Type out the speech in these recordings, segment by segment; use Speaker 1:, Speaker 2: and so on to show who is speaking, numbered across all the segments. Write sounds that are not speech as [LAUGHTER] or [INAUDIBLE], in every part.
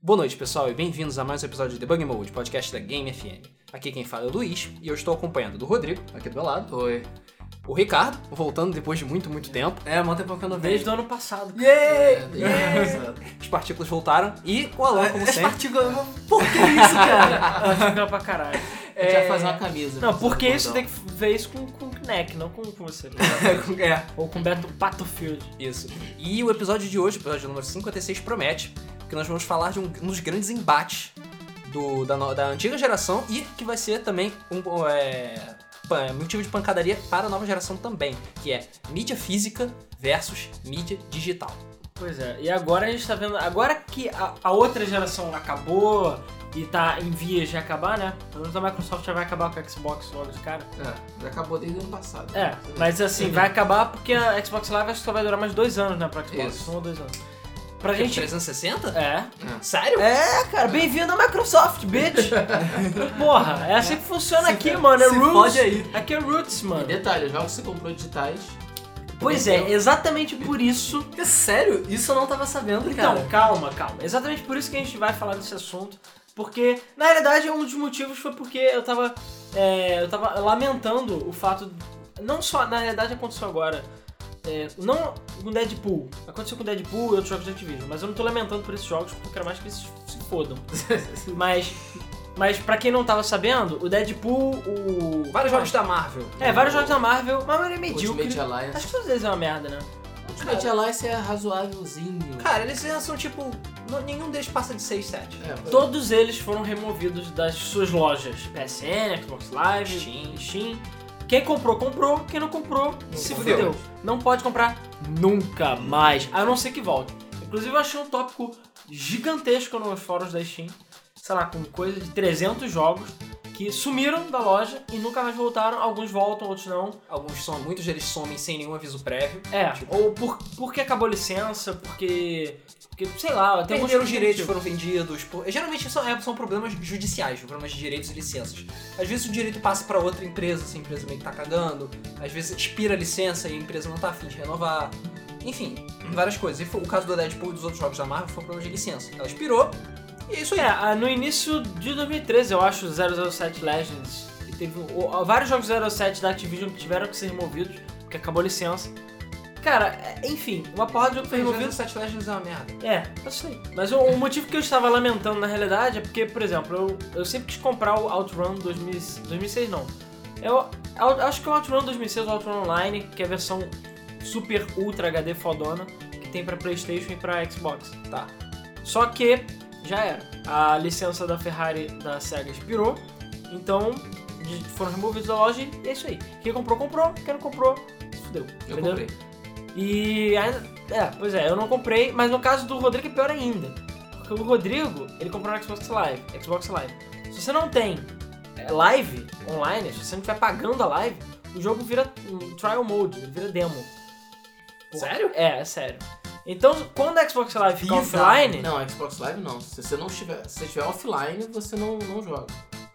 Speaker 1: Boa noite, pessoal, e bem-vindos a mais um episódio de Debug Mode, podcast da Game FM. Aqui quem fala é o Luiz, e eu estou acompanhando do Rodrigo, aqui do meu lado,
Speaker 2: Oi.
Speaker 1: o Ricardo, voltando depois de muito, muito tempo.
Speaker 2: É, mó tempo que eu não vejo. É,
Speaker 3: Desde o ano passado. cara.
Speaker 2: Yeah!
Speaker 3: [LAUGHS]
Speaker 1: As partículas voltaram, e o Alan, como
Speaker 2: Esse
Speaker 1: sempre.
Speaker 2: artigo, por que isso,
Speaker 3: [LAUGHS]
Speaker 2: cara?
Speaker 3: Acho que pra caralho.
Speaker 2: A gente vai fazer uma camisa.
Speaker 3: é. Não, porque isso tem que ver isso com, com o Knack, não com, com você. né?
Speaker 2: É,
Speaker 3: Ou com o Beto Battlefield.
Speaker 1: Isso. E o episódio de hoje, o episódio número 56, promete, porque nós vamos falar de um, um dos grandes embates do- da, no- da antiga geração e que vai ser também um é, pan- motivo de pancadaria para a nova geração também, que é mídia física versus mídia digital.
Speaker 3: Pois é, e agora a gente tá vendo. Agora que a, a outra geração acabou e tá em vias de acabar, né? Pelo menos a Microsoft já vai acabar com a Xbox logo de cara.
Speaker 2: É, já acabou desde o ano passado.
Speaker 3: É, mas assim, vai acabar porque a Xbox Live acho que só vai durar mais dois anos, né? Pra Xbox,
Speaker 2: Isso.
Speaker 3: um ou dois anos. Pra
Speaker 1: Gente,
Speaker 3: gente.
Speaker 1: 360?
Speaker 3: É.
Speaker 1: Sério?
Speaker 3: É, cara, bem-vindo à Microsoft, bitch! [LAUGHS] Porra, é assim que funciona aqui, mano. É
Speaker 2: se
Speaker 3: Roots.
Speaker 2: fode aí.
Speaker 3: Aqui é Roots,
Speaker 2: E
Speaker 3: mano.
Speaker 2: detalhe, os jogos que você comprou digitais.
Speaker 3: Pois é, exatamente por isso.
Speaker 4: É sério? Isso eu não tava sabendo, cara.
Speaker 3: Então, calma, calma. Exatamente por isso que a gente vai falar desse assunto. Porque, na realidade, um dos motivos foi porque eu tava. é, eu tava lamentando o fato. Não só, na realidade aconteceu agora. É, não com Deadpool. Aconteceu com Deadpool e outros jogos de Activision. Mas eu não tô lamentando por esses jogos porque eu quero mais que eles se fodam. mas. Mas pra quem não tava sabendo, o Deadpool, o.
Speaker 1: Vários jogos da Marvel.
Speaker 3: [LAUGHS] É, vários jogos da Marvel, uma maioria medíocre.
Speaker 2: Ultimate Alliance.
Speaker 3: Acho que todos eles é uma merda, né?
Speaker 2: Ultimate Alliance é razoávelzinho.
Speaker 1: Cara, eles são tipo. não- Nenhum deles passa de 6, 7.
Speaker 2: É, foi-
Speaker 3: Todos eles foram removidos das suas lojas. PSN, Xbox Live, Steam. Quem comprou, comprou. Quem não comprou, se
Speaker 1: comprou.
Speaker 3: fudeu. Não pode comprar nunca mais, a não ser que volte. Inclusive, eu achei um tópico gigantesco nos fóruns da Steam, sei lá, com coisa de 300 jogos que sumiram da loja e nunca mais voltaram. Alguns voltam, outros não.
Speaker 1: Alguns são, muitos deles somem sem nenhum aviso prévio.
Speaker 3: É,
Speaker 1: Tipo-
Speaker 3: ou por, porque acabou a licença, porque, porque sei lá, tem alguns
Speaker 1: Perderam os direitos,
Speaker 3: motivos.
Speaker 1: foram vendidos. por- Geralmente são, é, são problemas judiciais, problemas de direitos e licenças. Às vezes o direito passa pra outra empresa, se a empresa meio que tá cagando. Às vezes expira a licença e a empresa não tá afim de renovar. Enfim, várias coisas. E foi- o caso do Deadpool e dos outros jogos da Marvel foi um problema de licença. Ela expirou e é isso aí.
Speaker 3: É, ah, no início de 2013, eu acho, 007 Legends. E teve o- ah, vários jogos 07 da Activision que tiveram que ser removidos, porque acabou a licença. Cara, é- enfim, uma porra de jogo foi removido.
Speaker 1: Resolvido Set Legends é uma merda.
Speaker 3: É, eu sei. Mas o, o motivo que eu estava lamentando na realidade é porque, por exemplo, eu, eu sempre quis comprar o Outrun 2000, 2006, não. Eu, eu acho que o Outrun 2006, o Outrun Online, que é a versão super ultra HD fodona, que tem pra PlayStation e pra Xbox.
Speaker 1: Tá.
Speaker 3: Só que já era. A licença da Ferrari da Sega expirou, então de- foram removidos da loja e é isso aí. Quem comprou, comprou. Quem não comprou, se fudeu.
Speaker 2: Eu
Speaker 3: entendeu?
Speaker 2: comprei.
Speaker 3: E ainda. É, pois é, eu não comprei, mas no caso do Rodrigo é pior ainda. Porque o Rodrigo, ele comprou no Xbox Live. Xbox Live. Se você não tem é, live online, se você não estiver pagando a live, o jogo vira um trial mode, ele vira demo.
Speaker 1: Sério?
Speaker 3: É, é sério. Então, quando a Xbox Live fica
Speaker 2: Bizarro.
Speaker 3: offline.
Speaker 2: Não, Xbox Live não. Se você não estiver, se você estiver offline, você não, não joga.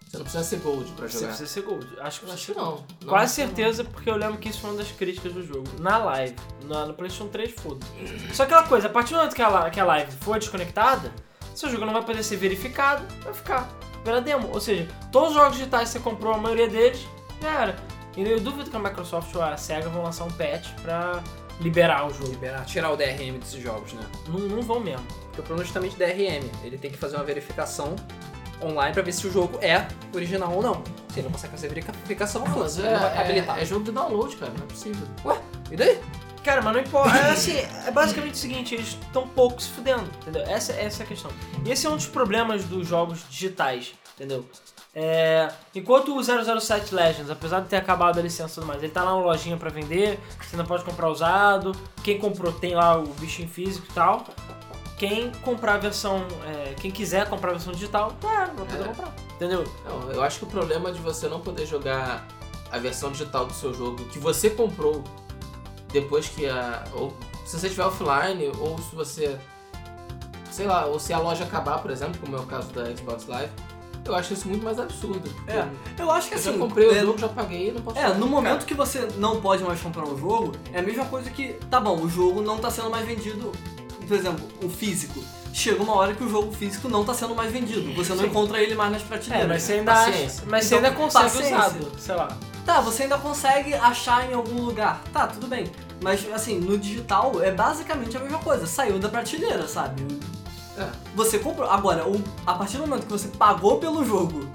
Speaker 2: Você não precisa ser gold pra
Speaker 3: Você
Speaker 2: jogar.
Speaker 3: precisa ser gold. Acho que
Speaker 2: Eu
Speaker 3: você
Speaker 2: acho que não. Não,
Speaker 3: Quase
Speaker 2: não.
Speaker 3: certeza, porque eu lembro que isso foi uma das críticas do jogo. Na live. Na, no PlayStation 3, foda-se. Só aquela coisa, a partir do momento que a, li- que a live for desconectada, seu jogo não vai poder ser verificado, vai ficar. Pela demo. Ou seja, todos os jogos digitais que você comprou, a maioria deles, já era. E eu duvido que a Microsoft ou a SEGA vão lançar um patch pra liberar o jogo.
Speaker 1: Liberar, tirar o DRM desses jogos, né?
Speaker 3: Não, não vão mesmo.
Speaker 1: Porque o problema é justamente DRM. Ele tem que fazer uma verificação online pra ver se o jogo é original ou não. Se ele não consegue fazer verificação,
Speaker 2: Não,
Speaker 1: foda-se,
Speaker 2: mas
Speaker 1: ele não vai habilitar.
Speaker 2: é, é, é jogo de download, cara. Não é possível.
Speaker 1: E daí?
Speaker 3: Cara, mas não importa. É, assim, é basicamente o seguinte, eles estão pouco se fudendo, entendeu? Essa, essa é a questão. E esse é um dos problemas dos jogos digitais, entendeu? É, enquanto o 007 Legends, apesar de ter acabado a licença e tudo mais, ele tá lá na lojinha pra vender, você não pode comprar usado, quem comprou tem lá o bichinho físico e tal. Quem comprar a versão, é, quem quiser comprar a versão digital, tá, vai poder
Speaker 2: É.
Speaker 3: comprar, entendeu?
Speaker 2: Não, eu acho que o problema de você não poder jogar a versão digital do seu jogo que você comprou depois que a. Ou se você estiver offline, ou se você. Sei lá, ou se a loja acabar, por exemplo, como é o caso da Xbox Live, eu acho isso muito mais absurdo. porque
Speaker 4: É, Eu acho que
Speaker 2: Eu
Speaker 4: assim.
Speaker 2: já comprei o
Speaker 4: é,
Speaker 2: jogo, já paguei e não posso
Speaker 4: É, no momento que você não pode mais comprar um jogo, é a mesma coisa que. Tá bom, o jogo não tá sendo mais vendido, por exemplo, o físico. chega uma hora que o jogo físico não tá sendo mais vendido. Você não
Speaker 3: Sim.
Speaker 4: encontra ele mais nas
Speaker 3: É,
Speaker 4: prateleiras.
Speaker 3: mas você ainda
Speaker 2: Paciência.
Speaker 3: acha, mas você
Speaker 4: Então,
Speaker 3: ainda consegue
Speaker 4: paciência.
Speaker 3: usado, sei lá.
Speaker 4: Tá, você ainda consegue achar em algum lugar. Tá, tudo bem. Mas assim, no digital é basicamente a mesma coisa. Saiu da prateleira, sabe?
Speaker 2: É.
Speaker 4: Você comprou. Agora, o- a partir do momento que você pagou pelo jogo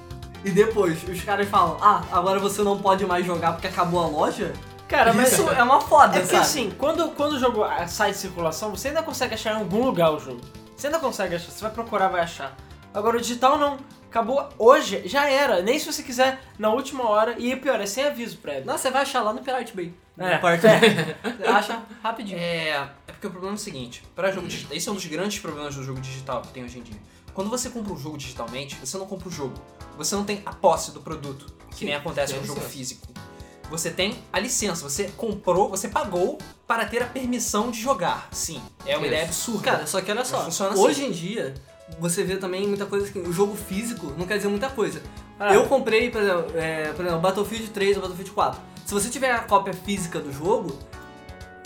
Speaker 4: e depois os caras falam, ah, agora você não pode mais jogar porque acabou a loja,
Speaker 3: Cara, mas
Speaker 4: isso é uma foda,
Speaker 3: É porque
Speaker 4: sabe?
Speaker 3: assim, quando, quando o jogo ah, sai de circulação, você ainda consegue achar em algum lugar o jogo. Você ainda consegue achar, você vai procurar, vai achar. Agora o digital não. Acabou hoje, já era. Nem se você quiser na última hora. E pior, é sem aviso prévio.
Speaker 4: Não, você vai achar lá no Pirate Bay.
Speaker 3: É.
Speaker 4: No Pirate Bay. Você acha rapidinho.
Speaker 1: É, é porque o problema é o seguinte, para jogo digital, esse é um dos grandes problemas do jogo digital que tem hoje em dia. Quando você compra um jogo digitalmente, você não compra o jogo. Você não tem a posse do produto, que nem acontece com
Speaker 2: tem
Speaker 1: o
Speaker 2: a
Speaker 1: jogo
Speaker 2: licença.
Speaker 1: físico. Você tem a licença, você comprou, você pagou para ter a permissão de jogar. Sim, é uma
Speaker 2: Isso.
Speaker 1: ideia absurda.
Speaker 4: Cara, só que olha só,
Speaker 1: Funciona assim.
Speaker 4: hoje em dia, você vê também muita coisa que o jogo físico não quer dizer muita coisa.
Speaker 3: Ah.
Speaker 4: Eu comprei, por exemplo, é, por exemplo, Battlefield 3 ou Battlefield 4. Se você tiver a cópia física do jogo,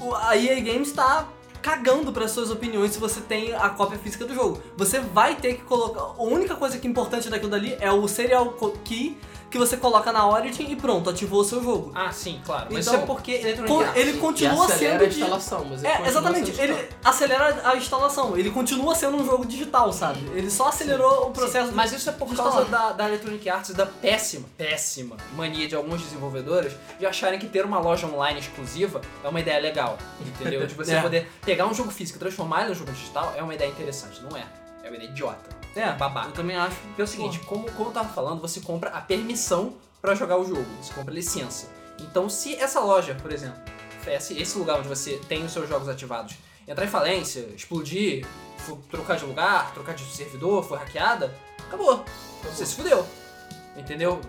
Speaker 4: o- a EA Games tá cagando para suas opiniões se você tem a cópia física do jogo. Você vai ter que colocar. A única coisa que é importante daquilo dali é o serial co- key que você coloca na Origin e pronto, ativou o seu jogo.
Speaker 1: Ah, sim, claro. Mas
Speaker 4: Então,
Speaker 1: isso é porque Electronic
Speaker 4: Co-
Speaker 1: Arts-
Speaker 4: ele continua
Speaker 2: assim. e acelera
Speaker 4: sendo.
Speaker 2: a
Speaker 4: de-
Speaker 2: instalação, mas ele
Speaker 4: é,
Speaker 2: continua
Speaker 4: exatamente.
Speaker 2: sendo
Speaker 4: Ele
Speaker 2: digital.
Speaker 4: acelera a instalação. Ele continua sendo um jogo digital, sabe? Ele só acelerou o processo.
Speaker 1: Sim, Mas isso é por
Speaker 4: de
Speaker 1: causa
Speaker 4: instalar.
Speaker 1: da, da Electronic Arts e da péssima, péssima mania de alguns desenvolvedores de acharem que ter uma loja online exclusiva é uma ideia legal, entendeu? De [LAUGHS] você
Speaker 4: É.
Speaker 1: poder pegar um jogo físico e transformar ele num jogo digital é uma ideia interessante, não é? É uma ideia idiota,
Speaker 4: É,
Speaker 1: babaca.
Speaker 4: eu também acho.
Speaker 1: Porque é o seguinte, como, como eu tava falando, você compra a permissão pra jogar o jogo, você compra a licença. Então, se essa loja, por exemplo, esse, esse lugar onde você tem os seus jogos ativados, entrar em falência, explodir, for trocar de lugar, trocar de servidor, for hackeada, acabou. Você se fudeu. Entendeu?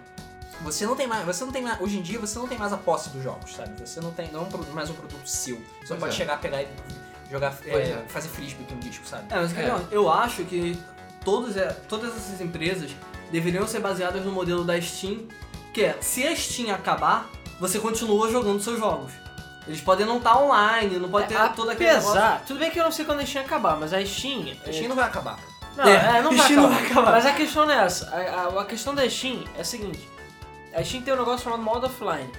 Speaker 1: Você não tem mais, você não tem mais, hoje em dia você não tem mais a posse dos jogos, sabe? Você não tem não é um pro- mais um produto seu. Você
Speaker 2: Pois
Speaker 1: pode
Speaker 2: é.
Speaker 1: chegar, pegar e jogar, é,
Speaker 2: Pois é.
Speaker 1: fazer frisbee com um disco, sabe?
Speaker 4: É, mas
Speaker 2: É.
Speaker 4: Carlão, eu acho que todos, é, todas essas empresas deveriam ser baseadas no modelo da Steam, que é, se a Steam acabar, você continua jogando seus jogos. Eles podem não estar online, não pode
Speaker 3: É,
Speaker 4: ter todo aquele negócio.
Speaker 3: Apesar, tudo bem que eu não sei quando a Steam acabar, mas a Steam.
Speaker 2: É.
Speaker 1: A Steam não vai acabar.
Speaker 3: Não, é, não,
Speaker 4: a
Speaker 3: vai
Speaker 4: Steam não
Speaker 3: acabar.
Speaker 4: vai acabar.
Speaker 3: Mas a questão não é essa. A, a- a questão da Steam é a seguinte: a Steam tem um negócio chamado modo offline.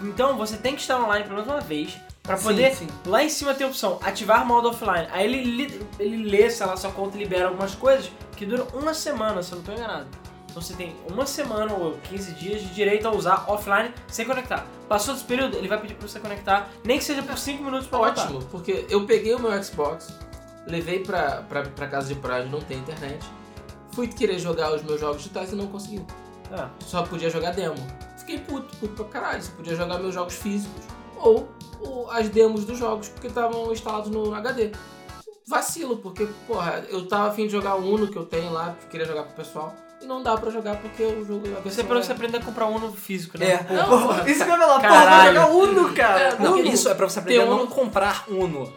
Speaker 3: Então você tem que estar online pelo menos uma vez pra
Speaker 4: Sim,
Speaker 3: poder.
Speaker 4: sim.
Speaker 3: Lá em cima tem a opção ativar modo offline. Aí ele, li- ele lê, sei lá, sua conta e libera algumas coisas que duram uma semana, se eu não tô enganado. Então você tem uma semana ou 15 dias de direito a usar offline sem conectar. Passou desse período, ele vai pedir pra você conectar, nem que seja por 5 minutos pra voltar.
Speaker 2: Ótimo, porque eu peguei o meu Xbox, levei pra, pra, pra casa de praia onde não tem internet, fui querer jogar os meus jogos digitais e não consegui.
Speaker 3: É.
Speaker 2: Só podia jogar demo. Fiquei puto, puto pra caralho. Só podia jogar meus jogos físicos ou, ou as demos dos jogos porque estavam instalados no, no HD. Vacilo, porque, porra, eu tava afim de jogar o Uno que eu tenho lá, que eu queria jogar pro pessoal, e não dá pra jogar porque o jogo... a
Speaker 3: Você,
Speaker 2: versão
Speaker 3: pra você
Speaker 2: é-
Speaker 3: aprender a comprar um no físico, né?
Speaker 4: É,
Speaker 2: Não,
Speaker 4: isso que eu ia falar, porra,
Speaker 3: Caralho.
Speaker 4: jogar Uno, cara.
Speaker 1: Não,
Speaker 4: Uno.
Speaker 1: isso é pra você aprender a
Speaker 2: Tem um-
Speaker 1: não comprar Uno.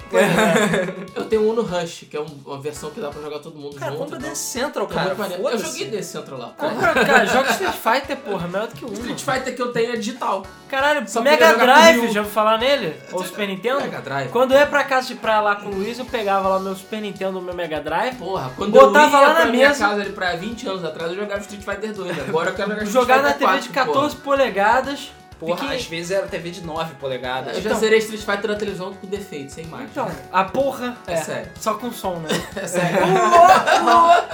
Speaker 2: Eu tenho o Uno Rush, que é um- uma versão que dá pra jogar todo mundo
Speaker 1: Cara,
Speaker 2: junto.
Speaker 1: compra
Speaker 2: então.
Speaker 1: Dance Central,
Speaker 2: Então,
Speaker 1: cara.
Speaker 2: muito maneiro. Eu
Speaker 1: Foda-se.
Speaker 2: joguei desse centro lá.
Speaker 3: Compra, cara, joga Street Fighter, porra, melhor do que um.
Speaker 2: Street Fighter que eu tenho é digital.
Speaker 3: Caralho,
Speaker 2: Só queria
Speaker 3: Mega
Speaker 2: jogar com
Speaker 3: Drive,
Speaker 2: Ryu.
Speaker 3: já ouviu falar nele? Ou Super Nintendo?
Speaker 2: Mega Drive.
Speaker 3: Quando eu ia pra casa de praia lá com o Luiz, eu pegava lá meu Super Nintendo, meu Mega Drive,
Speaker 2: Porra, quando
Speaker 3: Botava
Speaker 2: eu ia
Speaker 3: lá
Speaker 2: pra
Speaker 3: na
Speaker 2: minha
Speaker 3: mesa.
Speaker 2: casa ali pra 20 anos atrás, eu jogava Street Fighter
Speaker 3: [LAUGHS]
Speaker 2: 2. Agora eu quero jogar Street
Speaker 3: jogar na
Speaker 2: Fighter
Speaker 3: TV de
Speaker 2: 4,
Speaker 3: 14 polegadas.
Speaker 1: Porra,
Speaker 3: fiquei-
Speaker 1: às vezes era TV de 9
Speaker 2: porra.
Speaker 1: polegadas.
Speaker 2: Eu já zerei Street Fighter na televisão com defeito, sem imagem.
Speaker 3: Então, a porra
Speaker 2: É sério.
Speaker 3: Só com som, [LAUGHS] né?
Speaker 2: É sério.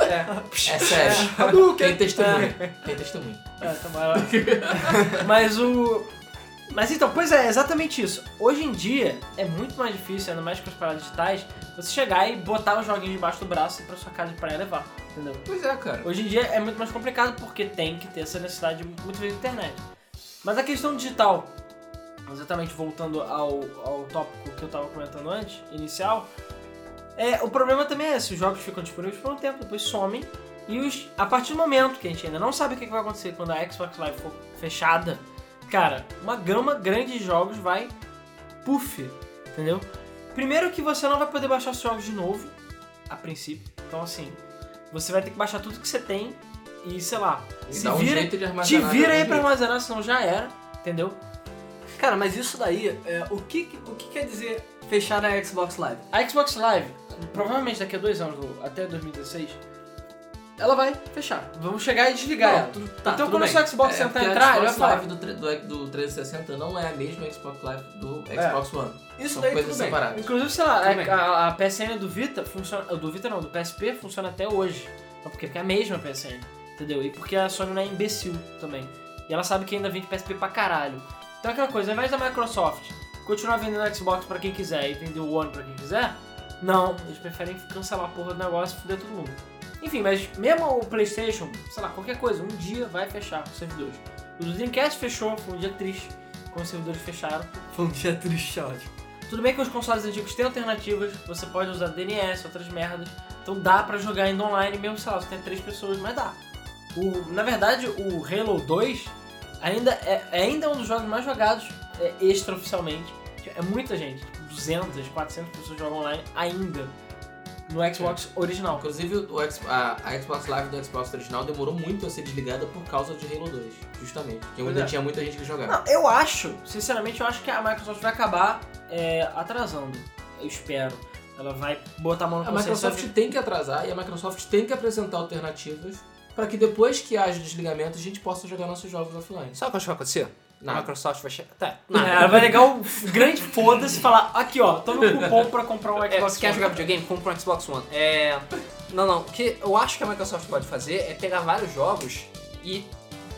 Speaker 2: É sério. Tem testemunho. Tem testemunho.
Speaker 3: É, tomara. [LAUGHS] Mas o. Mas então, pois é, exatamente isso. Hoje em dia é muito mais difícil, ainda mais com as paradas digitais, você chegar e botar os joguinhos debaixo do braço e ir pra sua casa de praia levar, entendeu?
Speaker 2: Pois é, cara.
Speaker 3: Hoje em dia é muito mais complicado porque tem que ter essa necessidade de muitas vezes de internet. Mas a questão digital, exatamente voltando ao, ao tópico que eu tava comentando antes, inicial, é, o problema também é esse, os jogos ficam disponíveis por um tempo, depois somem, e os, a partir do momento que a gente ainda não sabe o que que vai acontecer quando a Xbox Live for fechada, cara, uma gama grande de jogos vai puff, entendeu? Primeiro que você não vai poder baixar os jogos de novo, a princípio, então assim, você vai ter que baixar tudo que você tem e, sei lá,
Speaker 2: E
Speaker 3: se
Speaker 2: dá um
Speaker 3: vira,
Speaker 2: jeito de
Speaker 3: te
Speaker 2: armazenar
Speaker 3: vira aí
Speaker 2: de
Speaker 3: pra
Speaker 2: algum
Speaker 3: armazenar, senão já era, entendeu?
Speaker 4: Cara, mas isso daí, é, o, que, o que quer dizer fechar a Xbox Live?
Speaker 3: A Xbox Live, provavelmente daqui a dois anos, ou até 2016, ela vai fechar. Vamos chegar e desligar
Speaker 4: Não,
Speaker 3: ela.
Speaker 4: tudo- tá,
Speaker 3: então
Speaker 4: tudo
Speaker 3: quando
Speaker 4: bem.
Speaker 3: o Xbox
Speaker 2: É, porque
Speaker 3: tentar entrar, ele
Speaker 2: a
Speaker 3: vai
Speaker 2: Xbox
Speaker 3: falar.
Speaker 2: Live do, tre- do, do 360 não é a mesma Xbox Live do
Speaker 3: É.
Speaker 2: Xbox One.
Speaker 4: Isso
Speaker 2: São
Speaker 4: daí
Speaker 2: coisas
Speaker 4: tudo bem.
Speaker 2: separadas.
Speaker 3: Inclusive, sei lá,
Speaker 4: Tudo bem.
Speaker 3: a, a- a PSN do Vita funciona. Do Vita não, do PSP funciona até hoje. Então, por quê? Porque é a mesma PSN, entendeu? E porque a Sony não é imbecil também. E ela sabe que ainda vende PSP pra caralho. Então é aquela coisa, ao invés da Microsoft continuar vendendo Xbox pra quem quiser e vender o One pra quem quiser, não, eles preferem cancelar a porra do negócio e fuder todo mundo. Enfim, mas mesmo o Playstation, sei lá, qualquer coisa, um dia vai fechar os servidores. O do Dreamcast fechou, foi um dia triste, quando os servidores fecharam.
Speaker 4: Foi um dia triste, ótimo.
Speaker 3: Tudo bem que os consoles antigos têm alternativas, você pode usar DNS, outras merdas, então dá pra jogar ainda online, mesmo sei lá, você tem três pessoas, mas dá. O- na verdade, o Halo 2 ainda é, é ainda um dos jogos mais jogados é, extraoficialmente. É muita gente, tipo, 200, 400 pessoas jogam online ainda no Xbox
Speaker 2: É.
Speaker 3: original.
Speaker 2: Inclusive, o X- a, a Xbox Live do Xbox original demorou muito a ser desligada por causa de Halo 2, justamente. Porque ainda
Speaker 3: é.
Speaker 2: tinha muita gente que jogava.
Speaker 3: Não, eu acho, sinceramente, eu acho que a Microsoft vai acabar é, atrasando. Eu espero. Ela vai botar a mão no
Speaker 2: Então, assim, A
Speaker 3: consciência e vai
Speaker 2: Microsoft tem que atrasar e a Microsoft tem que apresentar alternativas para que depois que haja o desligamento a gente possa jogar nossos jogos offline.
Speaker 1: Sabe o que eu acho que vai acontecer? A
Speaker 2: Nada.
Speaker 1: Microsoft vai chegar. Tá,
Speaker 3: É, ela vai ligar um grande foda-se e falar: aqui ó, tô no cupom pra comprar um
Speaker 1: É,
Speaker 3: Xbox.
Speaker 1: se quer
Speaker 3: One."
Speaker 1: jogar videogame, compra um Xbox One. É. Não, não. O que eu acho que a Microsoft pode fazer é pegar vários jogos e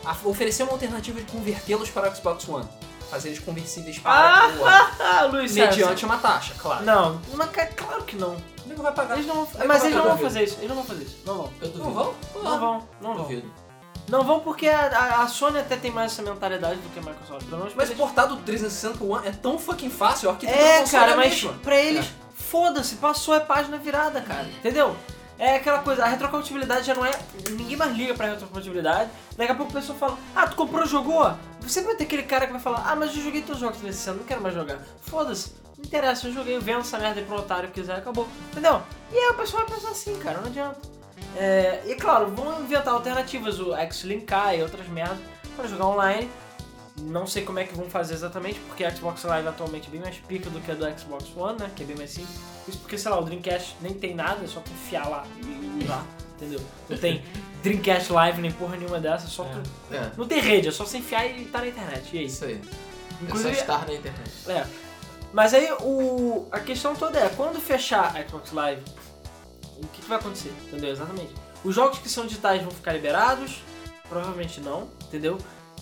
Speaker 1: a- oferecer uma alternativa de convertê-los para o Xbox One. Fazer eles conversíveis para o One.
Speaker 3: Ah, Luiz, César.
Speaker 1: Mediante uma taxa, claro.
Speaker 3: Não, mas ca- claro que não.
Speaker 1: O nego vai pagar.
Speaker 3: Eles não vão,
Speaker 1: Eu
Speaker 3: mas
Speaker 1: vou
Speaker 3: eles não vão
Speaker 1: duvido.
Speaker 3: fazer isso, eles não vão fazer isso. Não vão.
Speaker 2: Eu duvido.
Speaker 1: Não vão?
Speaker 3: Não vão, não vão.
Speaker 2: Duvido.
Speaker 3: Não vão porque a, a- a Sony até tem mais essa mentalidade do que a Microsoft. Pelo menos pra
Speaker 1: Mas
Speaker 3: eles-
Speaker 1: portar do 360 pro One é tão fucking fácil, a arquitetura do
Speaker 3: É,
Speaker 1: console
Speaker 3: cara,
Speaker 1: a
Speaker 3: mas
Speaker 1: mesma.
Speaker 3: pra eles, foda-se, passou é página virada, cara. Entendeu? É aquela coisa, a retrocompatibilidade já não é. Ninguém mais liga pra retrocompatibilidade. Daqui a pouco o pessoal fala, ah, tu comprou, jogou? Você vai ter aquele cara que vai falar, ah, mas eu joguei teus jogos nesse ano, não quero mais jogar. Foda-se, não interessa, eu joguei, eu vendo essa merda aí pro otário que quiser, acabou. Entendeu? E aí o pessoal vai pensar assim, cara, não adianta. É, e claro, vão inventar alternativas, o X-Linkar e outras merdas, pra jogar online. Não sei como é que vão fazer exatamente, porque a Xbox Live atualmente é bem mais pica do que a do Xbox One, né? Que é bem mais simples. Isso porque, sei lá, o Dreamcast nem tem nada, é só tu enfiar lá e usar, entendeu? Não tem Dreamcast Live nem porra nenhuma dessa, é só tu...
Speaker 2: É,
Speaker 3: Não tem rede, é só você enfiar e tá na internet, e é isso.
Speaker 2: isso aí. É
Speaker 3: Inclusive,
Speaker 2: só estar na internet.
Speaker 3: é. Mas aí o, a questão toda é, quando fechar a Xbox Live, o que, que vai acontecer? Entendeu? Exatamente. Os jogos que são digitais vão ficar liberados? Provavelmente não, entendeu?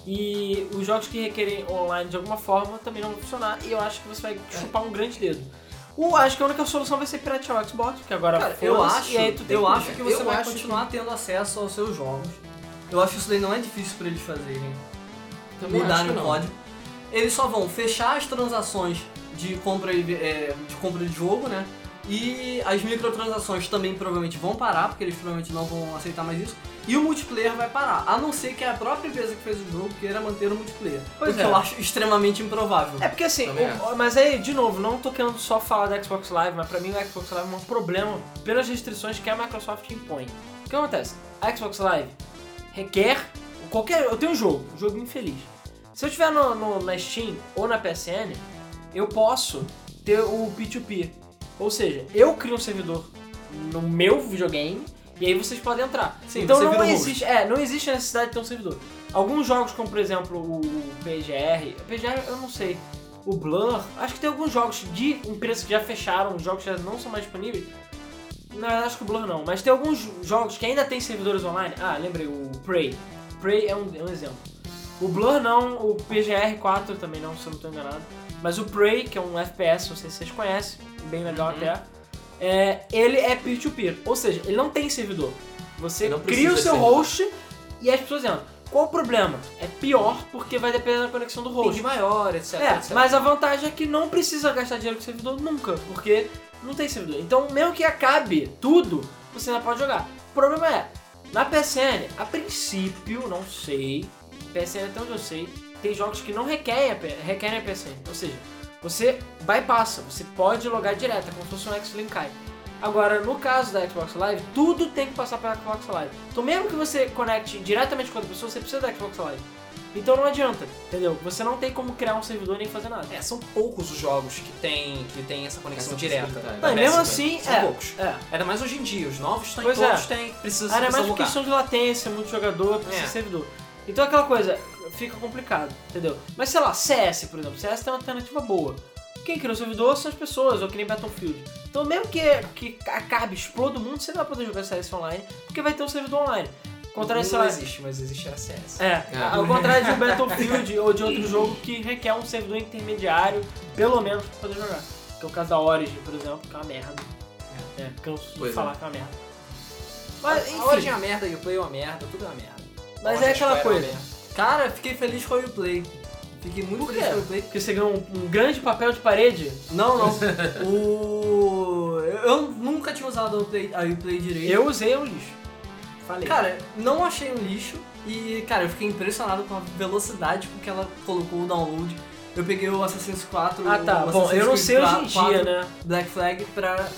Speaker 3: E os jogos que requerem online de alguma forma também não vão funcionar. E eu acho que você vai
Speaker 4: É.
Speaker 3: chupar um grande dedo. O, acho que a única solução vai ser piratear o Xbox, que agora
Speaker 4: Cara, eu
Speaker 3: foda-se,
Speaker 4: acho,
Speaker 3: e aí tu tem
Speaker 4: eu acho que você
Speaker 2: Eu
Speaker 4: vai
Speaker 2: acho
Speaker 4: continuar tendo acesso aos seus jogos. Eu acho que isso daí não é difícil pra eles fazerem.
Speaker 2: Também acho
Speaker 4: mudarem
Speaker 2: que
Speaker 4: o
Speaker 2: não.
Speaker 4: código. Eles só vão fechar as transações de compra, e- é, de compra de jogo, né? E as microtransações também provavelmente vão parar, porque eles provavelmente não vão aceitar mais isso. E o multiplayer vai parar, a não ser que é a própria empresa que fez o jogo queira manter o multiplayer.
Speaker 3: Pois
Speaker 4: o que
Speaker 3: é.
Speaker 4: eu acho extremamente improvável.
Speaker 3: É porque assim,
Speaker 2: Também
Speaker 3: o-
Speaker 2: acho.
Speaker 3: o- mas aí, de novo, não tô querendo só falar da Xbox Live, mas pra mim o Xbox Live é um problema pelas restrições que a Microsoft impõe. O que acontece? A Xbox Live requer qualquer. Eu tenho um jogo, um jogo infeliz. Se eu tiver no, no- na Steam ou na PSN, eu posso ter o P2P. Ou seja, eu crio um servidor no meu videogame e aí vocês podem entrar.
Speaker 4: Sim,
Speaker 3: então
Speaker 4: você
Speaker 3: não
Speaker 4: vira o host.
Speaker 3: existe, é, não existe a necessidade de ter um servidor. Alguns jogos, como por exemplo o PGR, PGR eu não sei, o Blur, acho que tem alguns jogos de empresas que já fecharam, jogos que já não são mais disponíveis. Na verdade, acho que o Blur não, mas tem alguns jogos que ainda tem servidores online. Ah, lembrei, o Prey. Prey é um, é um exemplo. O Blur não, o PGR4 também não, se eu não tô enganado. Mas o Prey, que é um FPS, não sei se vocês conhecem, bem
Speaker 2: Uhum.
Speaker 3: melhor até, é, ele é peer-to-peer, ou seja, ele não tem servidor. Você
Speaker 2: Não
Speaker 3: cria o
Speaker 2: precisa
Speaker 3: seu
Speaker 2: de servidor.
Speaker 3: host e as pessoas entram. Qual o problema? É pior porque vai depender da conexão do host.
Speaker 1: Ping maior, etc,
Speaker 3: É,
Speaker 1: etc.
Speaker 3: mas a vantagem é que não precisa gastar dinheiro com servidor nunca, porque não tem servidor. Então, mesmo que acabe tudo, você ainda pode jogar. O problema é, na PSN, a princípio, não sei, PSN até onde eu sei, tem jogos que não requerem a, P- requerem a PSN. Ou seja, você bypassa, você pode logar direto, é como se fosse um X-Linkai. Agora, no caso da Xbox Live, tudo tem que passar pela Xbox Live. Então, mesmo que você conecte diretamente com outra pessoa, você precisa da Xbox Live. Então não adianta, entendeu? Você não tem como criar um servidor nem fazer nada.
Speaker 1: É, são poucos os jogos que tem, que tem essa conexão
Speaker 2: Essa
Speaker 1: direta.
Speaker 2: possibilidade.
Speaker 3: Não, e
Speaker 1: Parece,
Speaker 3: mesmo
Speaker 1: né?
Speaker 3: assim,
Speaker 1: são
Speaker 3: é.
Speaker 1: poucos.
Speaker 3: É.
Speaker 1: Ainda mais hoje em dia, os novos estão
Speaker 3: Pois é.
Speaker 1: todos têm, precisa
Speaker 3: Ah, era
Speaker 1: precisa
Speaker 3: mais por
Speaker 1: alugar.
Speaker 3: questão de latência, muito jogador, precisa
Speaker 1: É.
Speaker 3: de servidor. Então aquela coisa, fica complicado, entendeu? Mas sei lá, CS, por exemplo, CS tem uma alternativa boa. Quem cria o servidor são as pessoas, ou que nem Battlefield. Então mesmo que, que acabe, exploda o mundo, você não vai poder jogar CS online, porque vai ter um servidor online. Ao Contrário, sei
Speaker 1: não
Speaker 3: lá,
Speaker 1: existe, mas existe a CS.
Speaker 3: é, ao contrário de um Battlefield ou de outro jogo que requer um servidor intermediário, pelo menos, pra poder jogar. Que é o caso da Origin, por exemplo, que é uma merda. É, canso
Speaker 2: Pois
Speaker 3: de
Speaker 2: é.
Speaker 3: falar que é uma merda.
Speaker 1: Mas,
Speaker 3: Mas, enfim,
Speaker 1: a Origin é uma merda e o Play é uma merda, tudo é uma merda.
Speaker 3: mas
Speaker 1: Nossa,
Speaker 3: é aquela
Speaker 1: Square uma
Speaker 3: coisa.
Speaker 1: merda.
Speaker 4: Cara, fiquei feliz com o Uplay. Fiquei muito
Speaker 3: Por
Speaker 4: feliz
Speaker 3: quê?
Speaker 4: com o Uplay.
Speaker 3: Porque você ganhou um, um grande papel de parede.
Speaker 4: Não, não.
Speaker 3: [LAUGHS]
Speaker 4: o... Eu nunca tinha usado a Uplay, a Uplay direito.
Speaker 3: Eu usei um lixo. Falei.
Speaker 4: Cara, não achei um lixo e, cara, eu fiquei impressionado com a velocidade com que ela colocou o download. Eu peguei o Assassin's 4,
Speaker 3: ah tá,
Speaker 4: o
Speaker 3: bom, eu não
Speaker 4: Assassin's
Speaker 3: sei
Speaker 4: Creed
Speaker 3: hoje em
Speaker 4: 4,
Speaker 3: dia, né?
Speaker 4: Black Flag pra.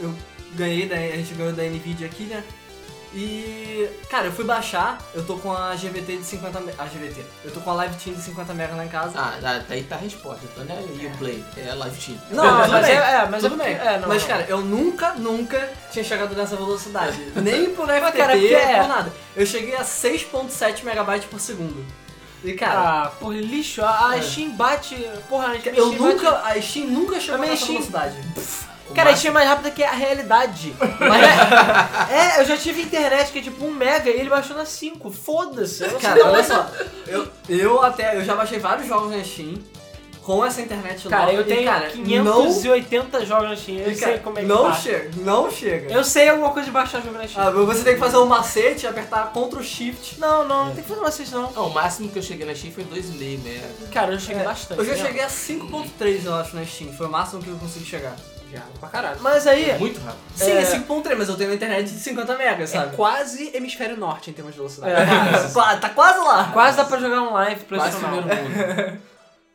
Speaker 4: Eu ganhei, da, a gente ganhou da Nvidia aqui, né? E. Cara, eu fui baixar, eu tô com a GVT de 50 mega. A GVT. Eu tô com a Live Team de 50 mega lá em casa.
Speaker 2: Ah, ah, tá aí tá a resposta. Então não é o Play, é Live Team.
Speaker 3: [LAUGHS]
Speaker 4: Não,
Speaker 3: mas,
Speaker 4: tudo
Speaker 3: é,
Speaker 4: bem.
Speaker 3: é, mas
Speaker 4: Tudo
Speaker 3: é,
Speaker 4: bem.
Speaker 3: é, não,
Speaker 4: mas,
Speaker 3: não.
Speaker 4: cara, eu nunca, nunca tinha chegado nessa velocidade.
Speaker 3: [LAUGHS]
Speaker 4: Nem por FTP,
Speaker 3: cara, porque é-
Speaker 4: por nada. Eu cheguei a 6.7 megabytes por segundo. E, cara,
Speaker 3: ah, porra, lixo, a, a
Speaker 4: É.
Speaker 3: Steam bate, porra, a Steam
Speaker 4: eu
Speaker 3: bate-
Speaker 4: nunca. A Steam nunca
Speaker 3: A
Speaker 4: chegou
Speaker 3: minha
Speaker 4: nessa
Speaker 3: Steam-
Speaker 4: velocidade.
Speaker 2: O
Speaker 3: Cara, a
Speaker 2: máximo-
Speaker 3: Steam é mais rápida que a realidade. [LAUGHS] Mas é, é, eu já tive internet que é tipo 1 mega e ele baixou na 5. Foda-se. eu não sei
Speaker 4: Cara,
Speaker 3: como é
Speaker 4: olha
Speaker 3: que-
Speaker 4: só, eu, eu até eu já baixei vários jogos na Steam com essa internet
Speaker 3: Cara,
Speaker 4: nova,
Speaker 3: eu
Speaker 4: e,
Speaker 3: tenho
Speaker 4: cara, não,
Speaker 3: 580 jogos na Steam, eu
Speaker 4: e,
Speaker 3: sei
Speaker 4: cara,
Speaker 3: como é que
Speaker 4: não
Speaker 3: baixa.
Speaker 4: chega, não chega.
Speaker 3: Eu sei alguma coisa de baixar jogo na Steam.
Speaker 4: Ah, você tem que fazer um macete, apertar Ctrl Shift.
Speaker 3: Não, não, não tem que fazer uma sessão não.
Speaker 2: Ah, o máximo que eu cheguei na Steam foi 2,5 mega.
Speaker 3: Cara, eu cheguei
Speaker 4: É,
Speaker 3: bastante.
Speaker 4: Eu já
Speaker 3: né?
Speaker 4: cheguei a 5.3, eu acho, na Steam. Foi o máximo que eu consegui chegar.
Speaker 1: Já, pra caralho.
Speaker 3: Mas aí,
Speaker 2: Muito rápido.
Speaker 4: Sim, é,
Speaker 3: É.
Speaker 4: 5.3, mas eu tenho uma internet de 50 megas,
Speaker 1: É
Speaker 4: sabe?
Speaker 1: quase hemisfério norte em termos de velocidade.
Speaker 3: É.
Speaker 1: Quase.
Speaker 4: Qua- [LAUGHS] tá quase lá.
Speaker 3: quase dá pra jogar online
Speaker 2: Quase
Speaker 3: profissional.
Speaker 2: primeiro mundo.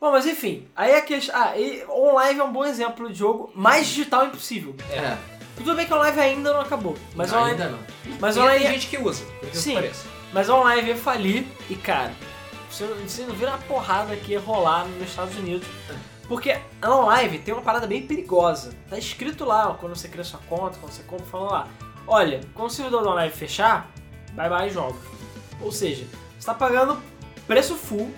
Speaker 3: Bom, mas enfim, aí a questão. Ah, e online é um bom exemplo de jogo mais digital impossível.
Speaker 2: É,
Speaker 3: Tudo bem que o live ainda não acabou. Mas online.
Speaker 2: ainda não.
Speaker 3: Mas
Speaker 1: E tem
Speaker 3: online.
Speaker 1: gente que usa, por que
Speaker 3: Sim.
Speaker 1: pareça.
Speaker 3: Mas online ia falir e, cara, você não, você não vira a porrada que ia rolar nos Estados Unidos. Porque a online tem uma parada bem perigosa. Tá escrito lá, ó, quando você cria sua conta, quando você compra, falando lá. Olha, quando o servidor da online fechar, bye bye jogo. Ou seja, você tá pagando preço full.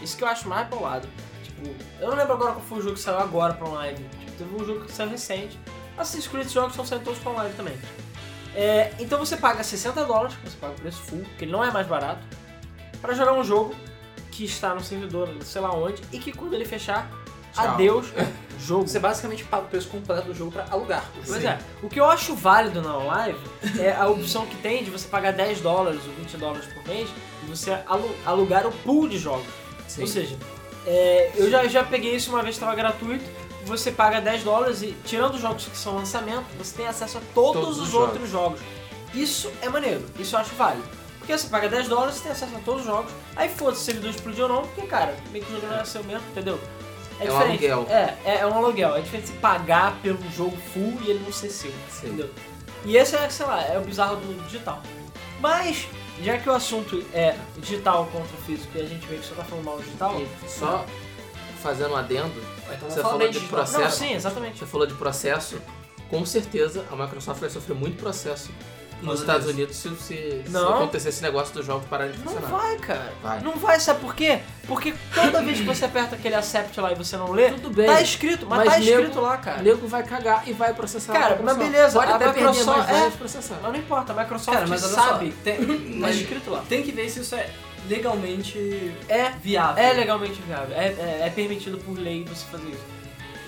Speaker 3: Isso que eu acho mais bolado. Tipo, eu não lembro agora qual foi o jogo que saiu agora pra online. Tipo, teve um jogo que saiu recente. Assassin's Creed jogos estão saindo todos pra online também. É, então você paga 60 dólares, que você paga o preço full, que ele não é mais barato, pra jogar um jogo que está no servidor, sei lá onde, e que quando ele fechar,
Speaker 2: Tchau.
Speaker 3: adeus, jogo.
Speaker 1: Você basicamente paga o preço completo do jogo pra alugar.
Speaker 3: Pois
Speaker 1: Sim.
Speaker 3: é, o que eu acho válido na live é a opção que tem de você pagar 10 dólares ou 20 dólares por mês e você alu- alugar o pool de jogos.
Speaker 2: Sim.
Speaker 3: Ou seja, é, eu já, já peguei isso uma vez, estava gratuito. Você paga 10 dólares e, tirando os jogos que são lançamento, você tem acesso a todos,
Speaker 2: Todos
Speaker 3: os,
Speaker 2: os
Speaker 3: outros jogos. Isso é maneiro, isso eu acho válido. Porque você paga 10 dólares, você tem acesso a todos os jogos. Aí foda-se se o servidor explodiu ou não, porque, cara, meio que o jogo não é seu mesmo, entendeu?
Speaker 2: É um
Speaker 3: diferente.
Speaker 2: aluguel.
Speaker 3: É, é, é um aluguel. É diferente de pagar pelo jogo full e ele não ser seu.
Speaker 2: Sim.
Speaker 3: Entendeu? E esse é, sei lá, é o bizarro do mundo digital. Mas, já que o assunto é digital contra o físico e a gente meio que só tá falando mal do digital.
Speaker 2: E só fazendo um adendo,
Speaker 1: Então
Speaker 2: Você
Speaker 1: vamos falar
Speaker 2: falou
Speaker 1: bem
Speaker 2: de
Speaker 1: de
Speaker 2: processo.
Speaker 3: Não, sim, exatamente.
Speaker 2: você falou de processo, com certeza a Microsoft vai sofrer muito processo nos
Speaker 4: Nos
Speaker 2: Estados Unidos se, se- se
Speaker 3: Não.
Speaker 2: acontecer esse negócio dos jogos pararem de
Speaker 3: Não
Speaker 2: funcionar.
Speaker 3: vai, cara.
Speaker 2: Vai.
Speaker 3: Não vai, sabe por quê? Porque toda vez que você aperta aquele accept lá e você não lê,
Speaker 2: Tudo bem.
Speaker 3: tá escrito, mas,
Speaker 2: Mas
Speaker 3: tá
Speaker 2: nego-
Speaker 3: escrito lá, cara.
Speaker 2: O nego vai cagar e vai processar
Speaker 3: Cara,
Speaker 2: a Microsoft.
Speaker 3: mas beleza,
Speaker 2: Pode
Speaker 3: a
Speaker 2: até perder,
Speaker 3: Microsoft-
Speaker 2: mas vai
Speaker 3: é.
Speaker 2: processar.
Speaker 3: Mas não importa, a Microsoft
Speaker 4: Cara, mas olha só,
Speaker 3: sabe,
Speaker 4: tem,
Speaker 3: [LAUGHS] tá
Speaker 4: mas
Speaker 3: escrito lá.
Speaker 4: tem que ver se isso é legalmente
Speaker 3: É
Speaker 4: viável.
Speaker 3: É legalmente viável, é, é- é permitido por lei você fazer isso.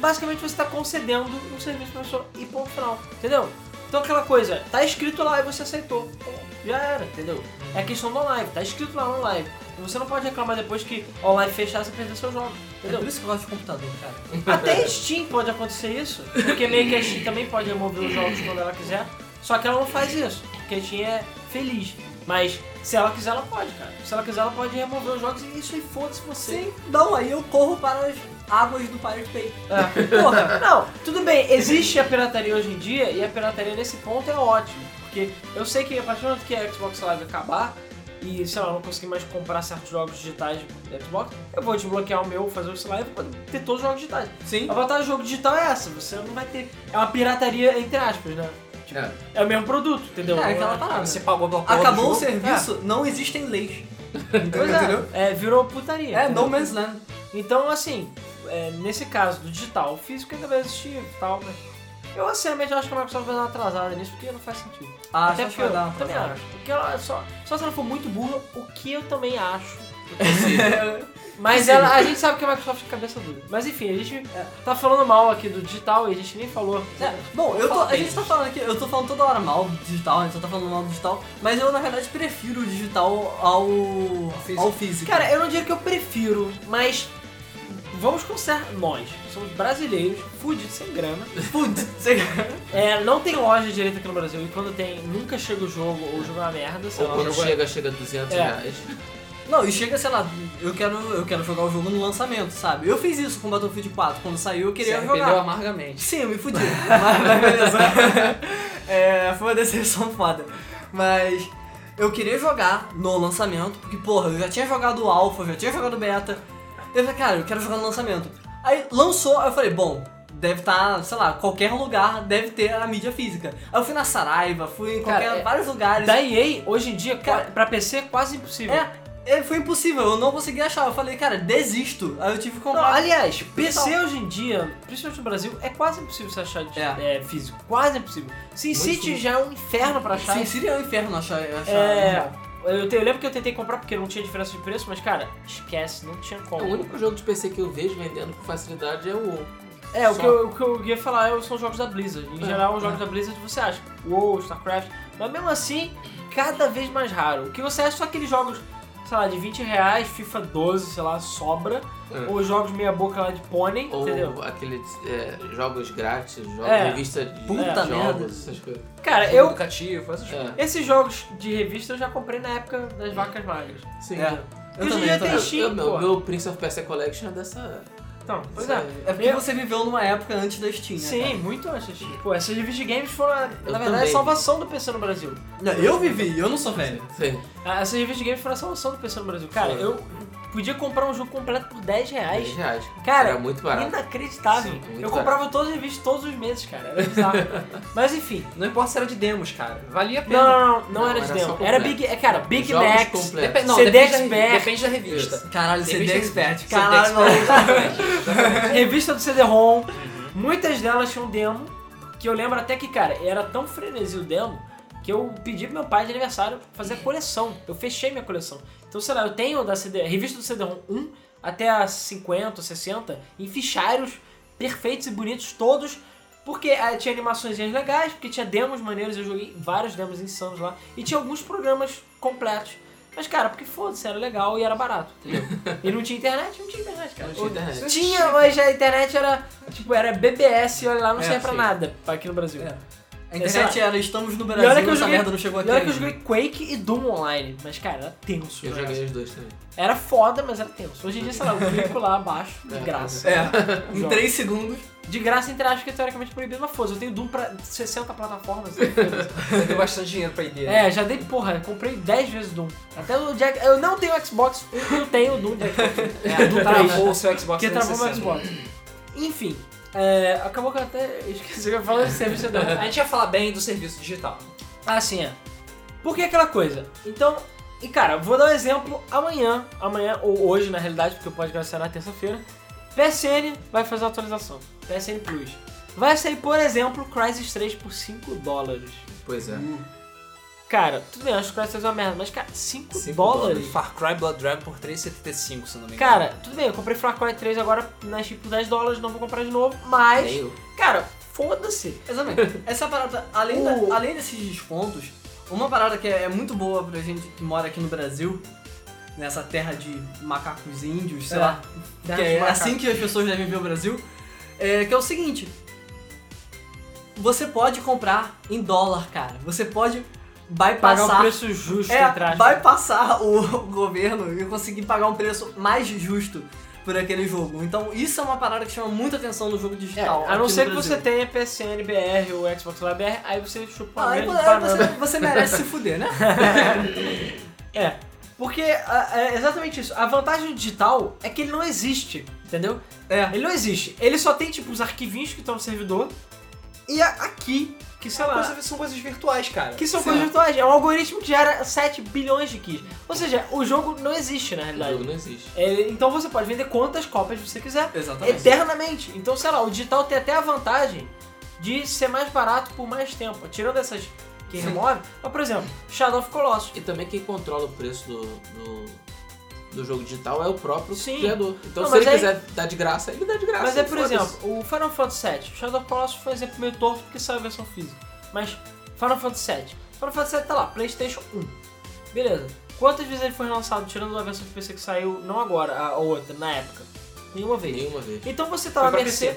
Speaker 3: Basicamente você está concedendo um serviço pra pessoa e ponto final, entendeu? Então aquela coisa, tá escrito lá e você aceitou. Pô, Já era, entendeu? É a questão do online, tá escrito lá no online. Você não pode reclamar depois que online fechar você perder seu jogo,
Speaker 4: É por
Speaker 3: entendeu?
Speaker 4: isso que eu gosto de computador, cara.
Speaker 3: Até em Steam pode acontecer isso, porque meio que a Steam também pode remover os jogos quando ela quiser, só que ela não faz isso, porque a Steam é feliz. Mas se ela quiser, ela pode, cara. Se ela quiser, ela pode remover os jogos e isso aí foda-se você.
Speaker 4: Sim, não, aí eu corro para as águas do Pirate Bay.
Speaker 3: É. Porra, não, tudo bem, existe a pirataria hoje em dia e a pirataria nesse ponto é ótima. Porque eu sei que a partir do momento que a Xbox Live acabar e, sei lá, eu não conseguir mais comprar certos jogos digitais da Xbox, eu vou desbloquear o meu, fazer o Live e vou ter todos os jogos digitais.
Speaker 4: Sim.
Speaker 3: A vantagem do jogo digital é essa, você não vai ter. É uma pirataria entre aspas, né?
Speaker 2: É.
Speaker 3: É o mesmo produto, entendeu?
Speaker 4: É,
Speaker 3: Não
Speaker 4: aquela
Speaker 1: Ah,
Speaker 4: parada.
Speaker 1: você pagou a bloco
Speaker 4: Acabou
Speaker 1: do
Speaker 4: o
Speaker 1: jogo. É.
Speaker 4: serviço, não existem
Speaker 1: [LAUGHS]
Speaker 4: leis.
Speaker 3: Pois
Speaker 4: Entendeu?
Speaker 3: é, é, virou putaria.
Speaker 4: É,
Speaker 3: entendeu?
Speaker 4: no man's land.
Speaker 3: Então, assim, é, nesse caso do digital, o físico ainda vai existir e tal, mas. Eu, sinceramente, acho que a Microsoft vai dar uma atrasada nisso, porque não faz sentido.
Speaker 4: Ah,
Speaker 3: Até
Speaker 4: acho
Speaker 3: porque
Speaker 4: que vai
Speaker 3: eu
Speaker 4: dar uma [LAUGHS]
Speaker 3: também
Speaker 4: atrasada.
Speaker 3: acho. Porque ela só, só se ela for muito burra, o que eu também acho. Mas
Speaker 4: Possível.
Speaker 3: ela, a gente sabe que a Microsoft é cabeça dura. Mas enfim, a gente tá falando mal aqui do digital e a gente nem falou.
Speaker 4: É, bom, eu tô, a gente tá falando aqui, eu tô falando toda hora mal do digital, a gente só tá falando mal do digital, mas eu na verdade prefiro o digital ao físico. Ao físico.
Speaker 3: Cara, eu não diria que eu prefiro, mas vamos consertar. Nós somos brasileiros, fudidos sem grana.
Speaker 4: [LAUGHS] Putz, você-
Speaker 3: É, não tem loja direita aqui no Brasil e quando tem, nunca chega o jogo ou o jogo é uma merda. sei
Speaker 2: Ou
Speaker 3: lá, o
Speaker 2: quando
Speaker 3: jogo é-
Speaker 2: chega, chega 200
Speaker 3: É.
Speaker 2: reais. Tipo,
Speaker 4: Não, e chega, sei lá, eu quero, eu quero jogar o jogo no lançamento, sabe? Eu fiz isso com Battlefield 4, quando saiu eu queria
Speaker 1: se arrependeu
Speaker 4: jogar.
Speaker 1: amargamente.
Speaker 4: Sim, eu me fudi. [LAUGHS] mas, mas beleza. [LAUGHS] É, foi uma decepção foda. Mas eu queria jogar no lançamento, porque, porra, eu já tinha jogado o Alpha, eu já tinha jogado o Beta. Eu falei, cara, eu quero jogar no lançamento. Aí lançou, aí eu falei, bom, deve estar, sei lá, qualquer lugar deve ter a mídia física. Aí eu fui na Saraiva, fui em qualquer,
Speaker 3: Cara, é-
Speaker 4: vários lugares.
Speaker 3: Da EA, hoje em dia,
Speaker 4: Cara-
Speaker 3: qua- pra PC é quase impossível.
Speaker 4: É, é, foi impossível, eu não consegui achar. Eu falei, cara, desisto. Aí eu tive que
Speaker 3: Não,
Speaker 4: comprar.
Speaker 3: aliás, PC hoje em dia, principalmente no Brasil, é quase impossível você achar de-
Speaker 4: É.
Speaker 3: é, físico. Quase impossível. Sin City
Speaker 4: difícil.
Speaker 3: já é um inferno pra achar.
Speaker 4: Sim, seria um inferno achar. achar
Speaker 3: É, eu, te- eu lembro que eu tentei comprar porque não tinha diferença de preço, mas cara, esquece, não tinha
Speaker 2: É, O
Speaker 3: como.
Speaker 2: único jogo de PC que eu vejo vendendo com facilidade é o WoW.
Speaker 3: É, o
Speaker 2: Só.
Speaker 3: que, eu, o que eu ia falar é, são os jogos da Blizzard. Em
Speaker 2: É,
Speaker 3: geral, os
Speaker 2: é.
Speaker 3: jogos da Blizzard você acha. WoW, StarCraft. Mas mesmo assim, cada vez mais raro. O que você acha são aqueles jogos, sei lá, de 20 reais, FIFA 12, sei lá, sobra.
Speaker 2: É.
Speaker 3: Ou jogos meia boca lá de pônei,
Speaker 2: Ou
Speaker 3: entendeu?
Speaker 2: aqueles é, jogos grátis, jogos,
Speaker 3: É.
Speaker 2: revista de
Speaker 4: Puta
Speaker 2: jogos,
Speaker 4: merda.
Speaker 2: essas coisas.
Speaker 3: Cara, eu...
Speaker 1: Educativo, essas coisas.
Speaker 2: É,
Speaker 3: Esses jogos de revista eu já comprei na época das vacas magras.
Speaker 2: sim.
Speaker 4: É. Eu
Speaker 3: Hoje em
Speaker 4: também,
Speaker 3: dia
Speaker 4: eu também.
Speaker 3: tem Steam,
Speaker 2: Eu- meu, né,
Speaker 3: pô.
Speaker 2: meu Prince of Persia Collection é dessa.
Speaker 3: Então, pois
Speaker 2: dessa-
Speaker 3: é.
Speaker 4: É porque
Speaker 3: Eu-
Speaker 4: você viveu numa época antes da Steam, né,
Speaker 3: Sim,
Speaker 4: cara?
Speaker 3: muito antes. Pô, essas revistas de games foram, na verdade, é a
Speaker 2: também.
Speaker 3: salvação do PC no Brasil.
Speaker 4: Não, eu vivi, eu não sou velho.
Speaker 2: Sim.
Speaker 3: Ah, Essas revistas de games foram a salvação do PC no Brasil. Cara,
Speaker 2: Foi.
Speaker 3: eu podia comprar um jogo completo por 10 reais.
Speaker 2: 10 reais.
Speaker 3: Cara,
Speaker 2: era muito barato.
Speaker 3: Inacreditável.
Speaker 2: Sim, muito
Speaker 3: eu comprava todas as revistas todos os meses, cara. Era
Speaker 2: [LAUGHS]
Speaker 3: bizarro. Mas enfim.
Speaker 1: Não importa se era de demos, cara. Valia a pena.
Speaker 3: Não, não, não, não,
Speaker 2: Não,
Speaker 3: era de
Speaker 2: era só
Speaker 3: demo.
Speaker 2: completo.
Speaker 3: Era Big. É, cara, Big
Speaker 2: Jogos
Speaker 3: Macs.
Speaker 2: completos.
Speaker 1: Depe- não,
Speaker 3: CD
Speaker 1: depende, da,
Speaker 3: expert.
Speaker 1: re- depende da revista.
Speaker 4: Caralho,
Speaker 1: Tem
Speaker 4: CD
Speaker 1: vista-
Speaker 4: é expert.
Speaker 1: CD
Speaker 4: Caralho,
Speaker 3: [LAUGHS] Revista do CD-ROM.
Speaker 2: Uhum.
Speaker 3: Muitas delas tinham demo. Que eu lembro até que, cara, era tão frenesi o demo que eu pedi pro meu pai de aniversário fazer a coleção. Eu fechei minha coleção. Então, sei lá, eu tenho da CD, revista do CD-ROM 1 até a 50, 60, em fichários perfeitos e bonitos todos. Porque ah, tinha animações legais, porque tinha demos maneiros, eu joguei vários demos insanos lá. E tinha alguns programas completos. Mas, cara, porque foda-se, era legal e era barato, entendeu? e não tinha internet? Não tinha internet, cara.
Speaker 2: Não tinha internet.
Speaker 3: Tinha, mas a internet era, tipo, era BBS e olha lá, não
Speaker 4: É,
Speaker 3: serve pra
Speaker 4: sim.
Speaker 3: nada pra aqui no Brasil.
Speaker 4: É. A
Speaker 3: Sei
Speaker 4: internet era, estamos no
Speaker 3: E
Speaker 4: Brasil,
Speaker 3: olha que eu
Speaker 4: essa
Speaker 3: joguei-
Speaker 4: merda não chegou aqui.
Speaker 3: E olha que eu
Speaker 4: ainda.
Speaker 3: joguei Quake e Doom online, mas cara, era tenso.
Speaker 2: Eu
Speaker 3: né?
Speaker 2: joguei os dois também.
Speaker 3: Era foda, mas era tenso. Hoje em dia, sei lá, eu clico lá abaixo, de
Speaker 2: É,
Speaker 3: graça.
Speaker 4: É, em
Speaker 3: Joga.
Speaker 4: 3 segundos.
Speaker 3: De graça, entre aspas, que é teoricamente proibido, mas foda Eu tenho Doom pra 60 [LAUGHS] plataformas. foda-se.
Speaker 1: Você deu bastante dinheiro pra ideia.
Speaker 3: é, já dei, porra, eu comprei 10 vezes Doom. Até o Jack. Eu não tenho Xbox, eu tenho Doom [LAUGHS] de Xbox.
Speaker 1: É, tu
Speaker 3: Três.
Speaker 1: travou o seu Xbox
Speaker 3: Porque travou meu
Speaker 1: 360.
Speaker 3: Xbox. Enfim, é, acabou que eu até esqueci o que eu ia falar de serviço da [LAUGHS]
Speaker 1: A gente ia falar bem do serviço digital.
Speaker 3: Ah, sim, é. Porque aquela coisa. Então, e cara, vou dar um exemplo amanhã, amanhã ou hoje na realidade, porque o podcast será na terça-feira. PSN vai fazer uma atualização. PSN Plus. Vai sair, por exemplo, Crysis 3 por 5 dólares.
Speaker 2: Pois é.
Speaker 3: Cara, tudo bem, eu acho que o Crysis 3 é uma merda, mas cara, 5,
Speaker 2: Cinco
Speaker 3: dólares?
Speaker 1: Far Cry Blood Dragon por 3,75, se não me engano.
Speaker 3: Cara, tudo bem, eu comprei Far Cry 3 agora na tipo 10 dólares, não vou comprar de novo, mas.
Speaker 2: Nem eu.
Speaker 3: Cara, foda-se.
Speaker 4: Exatamente. [LAUGHS] Uh. Essa parada, além,
Speaker 3: O-
Speaker 4: da- além desses descontos, uma parada que é, é muito boa pra gente que mora aqui no Brasil, nessa terra de macacos índios, sei
Speaker 3: É.
Speaker 4: lá, que
Speaker 3: Terra de
Speaker 4: é
Speaker 3: macacos.
Speaker 4: assim que as pessoas devem ver o Brasil, é que é o seguinte. Você pode comprar em dólar, cara. Você pode
Speaker 3: Pagar um
Speaker 4: bypassar
Speaker 3: preço justo,
Speaker 4: é,
Speaker 3: entre aspas.
Speaker 4: vai passar o o [LAUGHS] governo e conseguir pagar um preço mais justo por aquele jogo. Então isso é uma parada que chama muita atenção no jogo
Speaker 3: É,
Speaker 4: digital.
Speaker 3: a não
Speaker 4: aqui
Speaker 3: ser
Speaker 4: no
Speaker 3: que
Speaker 4: Brasil.
Speaker 3: você tenha PSN BR ou Xbox Live BR, aí você chupa
Speaker 4: Ah,
Speaker 3: uma
Speaker 4: aí,
Speaker 3: grande
Speaker 4: aí você,
Speaker 3: um banana.
Speaker 4: você merece se fuder, né?
Speaker 3: É, porque a- é exatamente isso. A vantagem do digital é que ele não existe, entendeu?
Speaker 4: É.
Speaker 3: Ele não existe. Ele só tem, tipo, os arquivinhos que estão no servidor [LAUGHS] e a- aqui, que sei lá...
Speaker 1: Coisas- são coisas virtuais, cara.
Speaker 3: Que são
Speaker 4: Sim.
Speaker 3: coisas virtuais. É um algoritmo que gera 7 bilhões de keys. Ou seja, o jogo não existe, na
Speaker 2: O jogo
Speaker 3: realidade.
Speaker 2: não existe.
Speaker 3: É, então você pode vender quantas cópias você quiser.
Speaker 4: Exatamente.
Speaker 3: Eternamente. Então, sei lá, o digital tem até a vantagem de ser mais barato por mais tempo. Tirando essas que
Speaker 4: Sim.
Speaker 3: remove. Mas, por exemplo, Shadow of Colossus.
Speaker 2: E também quem controla o preço do, do, do jogo digital é o próprio
Speaker 3: Sim.
Speaker 2: criador. Então
Speaker 3: Não,
Speaker 2: se ele
Speaker 3: mas
Speaker 2: quiser dar de graça, ele dá de graça.
Speaker 3: Mas é, por
Speaker 2: Ah, foda-se.
Speaker 3: exemplo, o Final Fantasy VII. O Shadow of Colossus foi um exemplo meio torto porque saiu a versão física. Mas Final Fantasy VII. Final Fantasy VII tá lá, Playstation 1. Beleza. Quantas vezes ele foi lançado, tirando a versão de PC que saiu, não agora, a outra, na época? Nenhuma vez.
Speaker 2: Nenhuma vez.
Speaker 3: Então você
Speaker 1: Foi
Speaker 3: tava
Speaker 1: pra
Speaker 3: mercê...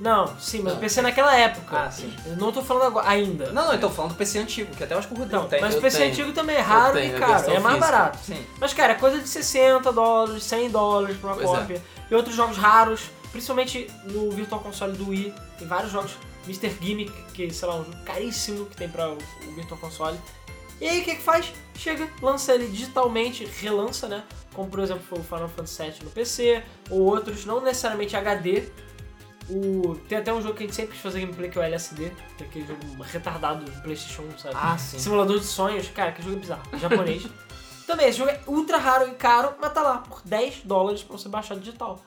Speaker 3: Não, sim, mas
Speaker 2: Não.
Speaker 3: PC naquela época.
Speaker 1: Ah, sim.
Speaker 3: Eu não tô falando agora, ainda.
Speaker 1: Não, não, eu tô falando do PC antigo, que até eu acho que o Rudão
Speaker 3: Não,
Speaker 1: tem.
Speaker 3: mas
Speaker 2: eu
Speaker 3: o PC
Speaker 2: tenho.
Speaker 3: antigo também é
Speaker 2: Eu
Speaker 3: raro
Speaker 2: tenho,
Speaker 3: e
Speaker 2: a
Speaker 3: caro,
Speaker 2: versão
Speaker 3: é mais
Speaker 2: física.
Speaker 3: barato.
Speaker 1: Sim.
Speaker 3: Mas, cara, é coisa de 60 dólares, 100 dólares pra uma
Speaker 2: Pois é.
Speaker 3: cópia. E outros jogos raros, principalmente no Virtual Console do Wii, tem vários jogos. Mr. Gimmick, que sei lá, um jogo caríssimo que tem pra o o Virtual Console. E aí, o que que faz? Chega, lança ele digitalmente, relança, né? Como, por exemplo, foi o Final Fantasy VII no PC, ou outros, não necessariamente HD. O... Tem até um jogo que a gente sempre quis fazer gameplay, que é o LSD, que é aquele jogo retardado do Playstation 1, sabe?
Speaker 1: Ah, sim.
Speaker 3: Simulador de sonhos, cara, que jogo bizarro, japonês. Também, esse jogo é ultra raro e caro, mas tá lá, por 10 dólares pra você baixar digital.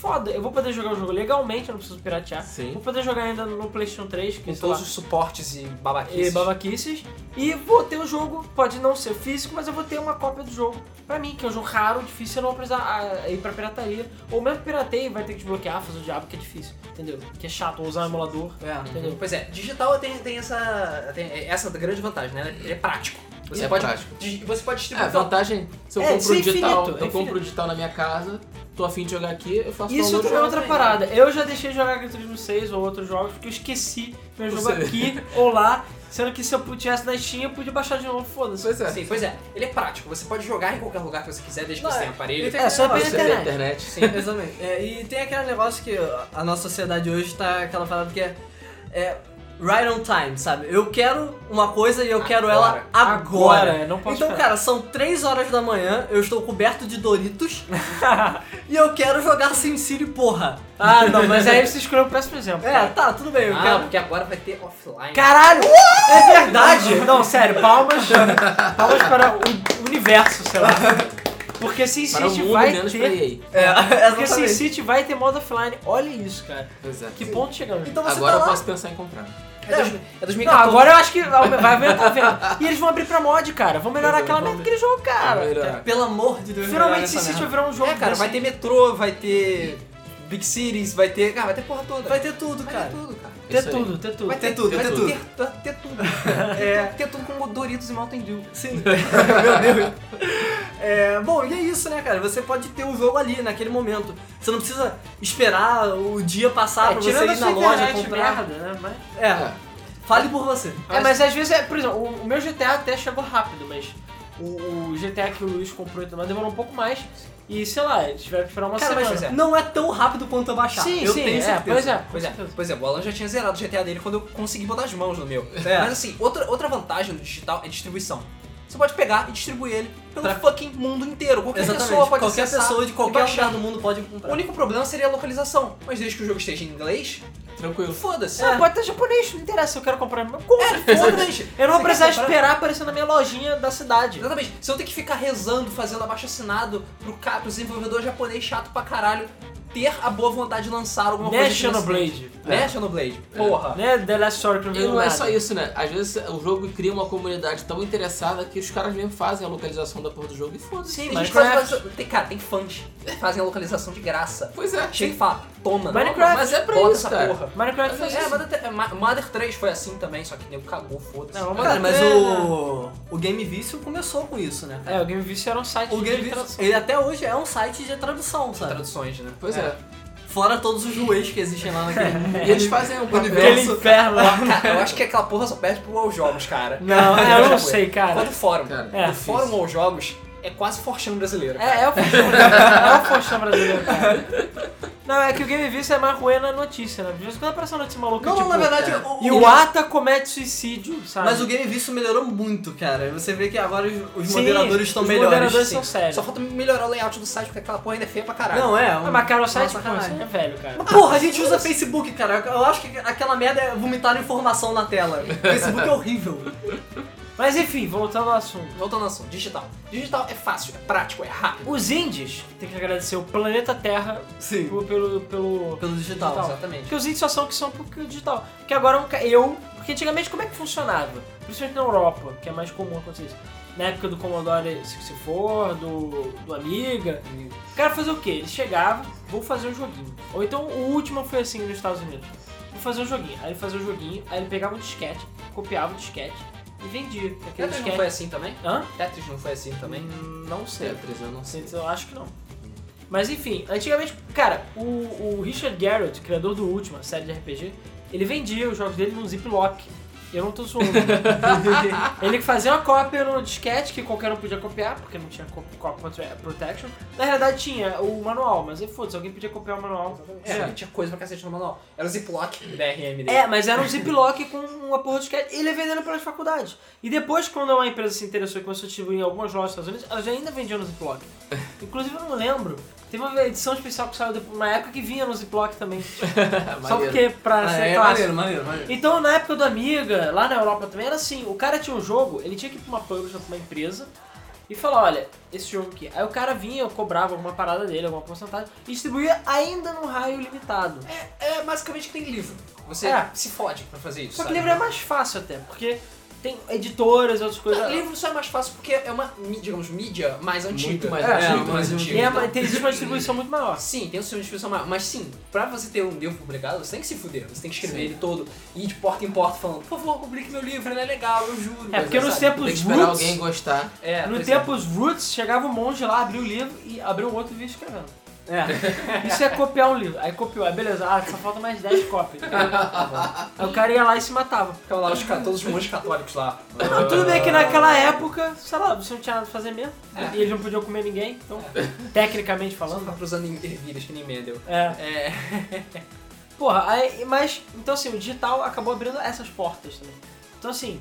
Speaker 3: Foda, eu vou poder jogar o jogo legalmente, eu não preciso piratear.
Speaker 2: Sim.
Speaker 3: Vou poder jogar ainda no PlayStation 3, que
Speaker 1: Com
Speaker 3: sei lá,
Speaker 1: todos os suportes e babaquices.
Speaker 3: e babaquices. E vou ter o jogo, pode não ser físico, mas eu vou ter uma cópia do jogo pra mim, que é um jogo raro, difícil, eu não vou precisar ah, ir pra pirataria. Ou mesmo que pirateie, vai ter que desbloquear, fazer o diabo, que é difícil, entendeu? Que é chato, ou usar um emulador.
Speaker 4: É.
Speaker 3: Entendeu?
Speaker 1: Pois é, digital tem, tem essa tem essa grande vantagem, né? Ele é prático. Você
Speaker 2: É
Speaker 1: pode
Speaker 2: prático.
Speaker 1: di- você pode
Speaker 2: É, a
Speaker 1: distribuir
Speaker 2: vantagem, se eu
Speaker 3: tipo, É, isso
Speaker 2: compro
Speaker 3: é
Speaker 2: o digital,
Speaker 3: infinito, é
Speaker 2: eu compro
Speaker 3: infinito.
Speaker 2: o digital na minha casa, tô afim de jogar aqui, eu faço
Speaker 3: Isso
Speaker 2: download
Speaker 3: também é
Speaker 2: e
Speaker 3: outra
Speaker 2: jogo.
Speaker 3: parada. Eu já deixei de jogar Gran Turismo 6 ou outros jogos porque eu esqueci meu jogo
Speaker 2: Você-
Speaker 3: aqui [LAUGHS] ou lá. Sendo que se eu tivesse na Steam, eu podia baixar de
Speaker 2: [LAUGHS]
Speaker 3: novo, foda-se.
Speaker 2: Pois é.
Speaker 1: Sim, pois é. Ele é prático. Você pode jogar em qualquer lugar que você quiser, desde que
Speaker 4: Não,
Speaker 1: você
Speaker 4: é.
Speaker 1: tenha aparelho.
Speaker 4: Ele tem
Speaker 3: É, só pela
Speaker 4: aquele negócio-
Speaker 2: Você vê a
Speaker 3: internet.
Speaker 2: internet.
Speaker 4: Exatamente. É, e tem aquele negócio que a nossa sociedade hoje tá aquela parada que é, é right on time, sabe? Eu quero uma coisa e eu quero ela
Speaker 1: Agora.
Speaker 4: agora.
Speaker 3: Agora, eu não posso
Speaker 4: então,
Speaker 3: esperar.
Speaker 4: cara, são 3 horas da manhã, eu estou coberto de Doritos e eu quero jogar SimCity, porra.
Speaker 3: ah, não, mas aí você escolheu o péssimo exemplo.
Speaker 4: É,
Speaker 3: cara.
Speaker 4: tá, tudo bem, eu
Speaker 1: Ah,
Speaker 4: quero.
Speaker 1: porque agora vai ter offline.
Speaker 3: Caralho! É verdade! [LAUGHS] Não, sério, palmas. Palmas para o universo, sei lá. Porque Sin
Speaker 2: Para o
Speaker 3: City
Speaker 2: mundo,
Speaker 3: vai
Speaker 2: menos pra
Speaker 3: ter.
Speaker 2: EA.
Speaker 4: É, [LAUGHS]
Speaker 3: Porque assim, Sin
Speaker 4: exatamente.
Speaker 3: City vai ter modo offline. Olha isso, cara.
Speaker 2: Pois é.
Speaker 3: Que ponto chegamos?
Speaker 4: Então você
Speaker 2: Agora
Speaker 4: tá
Speaker 2: eu
Speaker 4: lá.
Speaker 2: posso pensar em comprar.
Speaker 1: É, dois, é
Speaker 3: Não,
Speaker 1: 2014.
Speaker 3: agora eu acho que vai aumentar a venda.
Speaker 2: [LAUGHS]
Speaker 3: E eles vão abrir pra mod, cara. Vão melhorar
Speaker 2: Pois é,
Speaker 3: aquela
Speaker 2: vão
Speaker 3: merda daquele jogo, cara.
Speaker 2: Vai melhorar.
Speaker 4: Pelo amor de Deus,
Speaker 3: Finalmente
Speaker 4: esse
Speaker 3: Sin City vai virar um jogo.
Speaker 1: É, cara, vai ter
Speaker 3: desse.
Speaker 1: metrô, vai ter Big Cities, vai ter. Cara, vai ter porra toda.
Speaker 4: Vai ter tudo,
Speaker 1: Vai
Speaker 4: cara.
Speaker 1: ter tudo, cara.
Speaker 2: Isso
Speaker 3: ter
Speaker 2: aí.
Speaker 3: tudo, ter tudo.
Speaker 1: Vai ter
Speaker 4: tudo,
Speaker 1: vai
Speaker 4: ter
Speaker 1: ter
Speaker 4: tudo.
Speaker 1: Ter, ter tudo.
Speaker 3: [LAUGHS]
Speaker 1: Ter tudo com Doritos e Mountain Dew.
Speaker 4: Sim. [LAUGHS] Meu Deus. É, bom, e é isso, né, cara? Você pode ter o jogo ali, naquele momento. Você não precisa esperar o dia passar
Speaker 3: É,
Speaker 4: pra
Speaker 3: tirando
Speaker 4: você
Speaker 3: a
Speaker 4: ir na
Speaker 3: sua
Speaker 4: loja
Speaker 3: internet,
Speaker 4: comprar.
Speaker 3: merda, né? Mas...
Speaker 4: É,
Speaker 2: É.
Speaker 4: fale por você.
Speaker 3: É, mas às vezes, é, por exemplo, o, o meu GTA até chegou rápido, mas o, o GTA que o Luiz comprou e tudo mais demorou um pouco mais. E sei lá, eles tiveram que esperar uma
Speaker 1: Cara, mas
Speaker 3: semana.
Speaker 1: pois é.
Speaker 4: Não é tão rápido quanto eu baixar.
Speaker 3: Sim,
Speaker 4: eu
Speaker 3: sim,
Speaker 4: tenho
Speaker 3: é,
Speaker 4: certeza.
Speaker 3: pois é.
Speaker 1: Pois é, pois é, o Alan já tinha zerado o GTA dele quando eu consegui botar as mãos no meu.
Speaker 4: É.
Speaker 1: Mas assim, outra, outra vantagem do digital é distribuição. Você pode pegar e distribuir ele pelo fucking mundo inteiro. Qualquer
Speaker 4: Exatamente.
Speaker 1: pessoa pode
Speaker 4: qualquer
Speaker 1: acessar
Speaker 4: pessoa de
Speaker 1: e
Speaker 4: qualquer
Speaker 1: baixar.
Speaker 4: lugar do mundo pode comprar.
Speaker 1: O único problema seria a localização. Mas desde que o jogo esteja em inglês,
Speaker 2: Tranquilo.
Speaker 1: foda-se.
Speaker 3: É, Pode estar japonês, não interessa, eu quero comprar. Eu compro,
Speaker 1: [LAUGHS]
Speaker 3: foda-se.
Speaker 1: Foda-se.
Speaker 3: Eu não vou
Speaker 1: Você
Speaker 3: precisar
Speaker 1: quer comprar?
Speaker 3: esperar aparecer na minha lojinha da cidade.
Speaker 1: Exatamente. Você não tem que ficar rezando, fazendo abaixo assinado pro, ca- pro desenvolvedor japonês chato pra caralho ter a boa vontade de lançar alguma
Speaker 3: Né,
Speaker 1: coisa. que não-
Speaker 3: Xenoblade?
Speaker 1: Né, Xenoblade? Porra.
Speaker 3: Né, The Last Story que eu não
Speaker 2: E
Speaker 3: vejo
Speaker 2: não é
Speaker 3: nada.
Speaker 2: só isso, né? Às vezes o jogo cria uma comunidade tão interessada que os caras mesmo fazem a localização da porra do jogo e foda-se.
Speaker 1: Sim,
Speaker 3: Tem
Speaker 1: mas
Speaker 3: Minecraft.
Speaker 1: faz- tem, cara, tem fãs que fazem a localização de graça.
Speaker 2: Pois é.
Speaker 1: Chega e fala, toma.
Speaker 3: Minecraft,
Speaker 2: mas é pra
Speaker 1: bota
Speaker 2: isso,
Speaker 1: essa
Speaker 2: cara.
Speaker 1: porra.
Speaker 3: Minecraft faz
Speaker 1: É,
Speaker 3: isso.
Speaker 1: Mother, tre- Ma- Mother 3 foi assim também, só que nego cagou, foda-se.
Speaker 3: Não,
Speaker 4: Cara, mas
Speaker 3: É.
Speaker 4: o, o Game Vício começou com isso, né?
Speaker 3: É, o Game Vice era um site
Speaker 4: O Game
Speaker 3: de
Speaker 4: Vício,
Speaker 3: tradução.
Speaker 4: ele até hoje é um site de tradução, sabe?
Speaker 1: Traduções, né?
Speaker 2: Pois é.
Speaker 4: Fora todos os ruês que existem lá [LAUGHS] naquele mundo.
Speaker 2: E eles fazem um papel.
Speaker 3: Aquele inferno lá.
Speaker 1: Cara, eu acho que aquela porra só perde pro All Jogos, cara.
Speaker 3: Não,
Speaker 1: É,
Speaker 3: eu não
Speaker 1: tipo,
Speaker 3: sei,
Speaker 1: Quando
Speaker 3: cara.
Speaker 1: o fórum.
Speaker 2: Cara,
Speaker 3: É.
Speaker 1: o fórum All Jogos é quase forchão brasileiro. cara.
Speaker 3: É, é o Faustão brasileiro. É o Faustão brasileiro, cara. Não, é que o Game Vista é mais ruim na notícia, né? De vez em quando aparece uma notícia maluca,
Speaker 4: Não,
Speaker 3: tipo...
Speaker 4: não, na verdade,
Speaker 2: cara.
Speaker 4: o,
Speaker 3: E
Speaker 4: é. o-
Speaker 3: o Ata comete suicídio, sabe?
Speaker 4: Mas o Game Visto melhorou muito, cara. Você vê que agora os, os
Speaker 3: Sim,
Speaker 4: moderadores estão
Speaker 3: os
Speaker 4: melhores.
Speaker 3: moderadores
Speaker 4: sim.
Speaker 3: são sérios.
Speaker 1: Só falta melhorar o layout do site, porque aquela porra ainda é feia pra caralho.
Speaker 4: Não, é.
Speaker 3: Ah,
Speaker 4: um-
Speaker 3: mas cara, o site,
Speaker 4: Nossa,
Speaker 3: pô,
Speaker 4: caralho.
Speaker 3: você é velho, cara.
Speaker 4: Mas, Porra, a gente usa Facebook, cara. Eu acho que aquela merda é vomitar informação na tela. [LAUGHS] Facebook é horrível.
Speaker 3: Mas enfim, voltando ao assunto.
Speaker 1: Voltando ao assunto, digital. Digital é fácil, é prático, é rápido.
Speaker 3: Os indies, tem que agradecer o planeta Terra
Speaker 4: Sim.
Speaker 3: pelo... pelo, pelo...
Speaker 4: Pelo digital.
Speaker 3: Digital.
Speaker 1: Exatamente.
Speaker 3: Porque os indies só são o que são porque o digital. Porque agora um ca- eu... Porque antigamente como é que funcionava? Principalmente na Europa, que é mais comum acontecer isso. Na época do Commodore 64, do, do Amiga, O cara fazia o quê? Ele chegava, vou fazer um joguinho. Ou então o último foi assim nos Estados Unidos. Vou fazer um joguinho. Aí ele fazia um joguinho, aí ele pegava um disquete, copiava o disquete e vendia. Aquele
Speaker 1: Tetris não
Speaker 3: disquete.
Speaker 1: foi assim também?
Speaker 3: Hã?
Speaker 1: Tetris não foi assim também?
Speaker 3: Hum, Não sei.
Speaker 2: Tetris, eu não sei.
Speaker 3: Assim, Eu acho que não. Mas enfim, antigamente, cara, o, o Richard Garrett, criador do último, a série de RPG, ele vendia os jogos dele num ziplock. Eu não tô zoando. né? ele fazia uma cópia no disquete que qualquer um podia copiar, porque não tinha co- copy prote- protection. Na realidade tinha o manual, mas aí foda-se, alguém podia copiar o manual.
Speaker 1: É, tinha coisa pra cacete no manual. Era o Ziploc DRM dele.
Speaker 3: É, mas era um ziplock com uma porra de disquete. Ele ia vendendo pelas faculdades. E depois, quando uma empresa se interessou e começou a distribuir em algumas lojas dos Estados Unidos, elas ainda vendiam no ziplock. Inclusive, eu não lembro. Teve uma edição especial que saiu depois- na época que vinha no ziplock também.
Speaker 4: [LAUGHS]
Speaker 3: Só
Speaker 2: Maneiro.
Speaker 3: porque, pra
Speaker 4: Ah,
Speaker 3: ser
Speaker 4: é,
Speaker 3: clássico.
Speaker 4: maneiro, maneiro, maneiro.
Speaker 3: Então, na época do Amiga, lá na Europa também, era assim: o cara tinha um jogo, ele tinha que ir pra uma publisher, pra uma empresa, e falar: olha, esse jogo aqui. Aí o cara vinha, cobrava alguma parada dele, alguma porcentagem, e distribuía ainda num raio limitado.
Speaker 1: É basicamente que tem livro. Você
Speaker 3: É.
Speaker 1: se fode pra fazer isso.
Speaker 3: Só que
Speaker 1: sabe?
Speaker 3: livro é mais fácil até, porque tem editoras e outras coisas.
Speaker 1: Não, livro só é mais fácil porque é uma, mi- digamos, mídia mais antiga.
Speaker 2: mais
Speaker 1: é,
Speaker 2: antiga,
Speaker 1: muito mais
Speaker 2: mais
Speaker 1: antiga.
Speaker 3: E é, uma- tem, existe uma distribuição muito maior.
Speaker 1: Sim, tem um sistema de distribuição maior, mas sim, pra você ter um livro publicado, você tem que se fuder, você tem que escrever
Speaker 2: Sim.
Speaker 1: ele todo, ir de porta em porta falando, por favor, publique meu livro, ele é legal, eu juro.
Speaker 3: É,
Speaker 1: Mas
Speaker 3: porque
Speaker 1: eu
Speaker 3: nos
Speaker 1: sabe.
Speaker 3: tempos
Speaker 2: Tem que esperar
Speaker 3: roots,
Speaker 2: alguém gostar.
Speaker 1: É,
Speaker 3: no
Speaker 1: pois
Speaker 3: tempo os roots, chegava um monge lá, abria o livro e abriu um outro e vinha escrevendo. É. [LAUGHS] Isso é copiar um livro. Aí copiou, aí beleza, ah, só falta mais
Speaker 1: [LAUGHS]
Speaker 3: 10 cópias. aí o cara ia lá e se matava.
Speaker 1: É. Ficava lá os, ca- todos os monges católicos lá.
Speaker 3: Mas tudo bem que naquela época, sei lá, você não tinha nada pra fazer mesmo. E eles não podiam comer ninguém, então,
Speaker 1: É.
Speaker 3: tecnicamente falando.
Speaker 1: Falando usando ervilhas que nem Mendel.
Speaker 3: É.
Speaker 1: É,
Speaker 3: Porra, aí, mas, então assim, o digital acabou abrindo essas portas também. Então assim,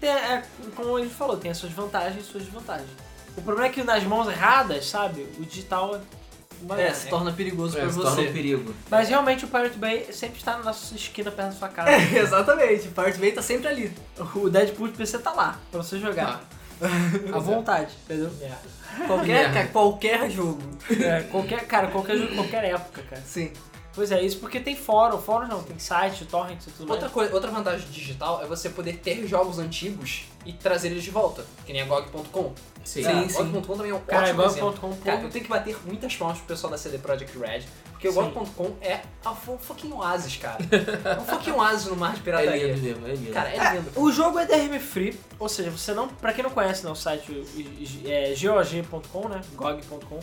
Speaker 3: tem, é, como ele falou, tem as suas vantagens e suas desvantagens. O problema é que nas mãos erradas, sabe, o digital é... uma
Speaker 4: É,
Speaker 3: merda.
Speaker 4: se torna perigoso
Speaker 2: É,
Speaker 4: pra
Speaker 2: se torna um
Speaker 4: você.
Speaker 2: perigo.
Speaker 3: Mas realmente o Pirate Bay sempre está na nossa esquina perto da sua casa.
Speaker 4: É, [LAUGHS] exatamente. Pirate Bay tá sempre ali.
Speaker 3: O Deadpool de PC tá lá, pra você jogar. à vontade, entendeu?
Speaker 4: Qualquer, ca- qualquer jogo.
Speaker 3: É, qualquer, cara, qualquer jogo, qualquer época, cara.
Speaker 4: Sim.
Speaker 3: Pois é, isso porque tem fórum, fórum não, tem site, torrent e tudo
Speaker 1: Outra,
Speaker 3: mais.
Speaker 1: coisa, outra vantagem do digital é você poder ter jogos antigos e trazer eles de volta, que nem a GOG.com.
Speaker 2: Sim.
Speaker 1: Cara,
Speaker 4: sim.
Speaker 1: GOG.com também é um
Speaker 3: Cara,
Speaker 1: ótimo exemplo.
Speaker 3: igual.com,
Speaker 1: Cara, eu tenho que bater muitas palmas pro pessoal da CD Projekt Red, porque o
Speaker 3: Sim.
Speaker 1: GOG.com é a fu- fucking oásis, cara. É um fucking oásis no mar de
Speaker 2: É
Speaker 1: pirataria.
Speaker 2: lindo mesmo, é lindo.
Speaker 1: Cara, é lindo.
Speaker 3: O jogo é DRM free, ou seja, você não, pra quem não conhece né, o site é, gog.com, né? gog.com.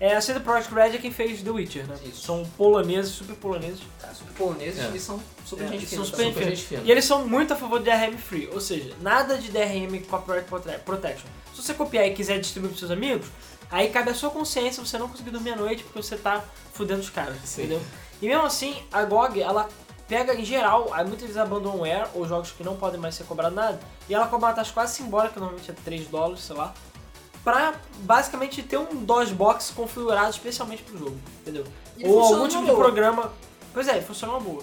Speaker 3: É, a CD Projekt Red é quem fez The Witcher, né?
Speaker 1: Isso.
Speaker 3: São poloneses, super poloneses.
Speaker 1: Cara, super poloneses
Speaker 2: É.
Speaker 1: e são super
Speaker 3: É,
Speaker 1: gente
Speaker 3: são
Speaker 1: fina.
Speaker 3: super
Speaker 1: sabe?
Speaker 2: Super gente fina.
Speaker 3: E eles são muito a favor de DRM free, ou seja, nada de DRM copyright prote- protection. Se você copiar e quiser distribuir pros seus amigos, aí cabe a sua consciência você não conseguir dormir à noite porque você tá fudendo os caras,
Speaker 2: Sim.
Speaker 3: entendeu? E mesmo assim, a GOG, ela pega em geral, aí muitas vezes abandonware ou jogos que não podem mais ser cobrados nada, e ela cobra uma taxa quase simbólica, normalmente é 3 dólares, sei lá, pra basicamente ter um DOSBox configurado especialmente pro jogo, entendeu?
Speaker 1: E
Speaker 3: ou
Speaker 1: funciona
Speaker 3: algum tipo
Speaker 1: uma
Speaker 3: de
Speaker 1: boa.
Speaker 3: programa. Pois é, funciona uma boa.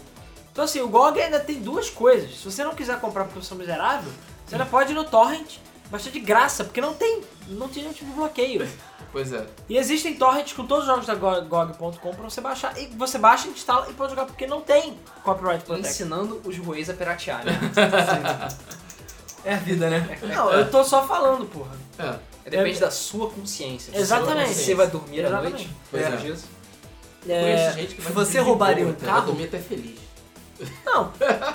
Speaker 3: Então assim, o GOG ainda tem duas coisas. Se você não quiser comprar porque você é um miserável, você ainda pode ir no torrent, baixar de graça, porque não tem, não tem nenhum tipo de bloqueio.
Speaker 2: Pois é.
Speaker 3: E existem torrents com todos os jogos da go- GOG.com pra você baixar. E você baixa, instala e pode jogar porque não tem copyright protection.
Speaker 1: Ensinando os ruês a piratear,
Speaker 3: [LAUGHS]
Speaker 1: né?
Speaker 4: É a vida, né?
Speaker 3: Não, eu tô só falando, porra.
Speaker 2: É,
Speaker 1: Depende da sua consciência. Você-
Speaker 3: Exatamente.
Speaker 1: Você vai dormir à
Speaker 3: Exatamente.
Speaker 1: noite?
Speaker 2: pois
Speaker 4: É.
Speaker 2: é.
Speaker 1: disso?
Speaker 3: É,
Speaker 2: Conheço gente que
Speaker 4: se
Speaker 2: vai dormir
Speaker 4: você
Speaker 2: de
Speaker 4: roubaria
Speaker 2: boa,
Speaker 4: um
Speaker 2: cara,
Speaker 4: carro-
Speaker 2: Vai dormir até feliz.
Speaker 3: Não,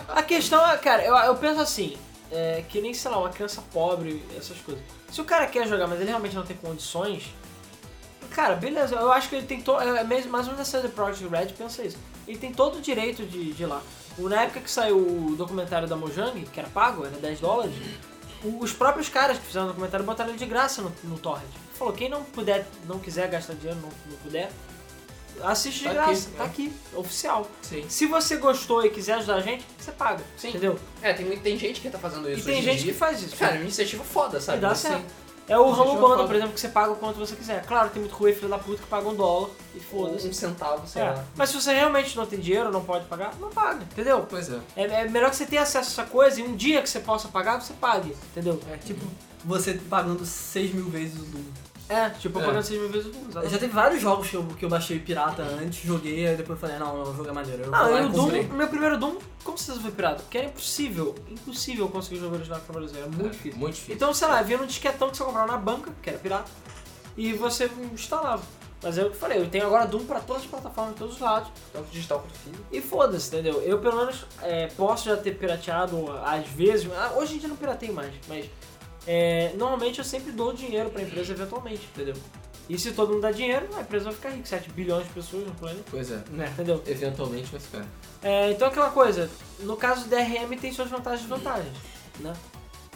Speaker 3: a questão é, cara, eu, eu penso assim, é, que nem, sei lá, uma criança pobre, essas coisas. Se o cara quer jogar, mas ele realmente não tem condições, Cara, beleza, eu acho que ele tem todo. É mesmo- mais ou menos a CD Projekt Red pensa isso. Ele tem todo o direito de, de ir lá. O- Na época que saiu o documentário da Mojang, que era pago, era 10 dólares, o- os próprios caras que fizeram o documentário botaram ele de graça no, no Torrent. Falou, quem não puder, não quiser gastar dinheiro, não, não puder, assiste de
Speaker 2: Tá aqui,
Speaker 3: graça, tá
Speaker 2: é.
Speaker 3: aqui, oficial.
Speaker 2: Sim.
Speaker 3: Se você gostou e quiser ajudar a gente, você paga.
Speaker 1: Sim.
Speaker 3: Entendeu?
Speaker 1: É, tem, muito- tem gente que tá fazendo isso
Speaker 3: e tem
Speaker 1: hoje em
Speaker 3: gente
Speaker 1: dia.
Speaker 3: que faz isso.
Speaker 1: Cara, é uma iniciativa foda, sabe?
Speaker 3: E dá
Speaker 1: Assim,
Speaker 3: certo. É o
Speaker 2: Gente,
Speaker 3: ramo
Speaker 2: eu
Speaker 3: banda,
Speaker 2: falo.
Speaker 3: por exemplo, que você paga o quanto você quiser. Claro, tem muito ruim filho da puta que paga um dólar e foda-se.
Speaker 1: Um centavo, sei
Speaker 3: É.
Speaker 1: lá.
Speaker 3: Mas se você realmente não tem dinheiro, não pode pagar, não paga, entendeu?
Speaker 2: Pois é.
Speaker 3: É, é melhor que você tenha acesso a essa coisa e um dia que você possa pagar, você pague, entendeu?
Speaker 4: É tipo você pagando 6 mil vezes o Doom.
Speaker 3: É, tipo, eu
Speaker 2: É.
Speaker 3: pagando 6 mil vezes o Doom.
Speaker 4: Eu
Speaker 3: exatamente.
Speaker 4: Já teve vários jogos que eu, que eu baixei pirata antes, joguei, aí depois falei, não, o jogo é maneiro. Eu vou
Speaker 3: Não,
Speaker 4: lá
Speaker 3: e o
Speaker 4: e
Speaker 3: Doom,
Speaker 4: comprei.
Speaker 3: meu primeiro Doom, com certeza foi pirata, porque era impossível, impossível conseguir jogar original pra brasileiro, era é muito difícil.
Speaker 2: Muito difícil.
Speaker 3: Então, sei lá, vinha num disquetão que você comprava na banca, que era pirata, e você instalava. Mas é o que eu falei, eu tenho agora Doom pra todas as plataformas, todos os lados.
Speaker 1: Tanto digital quanto físico.
Speaker 3: E foda-se, entendeu? Eu pelo menos é, posso já ter pirateado às vezes. mas- ah, Hoje em dia eu não pirateio mais, mas é, normalmente eu sempre dou dinheiro pra empresa eventualmente, entendeu? E se todo mundo dá dinheiro, a empresa vai ficar rica, 7 bilhões de pessoas no planeta,
Speaker 2: Pois é.
Speaker 3: entendeu?
Speaker 2: Eventualmente vai ficar.
Speaker 3: É, então aquela coisa, no caso do DRM tem suas vantagens e desvantagens, né?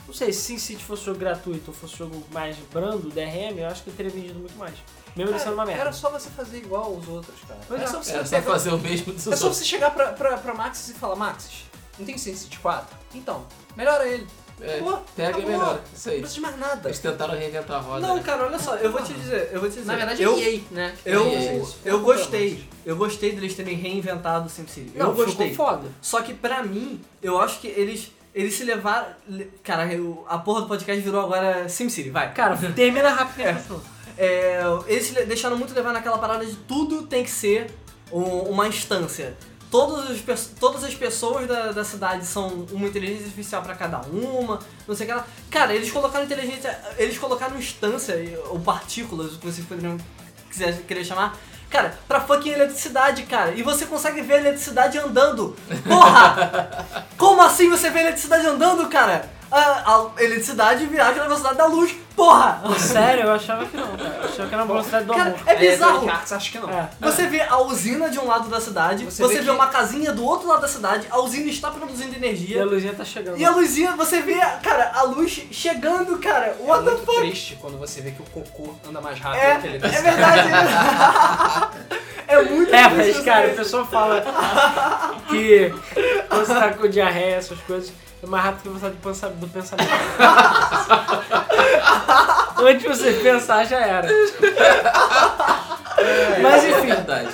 Speaker 3: Não sei, se se fosse jogo gratuito ou fosse jogo mais brando, DRM, eu acho que eu teria vendido muito mais. Mesmo ele sendo é uma merda.
Speaker 1: Era só você fazer igual aos outros, cara.
Speaker 3: Pois
Speaker 1: é
Speaker 3: é.
Speaker 1: só você
Speaker 2: Era só
Speaker 1: pegar-
Speaker 2: fazer o mesmo dos
Speaker 1: É só
Speaker 2: outros.
Speaker 1: você chegar pra, pra, pra Maxis e falar, Maxis, não tem Sin City 4? Então, melhora ele.
Speaker 2: É,
Speaker 1: Pô,
Speaker 2: pega e
Speaker 1: acabou.
Speaker 2: melhora. Isso
Speaker 1: Não
Speaker 2: aí.
Speaker 1: precisa de mais nada.
Speaker 2: Eles tentaram reinventar a roda.
Speaker 4: Não,
Speaker 2: né?
Speaker 4: cara, olha só, eu vou te dizer, eu vou te dizer.
Speaker 1: Na verdade,
Speaker 4: eu,
Speaker 1: é EA, né? que
Speaker 4: eu,
Speaker 1: faz
Speaker 2: é
Speaker 1: isso.
Speaker 4: eu gostei, eu gostei deles terem reinventado o SimCity.
Speaker 3: Não,
Speaker 4: eu gostei.
Speaker 3: ficou foda.
Speaker 4: Só que pra mim, eu acho que eles, eles se levaram... le- Cara, eu- a porra do podcast virou agora SimCity, vai.
Speaker 3: Cara, termina rápido.
Speaker 4: É, eles le- deixaram muito levar naquela parada de tudo tem que ser um- uma instância. Todas as, pers- todas as pessoas da, da cidade são uma inteligência artificial pra cada uma, não sei o que lá. Cara, eles colocaram inteligência. Eles colocaram instância, ou partículas, o que vocês poderiam quiser, querer chamar. Cara, pra fucking eletricidade, cara. E você consegue ver a eletricidade andando. Porra! Como assim você vê a eletricidade andando, cara? A, a eletricidade viaja na velocidade da luz. Porra!
Speaker 3: Sério, eu achava que não, cara. Eu achava que era uma velocidade do
Speaker 4: Cara,
Speaker 3: amor.
Speaker 4: é
Speaker 1: Aí,
Speaker 4: bizarro.
Speaker 1: Electronic Arts, acho que não.
Speaker 3: É.
Speaker 4: Você vê a usina de um lado da cidade,
Speaker 1: Você
Speaker 4: você,
Speaker 1: vê
Speaker 4: vê,
Speaker 1: que-
Speaker 4: uma casinha do outro lado da cidade, a usina está produzindo
Speaker 3: E a
Speaker 4: energia.
Speaker 3: luzinha tá chegando.
Speaker 4: E a luzinha, você vê, cara, a luz chegando, cara.
Speaker 1: É
Speaker 4: What the
Speaker 1: muito
Speaker 4: fuck?
Speaker 1: triste quando você vê que o cocô anda mais
Speaker 3: Ah,
Speaker 1: rápido
Speaker 4: É,
Speaker 1: que ele
Speaker 3: [LAUGHS]
Speaker 4: é verdade. é muito
Speaker 3: É,
Speaker 4: triste
Speaker 3: mas
Speaker 4: isso
Speaker 3: cara,
Speaker 4: aí.
Speaker 3: o pessoal fala que quando você tá com diarreia, essas coisas, é mais rápido que você do pensa- do pensamento. Antes de você pensar, já era. Mas
Speaker 2: É
Speaker 3: enfim,
Speaker 2: verdade.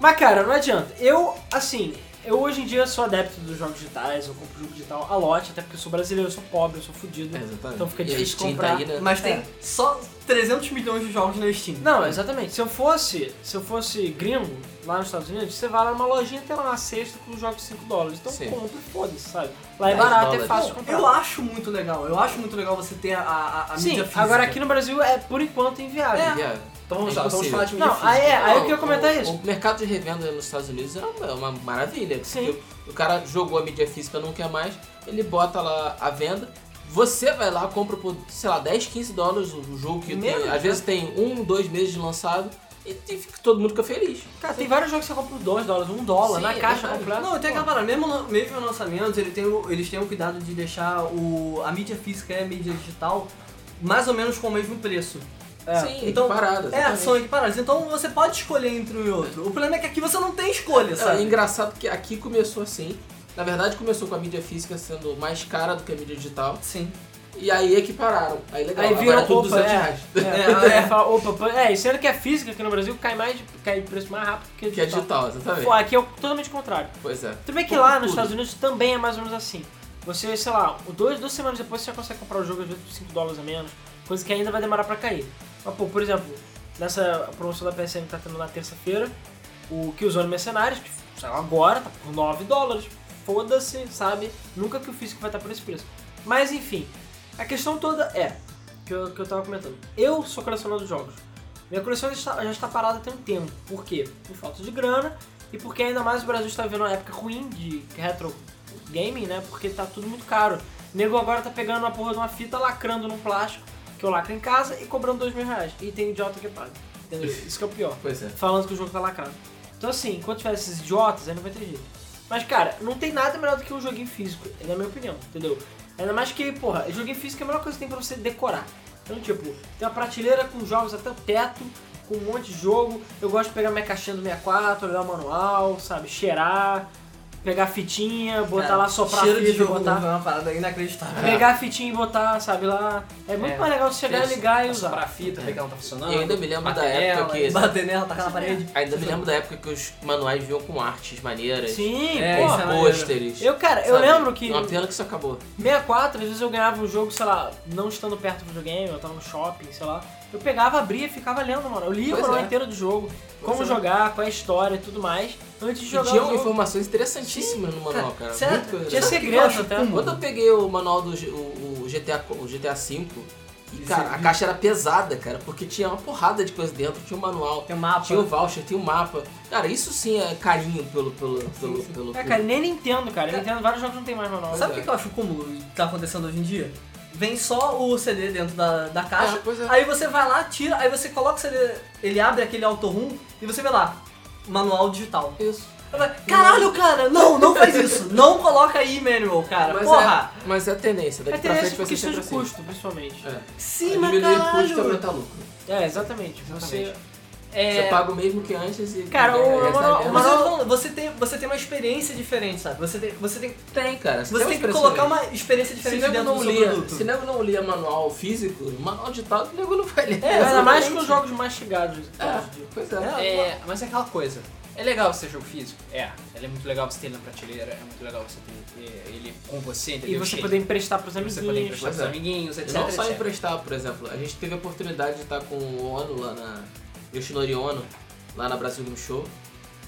Speaker 3: Mas cara, não adianta. Eu, assim, eu hoje em dia sou adepto dos jogos digitais, eu compro jogo digital a lote, até porque eu sou brasileiro, eu sou pobre, eu sou fudido.
Speaker 2: É, exatamente.
Speaker 3: então fica
Speaker 2: E a
Speaker 3: difícil
Speaker 2: Steam
Speaker 3: comprar.
Speaker 2: tá aí, né?
Speaker 4: Mas tem só 300 milhões de jogos na Steam.
Speaker 3: É. Não, exatamente. Se eu fosse, se eu fosse gringo lá nos Estados Unidos, você vai lá numa lojinha tem lá uma cesta com jogos de 5 dólares. Então
Speaker 2: Sim.
Speaker 3: compra, foda-se, sabe? Lá é
Speaker 2: 10
Speaker 3: barato, é
Speaker 2: dólares.
Speaker 3: fácil comprar.
Speaker 4: Eu acho muito legal. Eu acho muito legal você ter a, a, a
Speaker 3: Sim,
Speaker 4: mídia física.
Speaker 3: agora aqui no Brasil é por enquanto inviável.
Speaker 2: Viado.
Speaker 1: Então vamos
Speaker 2: É
Speaker 1: lá, vamos
Speaker 2: impossível.
Speaker 1: falar de mídia
Speaker 3: Não,
Speaker 1: física.
Speaker 3: aí, é, aí eu
Speaker 2: Não,
Speaker 3: queria comentar
Speaker 2: o-
Speaker 3: isso.
Speaker 2: O mercado de revenda nos Estados Unidos é uma, é uma maravilha.
Speaker 3: Sim.
Speaker 2: porque O cara jogou a mídia física, não quer mais, ele bota lá a venda. Você vai lá, compra por, sei lá, 10, 15 dólares o jogo que
Speaker 3: Menos,
Speaker 2: tem,
Speaker 3: né?
Speaker 2: às vezes tem um, dois meses de lançado e, e fica- todo mundo fica feliz.
Speaker 3: Cara, tem vários jogos que você compra por 2 dólares, 1 dólar,
Speaker 2: Sim,
Speaker 3: na
Speaker 2: é
Speaker 3: caixa
Speaker 2: verdade.
Speaker 3: completa.
Speaker 4: Não, tem aquela parada, mesmo, lan- mesmo lançamento, ele tem o- eles têm o cuidado de deixar o, a mídia física e a mídia digital mais ou menos com o mesmo preço.
Speaker 3: É.
Speaker 2: Sim,
Speaker 4: então-
Speaker 2: parada.
Speaker 4: É, são equiparados. Então você pode escolher entre um e outro. O problema é que aqui você não tem escolha,
Speaker 2: É
Speaker 4: sabe?
Speaker 2: engraçado que aqui começou assim. Na verdade, começou com a mídia física sendo mais cara do que a mídia digital.
Speaker 4: Sim.
Speaker 2: E aí equipararam. Aí legal, agora
Speaker 3: Aí
Speaker 2: é
Speaker 3: vira
Speaker 2: tudo
Speaker 3: opa,
Speaker 2: 200
Speaker 3: é,
Speaker 2: reais.
Speaker 3: é, é, fala, opa, pô, é, e sendo que a física aqui no Brasil cai mais, de- cai de preço mais rápido que a
Speaker 2: Que é
Speaker 3: digital.
Speaker 2: digital, exatamente.
Speaker 3: Pô, aqui é o- totalmente contrário.
Speaker 2: Pois é.
Speaker 3: Tudo bem que
Speaker 2: Tudo,
Speaker 3: lá nos
Speaker 2: tudo.
Speaker 3: Estados Unidos também é mais ou menos assim. Você, sei lá, o dois, duas semanas depois você já consegue comprar o jogo às vezes por 5 dólares a menos, coisa que ainda vai demorar pra cair. Mas, pô, por exemplo, nessa promoção da PSN que tá tendo na terça-feira, o Killzone Mercenários, que saiu agora, tá por 9 dólares. Foda-se, sabe? Nunca que o físico vai estar por esse preço. Mas enfim, a questão toda é, que eu, que eu tava comentando, eu sou colecionador de jogos. Minha coleção já está, já está parada tem um tempo. Por quê? Por falta de grana e porque ainda mais o Brasil está vivendo uma época ruim de retro gaming, né? Porque tá tudo muito caro. O nego agora tá pegando uma porra de uma fita, lacrando num plástico, que eu lacro em casa, e cobrando dois mil reais. E tem idiota que paga. Entendeu? Isso que é o pior.
Speaker 2: Pois é.
Speaker 3: Falando que o jogo tá lacrado. Então assim, enquanto tiver esses idiotas, aí não vai ter jeito. Mas cara, não tem nada melhor do que um joguinho físico, na minha opinião, entendeu? Ainda mais que, porra, joguinho físico é a melhor coisa que tem pra você decorar. Então, tipo, tem uma prateleira com jogos até o teto, com um monte de jogo. Eu gosto de pegar minha caixinha do 64, olhar o manual, sabe? Cheirar, pegar a fitinha, botar lá, soprar a
Speaker 4: É. Cheiro
Speaker 3: fita
Speaker 4: de
Speaker 3: e
Speaker 4: jogo
Speaker 3: botar.
Speaker 4: novo é uma parada inacreditável.
Speaker 3: Pegar a fitinha e botar, sabe, lá. É muito
Speaker 1: É.
Speaker 3: mais legal você chegar, ligar
Speaker 4: é
Speaker 3: e usar.
Speaker 1: Soprar a fita, ver que ela não tá
Speaker 3: Ah,
Speaker 1: funcionando.
Speaker 2: E ainda me lembro
Speaker 1: bater
Speaker 2: da época
Speaker 1: nela,
Speaker 2: que-
Speaker 4: Bater nela, tacar na parede.
Speaker 2: [LAUGHS] Ainda me lembro da época que os manuais vinham com artes maneiras.
Speaker 3: Sim,
Speaker 4: É,
Speaker 3: pô.
Speaker 4: isso é
Speaker 2: Com pôsteres.
Speaker 3: Eu, cara, eu
Speaker 2: sabe?
Speaker 3: lembro que
Speaker 2: Uma pena que isso acabou.
Speaker 3: 64, às vezes eu ganhava um jogo, sei lá, não estando perto do videogame, eu tava no shopping, sei lá. Eu pegava, abria e ficava lendo, mano. Eu lia o
Speaker 2: Pois
Speaker 3: manual
Speaker 2: é.
Speaker 3: inteiro do jogo,
Speaker 2: Pois
Speaker 3: como
Speaker 2: é.
Speaker 3: jogar, qual é a história e tudo mais, antes de
Speaker 2: E um
Speaker 3: jogar
Speaker 2: tinham
Speaker 3: o jogo.
Speaker 2: informações interessantíssimas no manual, cara.
Speaker 4: Sério?
Speaker 2: Muito coisa.
Speaker 3: Tinha
Speaker 4: Sabe o que eu
Speaker 2: um
Speaker 3: segredos
Speaker 4: acho
Speaker 3: até.
Speaker 4: comum?
Speaker 2: Quando eu peguei o manual do G- o, o GTA, co- o GTA V, e, cara, a caixa era pesada, cara, porque tinha uma porrada de coisa dentro, tinha o manual,
Speaker 4: Tem um mapa.
Speaker 2: tinha o voucher, tinha o mapa. Cara, isso sim é carinho pelo. pelo, pelo, pelo
Speaker 3: É, cara, nem Nintendo, cara. Nintendo, vários jogos não tem mais manual.
Speaker 4: Sabe o
Speaker 2: é.
Speaker 4: que que eu acho cúmulo que tá acontecendo hoje em dia? Vem só o CD dentro da, da
Speaker 2: É,
Speaker 4: caixa,
Speaker 2: pois é.
Speaker 4: aí você vai lá, tira, aí você coloca o CD, ele abre aquele autorrum e você vê lá, manual digital.
Speaker 2: isso.
Speaker 4: Aí vai, Caralho, cara, não, não faz isso, não coloca aí manual, cara,
Speaker 2: Mas
Speaker 4: porra.
Speaker 2: é, mas é a tendência,
Speaker 3: É
Speaker 2: daqui pra
Speaker 3: interesse
Speaker 2: frente
Speaker 3: por
Speaker 2: vai ser
Speaker 3: questão
Speaker 2: sempre
Speaker 3: de
Speaker 2: assim.
Speaker 3: custo, principalmente.
Speaker 2: É.
Speaker 4: Sim,
Speaker 2: É
Speaker 4: mas
Speaker 2: diminuir custo e
Speaker 4: caralho.
Speaker 2: aumentar lucro.
Speaker 3: É, exatamente, exatamente.
Speaker 2: Você,
Speaker 3: É,
Speaker 2: você paga o mesmo que antes e. é,
Speaker 3: Cara, o-
Speaker 2: ganha-
Speaker 3: o
Speaker 2: ganha-
Speaker 3: manual-
Speaker 2: ganha-
Speaker 3: o
Speaker 4: Mas
Speaker 3: manual-
Speaker 4: eu tô falando, você tem, você tem uma experiência diferente, sabe? Você tem, você tem,
Speaker 2: tem, cara.
Speaker 4: você
Speaker 2: uma
Speaker 4: tem que
Speaker 2: expressão
Speaker 4: colocar
Speaker 2: aí.
Speaker 4: uma experiência
Speaker 2: Se
Speaker 4: diferente
Speaker 2: nego
Speaker 4: dentro
Speaker 2: não
Speaker 4: do seu
Speaker 2: lia,
Speaker 4: produto.
Speaker 2: se nego não lia manual físico, manual digital, o nego não vai ler.
Speaker 3: é, ainda mais com
Speaker 2: Exatamente.
Speaker 3: os jogos mastigados.
Speaker 2: É, pois é.
Speaker 1: É, mas é aquela coisa. É legal você ter jogo físico? É. Ele é muito legal você ter ele na prateleira, é muito legal você ter eh, ele com você, entendeu?
Speaker 3: E você
Speaker 1: Cheio.
Speaker 3: poder emprestar pros
Speaker 1: Você poder
Speaker 3: amiguinhos.
Speaker 1: emprestar pros
Speaker 2: Pois é.
Speaker 1: amiguinhos,
Speaker 2: E
Speaker 1: etc.
Speaker 2: não só
Speaker 1: etc.
Speaker 2: emprestar, por exemplo, a gente teve a oportunidade de estar com o Ono lá na. Yoshinori Ono, lá na Brasil Game Show.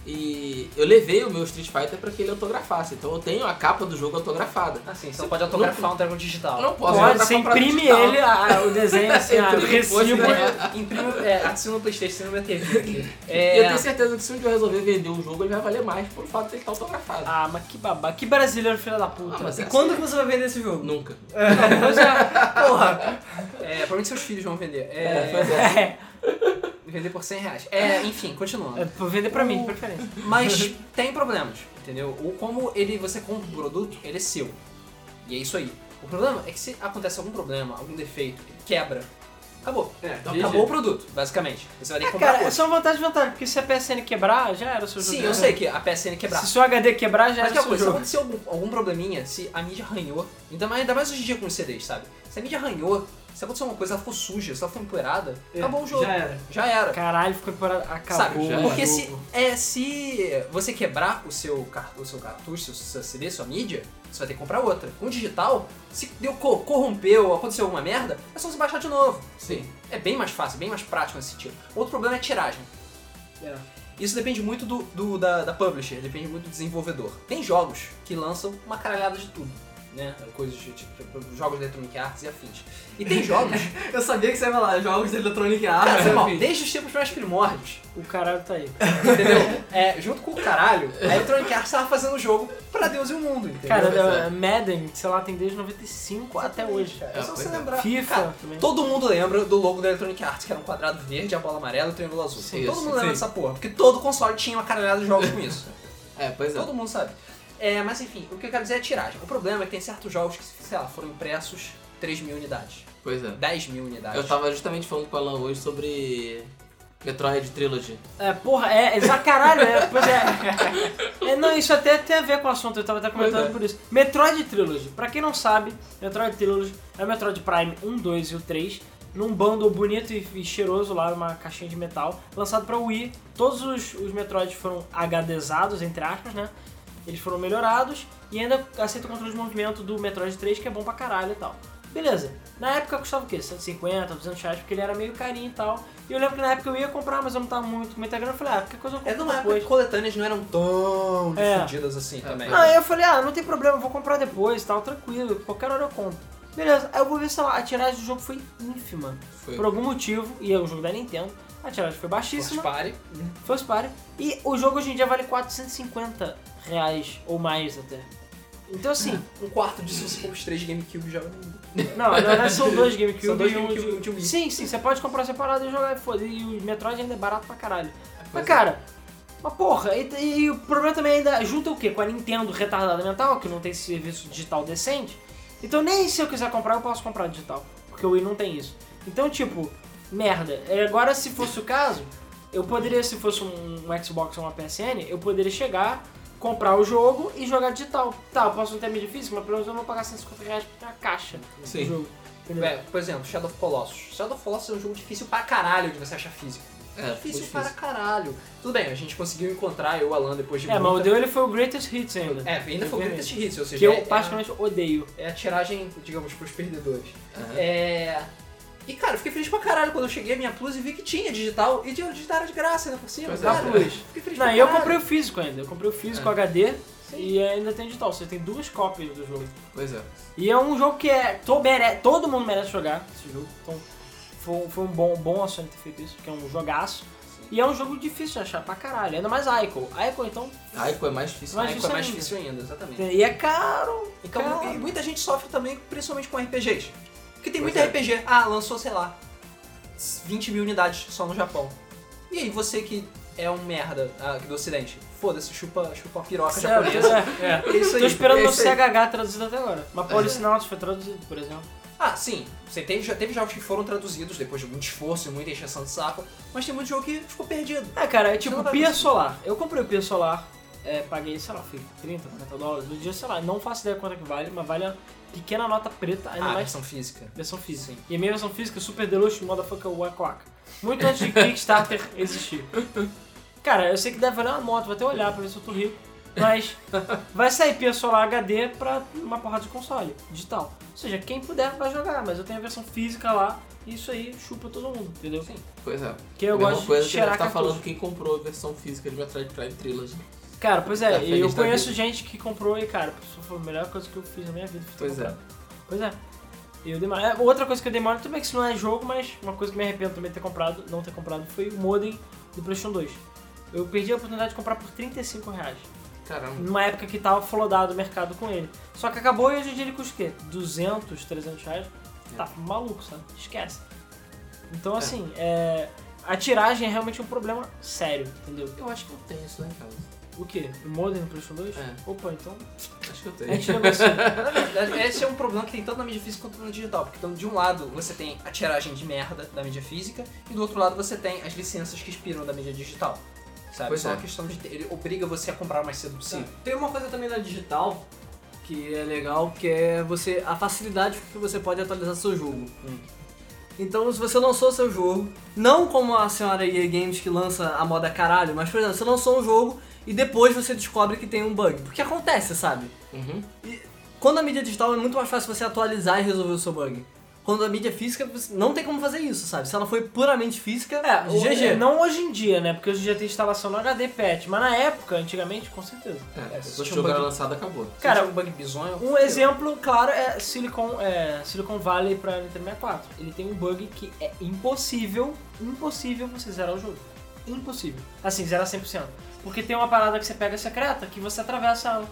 Speaker 2: E eu levei o meu Street Fighter pra que ele autografasse. Então eu tenho a capa do jogo autografada.
Speaker 1: Assim, você não pode autografar um dragão digital.
Speaker 2: Eu não posso
Speaker 3: Pode,
Speaker 2: autografar
Speaker 3: você
Speaker 2: pra
Speaker 3: imprime
Speaker 2: digital.
Speaker 3: ele, a- a- o
Speaker 2: [LAUGHS]
Speaker 3: desenho, assim, a- o
Speaker 2: Imprime o pôster,
Speaker 3: recibo.
Speaker 2: né?
Speaker 1: Imprime, é, assina no Playstation, assina no TV aqui.
Speaker 2: E [LAUGHS] eu
Speaker 1: É,
Speaker 2: tenho certeza que se um dia eu resolver vender o jogo, ele vai valer mais por fato de ele estar autografado.
Speaker 3: Ah, mas que babá, que brasileiro filho da puta.
Speaker 2: Ah, mas
Speaker 4: E
Speaker 2: é
Speaker 3: assim.
Speaker 4: quando que você vai vender esse jogo?
Speaker 2: Nunca.
Speaker 3: Pois é. [LAUGHS]
Speaker 4: Porra,
Speaker 1: é, provavelmente seus filhos vão vender.
Speaker 2: É,
Speaker 1: É,
Speaker 2: pois é.
Speaker 1: vender por 100 reais. É, enfim, continuando.
Speaker 3: É, pra vender pra mim, de preferência.
Speaker 2: [LAUGHS]
Speaker 1: Mas tem problemas, entendeu? Ou como ele, você compra o produto, ele é seu. E é isso aí. O problema é que se acontece algum problema, algum defeito, ele quebra, acabou. Então,
Speaker 2: GG.
Speaker 1: acabou o produto, basicamente. Você vai ter que comprar
Speaker 3: Cara, é
Speaker 1: outro.
Speaker 3: só vantagem e vantagem, porque se a PSN quebrar, já
Speaker 2: é
Speaker 3: era o seu jogo.
Speaker 1: Sim, eu sei que a PSN quebrar.
Speaker 3: Se seu HD quebrar, já
Speaker 1: Mas que é
Speaker 3: era o seu
Speaker 1: coisa, se
Speaker 3: jogo.
Speaker 1: aconteceu algum, algum probleminha, se a mídia arranhou, ainda mais, ainda mais hoje em dia com os CDs, sabe? Se a mídia arranhou, se aconteceu alguma coisa, ela ficou suja, se ela foi empoeirada, acabou o jogo.
Speaker 4: É. Já era.
Speaker 1: Já era.
Speaker 3: Caralho, ficou parado. Acabou.
Speaker 1: Sabe?
Speaker 2: já
Speaker 1: Porque
Speaker 2: era.
Speaker 1: se, é, se você quebrar o seu, car- o seu cartucho, o seu CD, sua mídia, você vai ter que comprar outra. Com o digital, se deu, co- corrompeu, aconteceu alguma merda, é só você baixar de novo.
Speaker 2: Sim.
Speaker 1: É bem mais fácil, bem mais prático nesse sentido. Outro problema é a tiragem.
Speaker 3: É.
Speaker 1: Isso depende muito do, do- da, da publisher, depende muito do desenvolvedor. Tem jogos que lançam uma caralhada de tudo, né? Coisas de tipo, jogos de Electronic Arts e afins. E tem
Speaker 3: [LAUGHS]
Speaker 1: jogos,
Speaker 4: Eu sabia que você ia falar jogos de Electronic [LAUGHS]
Speaker 3: Ah,
Speaker 1: cara,
Speaker 3: é,
Speaker 4: Arts.
Speaker 1: meu irmão,
Speaker 4: enfim.
Speaker 1: desde os tempos mais primórdios,
Speaker 3: O caralho tá aí.
Speaker 1: entendeu? É, junto com o caralho, a Electronic Arts tava fazendo um jogo pra Deus e o mundo, entendeu?
Speaker 3: Cara,
Speaker 2: Pois é.
Speaker 3: Madden, sei lá, tem desde 95 até hoje.
Speaker 1: é só
Speaker 2: É,
Speaker 1: você
Speaker 2: pois é.
Speaker 1: lembrar.
Speaker 3: FIFA
Speaker 1: Cara,
Speaker 3: também.
Speaker 1: Todo mundo lembra do logo da Electronic Arts, que era um quadrado verde, a bola amarela e o triângulo azul.
Speaker 2: Sim,
Speaker 1: todo
Speaker 2: isso,
Speaker 1: mundo lembra
Speaker 4: sim.
Speaker 1: dessa porra, porque todo console tinha uma caralhada de jogos com isso.
Speaker 2: [LAUGHS] É, pois é.
Speaker 1: Todo mundo sabe. É, mas enfim, o que eu quero dizer é a tiragem. O problema é que tem certos jogos que, sei lá, foram impressos 3 mil unidades,
Speaker 2: Pois é.
Speaker 1: 10 mil unidades.
Speaker 2: Eu tava justamente falando com o Alan hoje sobre Metroid Trilogy.
Speaker 3: É, porra, é, é caralho, é, pois é. É, Não, isso até tem a ver com o assunto, eu tava até comentando
Speaker 2: Pois é.
Speaker 3: por isso. Metroid Trilogy, pra quem não sabe, Metroid Trilogy é o Metroid Prime 1, 2 e o 3, num bundle bonito e, e cheiroso lá, numa caixinha de metal, lançado pra Wii. Todos os, os Metroids foram HDzados, entre aspas, né? Eles foram melhorados e ainda aceita o controle de movimento do Metroid 3, que é bom pra caralho e tal. Beleza. Na época custava o quê? 150, 200 reais, porque ele era meio carinho e tal. E eu lembro que na época eu ia comprar, mas eu não tava muito com muita grana. Eu falei, ah, que coisa eu
Speaker 1: É
Speaker 3: compro
Speaker 1: numa época
Speaker 3: depois.
Speaker 1: que coletâneas não eram tão
Speaker 3: É.
Speaker 1: difundidas assim também.
Speaker 3: Ah, aí eu falei, ah, não tem problema, eu vou comprar depois e tal, tranquilo, qualquer hora eu compro. Beleza, aí eu vou ver, sei lá, a tiragem do jogo foi ínfima.
Speaker 2: Foi.
Speaker 3: Por algum motivo, e é um jogo da Nintendo, a tiragem foi baixíssima.
Speaker 1: Force Party.
Speaker 3: First Party. E o jogo hoje em dia vale 450 reais ou mais até. Então assim,
Speaker 1: Um quarto disso você compra os três GameCube já.
Speaker 3: não, na verdade são dois GameCube
Speaker 1: São dois
Speaker 3: e um
Speaker 1: GameCube e um de
Speaker 3: de...
Speaker 1: Wii.
Speaker 3: Sim, sim, você pode comprar separado e jogar e foda. E o Metroid ainda é barato pra caralho. Mas
Speaker 2: Pois é.
Speaker 3: cara, mas porra, e, e o problema também ainda junta o quê? Com a Nintendo retardada mental, que não tem serviço digital decente. Então nem se eu quiser comprar, eu posso comprar digital. Porque o Wii não tem isso. Então, tipo, merda. É, Agora, se fosse o caso, eu poderia, se fosse um, um Xbox ou uma PSN, eu poderia chegar, comprar o jogo e jogar digital. Tá, eu posso não ter mídia física, mas pelo menos eu não vou pagar 150 reais pra ter uma caixa
Speaker 2: Sim.
Speaker 3: do jogo. Entendeu?
Speaker 1: É, por exemplo, Shadow of Colossus. Shadow of Colossus é um jogo difícil pra caralho de você achar físico.
Speaker 2: É, foi
Speaker 1: difícil,
Speaker 2: difícil.
Speaker 1: para caralho. Tudo bem, a gente conseguiu encontrar, eu e o Alan, depois de
Speaker 3: É, mas o
Speaker 1: tipo, muita...
Speaker 3: dele foi o Greatest Hits ainda.
Speaker 1: É, ainda foi o Greatest Hits, ou seja...
Speaker 3: Que
Speaker 1: é-
Speaker 3: eu
Speaker 1: é-
Speaker 3: particularmente odeio.
Speaker 1: É a tiragem, digamos, pros perdedores.
Speaker 2: Aham.
Speaker 1: É. E cara, eu fiquei feliz pra caralho quando eu cheguei a minha Plus e vi que tinha digital e tinha digital era de graça, né? Por cima,
Speaker 2: Pois é,
Speaker 1: cara.
Speaker 2: cara.
Speaker 1: Plus. Fiquei feliz
Speaker 3: Tá, Não,
Speaker 1: pra
Speaker 3: e eu
Speaker 1: caralho.
Speaker 3: comprei o físico ainda. Eu comprei o físico
Speaker 2: É.
Speaker 3: HD
Speaker 1: Sim.
Speaker 3: e ainda tem digital. Você tem duas cópias do jogo.
Speaker 2: Pois é.
Speaker 3: E é um jogo que é. to- mere- Todo mundo merece jogar esse jogo. Então foi, um- foi um bom, bom a Sony ter feito isso, porque é um jogaço. E é um jogo difícil de achar pra caralho. Ainda mais Ico. Ico, então.
Speaker 2: A Ico é mais difícil.
Speaker 3: Mas
Speaker 1: Aí
Speaker 3: isso
Speaker 1: foi mais
Speaker 3: ainda.
Speaker 1: difícil ainda, exatamente.
Speaker 3: E é caro.
Speaker 1: Então,
Speaker 3: Cara.
Speaker 1: e muita gente sofre também, principalmente com RPGs. Porque tem
Speaker 2: Pois
Speaker 1: muita
Speaker 2: é.
Speaker 1: RPG. Ah, lançou, sei lá, 20 mil unidades só no Japão. E aí, você que é um merda ah, aqui do ocidente, foda-se, chupa, chupa uma piroca japonesa.
Speaker 3: É.
Speaker 1: É isso aí.
Speaker 3: [LAUGHS] Tô esperando
Speaker 1: é
Speaker 3: o
Speaker 1: isso aí.
Speaker 3: CHH traduzido até agora. Mas Policinauts foi traduzido, por exemplo.
Speaker 1: Ah, sim. Você teve, já teve jogos que foram traduzidos depois de muito esforço e muita encheção de saco, mas tem muito jogo que ficou perdido.
Speaker 3: É, cara, é
Speaker 1: Você
Speaker 3: tipo
Speaker 1: não vai
Speaker 3: Pia
Speaker 1: conseguir.
Speaker 3: Solar. Eu comprei o Pia Solar, é, paguei, sei lá, foi 30, 40 dólares. No dia, sei lá, não faço ideia quanto é que vale, mas vale uma pequena nota preta, ainda
Speaker 1: ah,
Speaker 3: mais
Speaker 1: versão física.
Speaker 3: versão física. E a minha versão física é Super Deluxe Motherfucker Waka Waka. Muito antes de Kickstarter [LAUGHS] existir. Cara, eu sei que deve valer uma moto, vou até olhar pra ver se eu tô rico.
Speaker 2: [LAUGHS]
Speaker 3: Mas vai sair Pia Solar HD pra uma porrada de console digital. Ou seja, quem puder vai jogar, mas eu tenho a versão física lá e isso aí chupa todo mundo, entendeu? Sim.
Speaker 2: Pois é.
Speaker 3: Que eu
Speaker 2: Mesma
Speaker 3: gosto
Speaker 2: coisa
Speaker 3: de
Speaker 2: que deve
Speaker 3: cheirar
Speaker 2: estar
Speaker 3: cartucho.
Speaker 2: falando quem comprou a versão física de Metroid Prime Trilogy.
Speaker 3: Cara, pois
Speaker 2: Tá
Speaker 3: é,
Speaker 2: feliz
Speaker 3: eu
Speaker 2: da
Speaker 3: conheço gente que comprou e, cara, isso foi a melhor coisa que eu fiz na minha vida. foi ter
Speaker 2: Pois é.
Speaker 3: comprado. Pois é. E eu demoro. é, Outra coisa que eu demoro, tudo bem que isso não é jogo, mas uma coisa que me arrependo também de ter comprado, não ter comprado, foi o modem do PlayStation 2. Eu perdi a oportunidade de comprar por 35 reais.
Speaker 2: Caramba.
Speaker 3: Numa época que tava flodado o mercado com ele. Só que acabou e hoje em dia ele custa o quê? 200, 300 reais? Tá maluco, sabe? Esquece. Então, assim, é, a tiragem é realmente um problema sério, entendeu?
Speaker 2: Eu acho que eu tenho isso lá em casa.
Speaker 3: O quê? O modem do PlayStation 2?
Speaker 2: É.
Speaker 3: Opa, então
Speaker 2: Acho que eu
Speaker 3: a
Speaker 2: tenho.
Speaker 3: gente negocia.
Speaker 1: Na verdade, Esse é um problema que tem tanto na mídia física quanto no digital. Porque então, de um lado você tem a tiragem de merda da mídia física, e do outro lado você tem as licenças que expiram da mídia digital. Sabe?
Speaker 2: Pois
Speaker 1: Só
Speaker 2: é.
Speaker 1: a questão de. Ele obriga você a comprar o mais cedo
Speaker 4: Sim.
Speaker 1: possível.
Speaker 4: Tá. Tem uma coisa também na digital que é legal, que é você a facilidade que você pode atualizar seu jogo. Então, se você lançou seu jogo, não como a senhora EA Games que lança a moda caralho, mas por exemplo, você lançou um jogo e depois você descobre que tem um bug. Porque acontece, sabe?
Speaker 2: Uhum.
Speaker 4: Quando a mídia digital é muito mais fácil você atualizar e resolver o seu bug. Quando a mídia física, você não tem como fazer isso, sabe? Se ela foi puramente física, é,
Speaker 3: O-
Speaker 4: GG.
Speaker 3: Não hoje em dia, né? Porque hoje em dia tem instalação no HD patch, mas na época, antigamente, com certeza.
Speaker 2: É,
Speaker 1: É,
Speaker 2: depois
Speaker 1: se
Speaker 2: que o
Speaker 1: tinha um
Speaker 2: jogo era
Speaker 1: bug-
Speaker 2: lançado, acabou.
Speaker 3: Cara,
Speaker 1: Cara, um bug bizonho.
Speaker 3: Um exemplo claro é Silicon, é, Silicon Valley pra Nintendo 64. Ele tem um bug que é impossível, impossível você zerar o jogo. Impossível. Assim, zerar 100%. Porque tem uma parada que você pega secreta que você atravessa ela.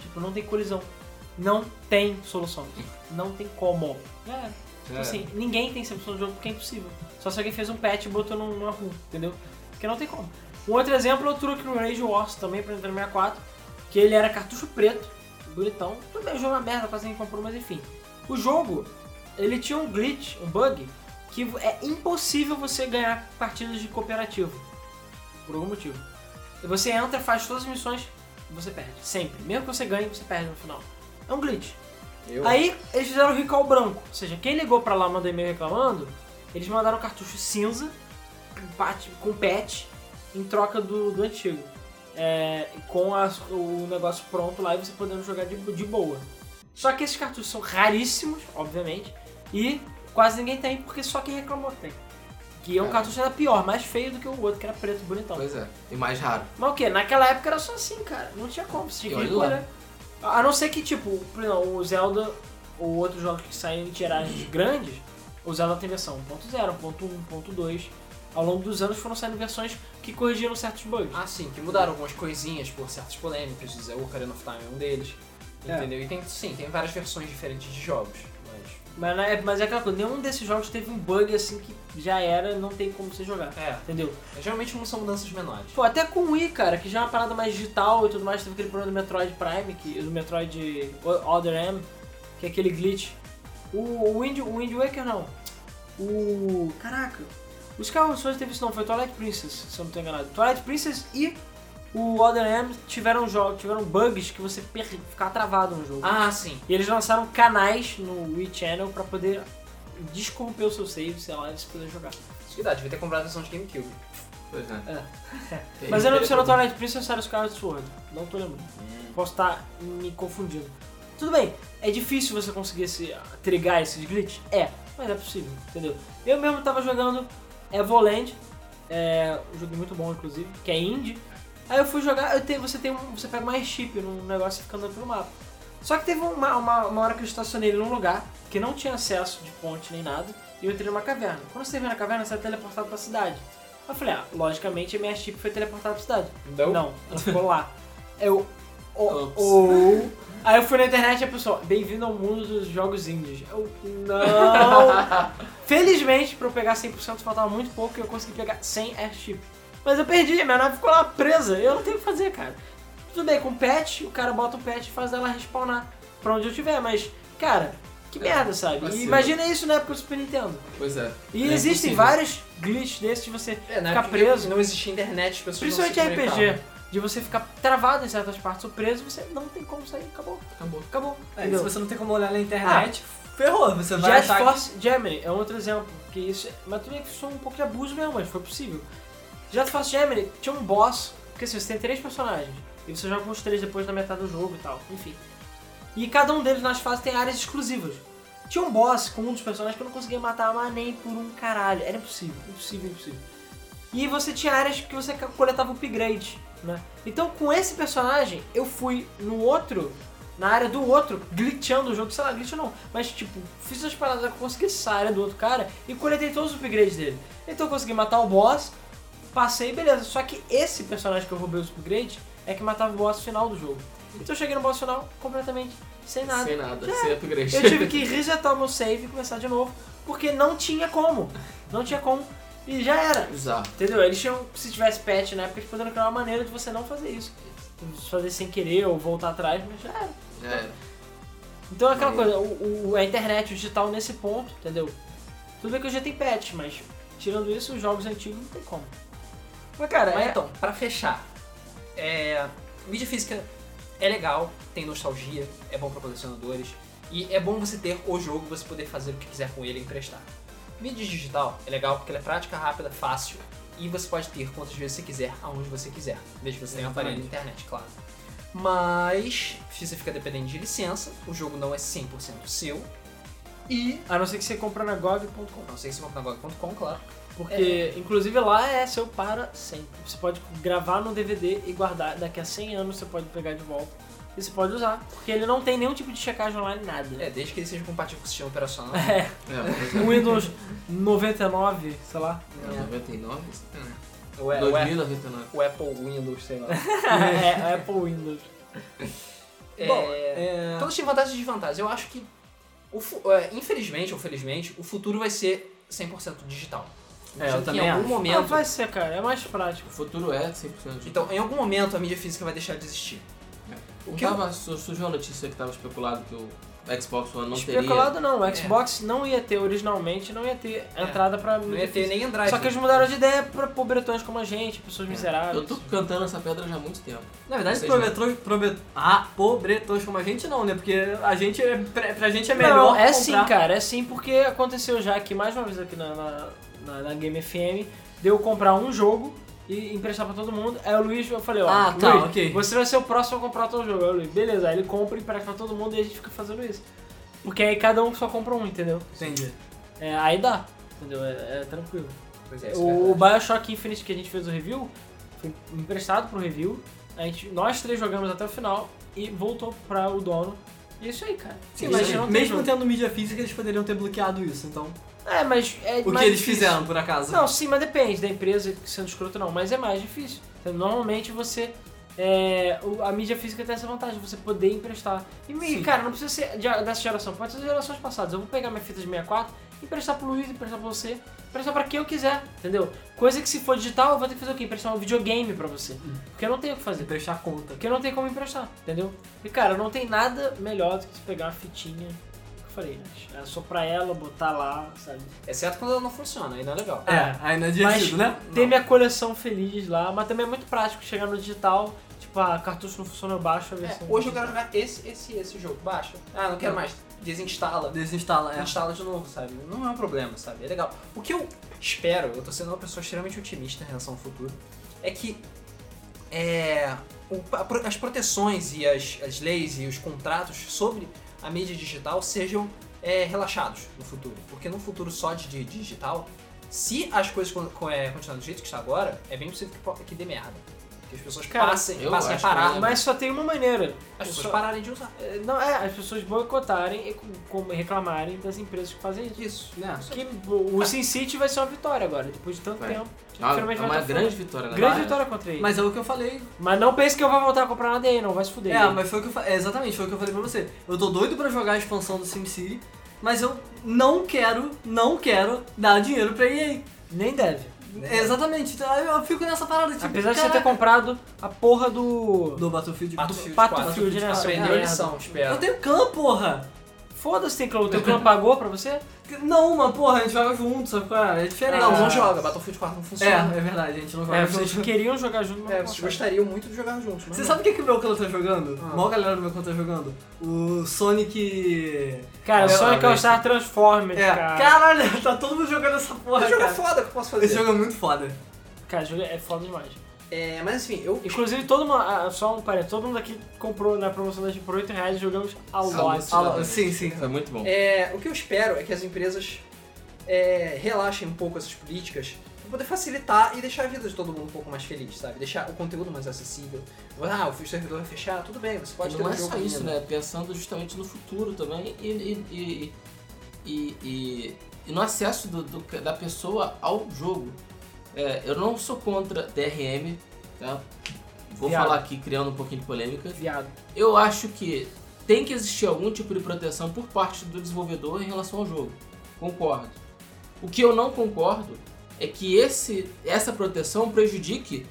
Speaker 3: Tipo, não tem colisão. Não tem solução. Não tem como. É. Tipo
Speaker 2: É.
Speaker 3: assim, ninguém tem 100% do jogo porque é impossível. Só se alguém fez um patch e botou num- numa rua, entendeu? Porque não tem como. Um outro exemplo é o truque no Rage Wars também pra Nintendo 64, que ele era cartucho preto, bonitão. Também o jogo é uma merda, quase ninguém comprou, mas enfim. O jogo, ele tinha um glitch, um bug, que é impossível você ganhar partidas de cooperativo. Por algum motivo. Você entra, faz todas as missões, você perde. Sempre. Mesmo que você ganhe, você perde no final. É um glitch.
Speaker 1: Eu-
Speaker 3: Aí eles fizeram o recall branco. Ou seja, quem ligou pra lá mandou e-mail reclamando, eles mandaram o cartucho cinza com pat- com patch em troca do, do antigo. É, com as- o negócio pronto lá e você podendo jogar de, de boa. Só que esses cartuchos são raríssimos, obviamente, e quase ninguém tem, porque só quem reclamou tem. Que é um
Speaker 2: É.
Speaker 3: cartucho ainda pior, mais feio do que o outro, que era preto, bonitão.
Speaker 2: Pois é. E mais raro.
Speaker 3: Mas o que? Naquela época era só assim, cara. Não tinha como. Você tinha
Speaker 2: E
Speaker 3: que
Speaker 2: olha lá.
Speaker 3: recolher. A a não ser que, tipo, por exemplo, o Zelda ou outros jogos que saem em
Speaker 2: Uhum.
Speaker 3: tiragens grandes, o Zelda tem versão 1.0, 1.1, 1.2. Ao longo dos anos foram saindo versões que corrigiram certos bugs.
Speaker 1: Ah, sim, que mudaram algumas coisinhas por certas polêmicas, o Ocarina of Time é um deles.
Speaker 3: É.
Speaker 1: Entendeu? E tem, sim, tem várias versões diferentes de jogos. Mas.
Speaker 3: Mas, na- é- mas é aquela coisa, nenhum desses jogos teve um bug assim que já era, não tem como você jogar.
Speaker 1: É.
Speaker 3: Entendeu?
Speaker 1: Geralmente não são mudanças menores.
Speaker 3: Pô, até com o Wii, cara, que já é uma parada mais digital e tudo mais, teve aquele problema do Metroid Prime, que, do Metroid Other M, que é aquele glitch. O, o, Wind, o Wind Waker não. O. Caraca! Os carros hoje teve isso não, foi Twilight Princess, se eu não tô enganado. Twilight Princess e o Other M tiveram jogos, tiveram bugs que você per- ficava travado no jogo.
Speaker 1: Ah, sim.
Speaker 3: E eles lançaram canais no Wii Channel pra poder descorromper o seu save, sei lá, e você poder jogar.
Speaker 1: Isso que dá, devia ter comprado a versão de GameCube.
Speaker 2: Pois é. Tem
Speaker 3: Mas eu não
Speaker 2: aquele
Speaker 3: sei no Twilight Princess era Scarlet Sword. Não tô lembrando. Posso estar me confundindo. Tudo bem, é difícil você conseguir esse, trigar esses glitch? É, mas é possível, entendeu? Eu mesmo tava jogando Evoland, é um jogo muito bom, inclusive, que é indie. Aí eu fui jogar, eu tenho, você, tem um, você pega mais chip num negócio e fica andando pelo mapa. Só que teve uma, uma, uma hora que eu estacionei num lugar que não tinha acesso de ponte nem nada, e eu entrei numa caverna. Quando você vem na caverna, você é teleportado pra cidade. Eu falei, ah, logicamente a minha chip foi teleportada pra cidade.
Speaker 1: Não?
Speaker 3: Não, ela ficou lá. Eu. Ou.
Speaker 2: Oh. Ops.
Speaker 3: ou- Aí eu fui na internet e a pessoa, bem-vindo ao mundo dos jogos indies. Eu,
Speaker 2: [LAUGHS]
Speaker 3: não! Felizmente, pra eu pegar 100% faltava muito pouco e eu consegui pegar 100 airship. Mas eu perdi, minha nave ficou lá presa, eu não tenho o que fazer, cara. Tudo bem, com patch, o cara bota um patch e faz ela respawnar pra onde eu tiver, mas, cara, que merda, sabe? E
Speaker 2: É, vacilo.
Speaker 3: imagina isso na época do Super Nintendo.
Speaker 2: Pois é.
Speaker 3: E
Speaker 2: É
Speaker 3: existem
Speaker 2: impossível.
Speaker 3: vários glitches desses de você
Speaker 1: É, na
Speaker 3: Ficar
Speaker 1: época
Speaker 3: preso.
Speaker 1: que Não existia internet, as pessoas
Speaker 3: Principalmente
Speaker 1: não se né? comunicavam.
Speaker 3: RPG, de você ficar travado em certas partes, ou preso, você não tem como sair, acabou,
Speaker 2: Acabou.
Speaker 3: acabou.
Speaker 4: É, se
Speaker 3: entendeu?
Speaker 4: você não tem como olhar na internet, Ah, é ferrou. Você vai
Speaker 3: Jet
Speaker 4: achar que-
Speaker 3: Force é Gemini é outro exemplo, que isso, mas tudo bem que isso é um pouco de abuso mesmo, mas foi possível. Jet Force Gemini tinha um boss, porque assim, você tem três personagens, e você joga com os três depois na metade do jogo e tal, enfim. E cada um deles nas fases tem áreas exclusivas. Tinha um boss com um dos personagens que eu não conseguia matar, mas nem por um caralho. Era impossível, impossível, impossível. E você tinha áreas que você coletava upgrade, né? Então com esse personagem, eu fui no outro, na área do outro, glitchando o jogo, sei lá, glitch não, mas tipo, fiz as paradas pra conseguir essa área do outro cara e coletei todos os upgrades dele. Então eu consegui matar o boss, passei, beleza. Só que esse personagem que eu roubei os upgrades é que matava o boss final do jogo. Então eu cheguei no boss final completamente sem nada.
Speaker 2: Sem nada, sem upgrade.
Speaker 3: Eu tive que resetar o meu save e começar de novo, porque não tinha como. Não tinha como. E já era.
Speaker 2: [LAUGHS] Bizarro.
Speaker 3: Entendeu? Eles tinham, se tivesse patch na época, eles poderiam criar uma maneira de você não fazer isso. Fazer sem querer ou voltar atrás, mas já era.
Speaker 2: Já era.
Speaker 3: Então é aquela
Speaker 2: Maneiro.
Speaker 3: coisa, o, o- a internet, o digital nesse ponto, entendeu? Tudo bem que hoje tem patch, mas tirando isso, os jogos antigos não tem como. Mas cara,
Speaker 1: Mas
Speaker 3: é-
Speaker 1: então, pra fechar, é, mídia física é legal, tem nostalgia, é bom pra colecionadores e é bom você ter o jogo, você poder fazer o que quiser com ele e emprestar. Mídia digital é legal porque ela é prática, rápida, fácil e você pode ter quantas vezes você quiser, aonde você quiser, desde que você tenha um aparelho de internet, claro. Mas você fica dependente de licença, o jogo não é 100% seu e
Speaker 3: a não ser que você compra na GOG.com.
Speaker 1: não sei se compra na GOG.com, claro.
Speaker 3: Porque, inclusive, lá é seu para sempre. Você pode gravar no DVD e guardar. Daqui a 100 anos você pode pegar de volta e você pode usar. Porque ele não tem nenhum tipo de checagem online, nada.
Speaker 1: É, desde que ele seja compatível com o sistema operacional.
Speaker 3: É,
Speaker 2: É, pois é.
Speaker 3: um Windows 99, sei lá.
Speaker 2: É, 99? Isso é, né?
Speaker 1: O, a- o, a-
Speaker 2: 2099.
Speaker 1: o é Apple Windows, sei lá.
Speaker 3: [LAUGHS] é, Apple Windows.
Speaker 1: É,
Speaker 4: Bom, é,
Speaker 1: Todos têm vantagens e desvantagens. Eu acho que, o fu- é, infelizmente ou felizmente, o futuro vai ser 100% digital.
Speaker 4: É, eu
Speaker 1: Sendo que
Speaker 4: também
Speaker 1: em algum
Speaker 4: acho.
Speaker 3: Não,
Speaker 1: momento.
Speaker 3: vai ser, cara. É mais prático.
Speaker 2: O futuro é 100% de...
Speaker 1: Então, em algum momento a mídia física vai deixar de existir.
Speaker 2: o
Speaker 1: que
Speaker 2: que tava, su- surgiu a notícia que tava especulado que o Xbox One não
Speaker 3: Especulado não.
Speaker 1: É.
Speaker 3: O Xbox não ia ter, originalmente, não ia ter entrada pra...
Speaker 1: Não ia ter nem Android.
Speaker 3: Só que eles mudaram de ideia pra pobretões como a gente, pessoas
Speaker 2: teria.
Speaker 3: miseráveis.
Speaker 2: É.
Speaker 3: É
Speaker 2: Eu tô cantando essa pedra já há muito tempo.
Speaker 4: Na verdade,
Speaker 2: Vocês
Speaker 4: prometrou, promet... ah, pobretões como a gente não, né? Porque a gente é, pra, pra gente é melhor
Speaker 3: Não, é
Speaker 4: comprar.
Speaker 3: sim, cara, é sim, porque aconteceu já aqui mais uma vez aqui na, na, na- na Game FM, de eu comprar um jogo e emprestar pra todo mundo. Aí o Luiz, eu falei, ó,
Speaker 4: Ah, tá,
Speaker 3: Luiz,
Speaker 4: ok.
Speaker 3: você vai ser o próximo a comprar o teu jogo. Aí o Luiz, beleza, aí ele compra e empresta pra todo mundo e a gente fica fazendo isso. Porque aí cada um só compra um, entendeu?
Speaker 4: Entendi.
Speaker 3: É, aí dá, entendeu? É, é tranquilo.
Speaker 1: Pois é, isso é
Speaker 3: O,
Speaker 1: verdade.
Speaker 3: Bioshock Infinite que a gente fez o review, foi emprestado pro review, a gente, nós três jogamos até o final e voltou pra o dono. E é isso aí, cara.
Speaker 4: Sim,
Speaker 3: A
Speaker 4: mas
Speaker 3: gente não tem
Speaker 4: mesmo
Speaker 3: jogo.
Speaker 4: tendo mídia física, eles poderiam ter bloqueado isso, então.
Speaker 3: É, mas é
Speaker 4: O que
Speaker 3: mais
Speaker 4: eles
Speaker 3: difícil.
Speaker 4: fizeram, por acaso?
Speaker 3: Não, sim, mas depende da empresa sendo escroto não, mas é mais difícil. Então, normalmente você é, o- a mídia física tem essa vantagem, você poder emprestar. E, e, cara, não precisa ser de- dessa geração, pode ser de gerações passadas. Eu vou pegar minha fita de 64, emprestar pro Luiz, emprestar pra você, emprestar pra quem eu quiser, entendeu? Coisa que se for digital, eu vou ter que fazer o quê? Emprestar um videogame pra você. Porque eu não tenho o que fazer.
Speaker 4: Hum. Emprestar conta.
Speaker 3: Porque não tem como emprestar, entendeu? E cara, não tem nada melhor do que você pegar uma fitinha. Eu falei, né? É só pra ela botar lá, sabe?
Speaker 1: Exceto quando ela não funciona, aí não é legal.
Speaker 4: É, aí não é divertido, né?
Speaker 3: Tem
Speaker 4: Não.
Speaker 3: minha coleção feliz lá, mas também é muito prático chegar no digital, tipo, a cartucho não funciona, eu baixo a versão.
Speaker 1: É, hoje eu quero jogar esse, esse, esse jogo. Baixa. Ah, não quero mais. Desinstala.
Speaker 4: Desinstala, é.
Speaker 1: instala de novo, sabe? Não é um problema, sabe? É legal. O que eu espero, eu tô sendo uma pessoa extremamente otimista em relação ao futuro, é que é, o- a pro- as proteções e as, as leis e os contratos sobre a mídia digital sejam é, relaxados no futuro. Porque num futuro só de, de digital, se as coisas con- con- é, continuarem do jeito que está agora, é bem possível que, po- que dê merda. Que as pessoas
Speaker 3: Cara,
Speaker 1: passem,
Speaker 2: eu
Speaker 1: passem a
Speaker 2: acho
Speaker 1: parar.
Speaker 2: que-
Speaker 3: Ah, Mas só tem é uma maneira.
Speaker 1: As
Speaker 3: Eu
Speaker 1: pessoas
Speaker 3: só-
Speaker 1: pararem de usar.
Speaker 3: é, Não, é, as pessoas boicotarem e com- com- reclamarem das empresas que fazem isso.
Speaker 1: Isso.
Speaker 4: Né?
Speaker 3: Que o SimCity vai ser uma vitória agora, depois de tanto
Speaker 2: Vai.
Speaker 3: tempo.
Speaker 2: Ah, é
Speaker 3: Finalmente vai
Speaker 2: uma
Speaker 3: tá
Speaker 2: grande
Speaker 3: fora.
Speaker 2: vitória, né?
Speaker 3: Grande
Speaker 2: Vai.
Speaker 3: vitória contra ele. Mas,
Speaker 4: Mas é o que eu falei.
Speaker 3: não pense que eu vou voltar a comprar nada aí, não, vai se fuder.
Speaker 4: É, mas foi o que eu falei. Exatamente, foi o que eu falei pra você. Eu tô doido pra jogar a expansão do SimCity, mas eu não quero, não quero dar dinheiro pra EA.
Speaker 3: Nem deve.
Speaker 4: Exatamente. Então, aí Eu fico nessa parada, tipo,
Speaker 3: Apesar de você ter
Speaker 4: caraca.
Speaker 3: comprado a porra do.
Speaker 4: Do Battlefield.
Speaker 1: Battlefield,
Speaker 3: Battlefield, né?
Speaker 1: 4. Aprendeu a
Speaker 3: Merda.
Speaker 1: lição, espero.
Speaker 4: Eu tenho clã, porra!
Speaker 3: Foda-se, tem clã. O teu clã pagou pra você?
Speaker 4: Não, mas porra, a gente joga junto, sabe qual é? É diferente.
Speaker 1: Não,
Speaker 3: Ah.
Speaker 1: não joga. Battlefield 4 não
Speaker 4: É,
Speaker 1: funciona.
Speaker 4: é verdade, a gente não joga
Speaker 3: É,
Speaker 4: junto.
Speaker 3: vocês queriam jogar junto, mas
Speaker 1: É,
Speaker 3: não
Speaker 1: vocês
Speaker 3: conseguem.
Speaker 1: gostariam muito de jogar juntos, mas
Speaker 4: Você
Speaker 1: não.
Speaker 4: sabe o que, que o meu clã tá jogando?
Speaker 1: Ah.
Speaker 4: A maior galera do meu clã tá jogando? O Sonic.
Speaker 3: Cara,
Speaker 4: Eu-
Speaker 3: Sonic
Speaker 4: eu-
Speaker 3: All Star Transformers,
Speaker 4: É,
Speaker 3: cara.
Speaker 4: caralho, [LAUGHS] tá todo mundo jogando essa porra.
Speaker 1: Esse jogo é
Speaker 4: Cara.
Speaker 1: foda que eu posso fazer.
Speaker 4: Esse jogo é muito foda.
Speaker 3: Cara, esse jogo é foda demais.
Speaker 1: É, mas enfim, eu.
Speaker 3: Inclusive, todo mundo, ah, só um parênteses, todo mundo aqui comprou na promoção da gente por 8 reais e jogamos a lot.
Speaker 2: Alucinante.
Speaker 4: Ah, sim, sim.
Speaker 2: Foi muito bom.
Speaker 1: é, o que eu espero é que as empresas é, relaxem um pouco essas políticas pra poder facilitar e deixar a vida de todo mundo um pouco mais feliz, sabe? Deixar o conteúdo mais acessível. Ah, o servidor vai fechar, tudo bem, você pode
Speaker 2: E
Speaker 1: ter
Speaker 2: não
Speaker 1: um
Speaker 2: é
Speaker 1: jogo
Speaker 2: só isso,
Speaker 1: ainda.
Speaker 2: né? Pensando justamente no futuro também e, e, e, e- e- e no acesso do- do- da pessoa ao jogo. É, eu não sou contra DRM, tá? Vou
Speaker 3: Viado.
Speaker 2: falar aqui criando um pouquinho de polêmica.
Speaker 3: Viado.
Speaker 2: Eu acho que tem que existir algum tipo de proteção por parte do desenvolvedor em relação ao jogo. Concordo. O que eu não concordo é que esse, essa proteção prejudique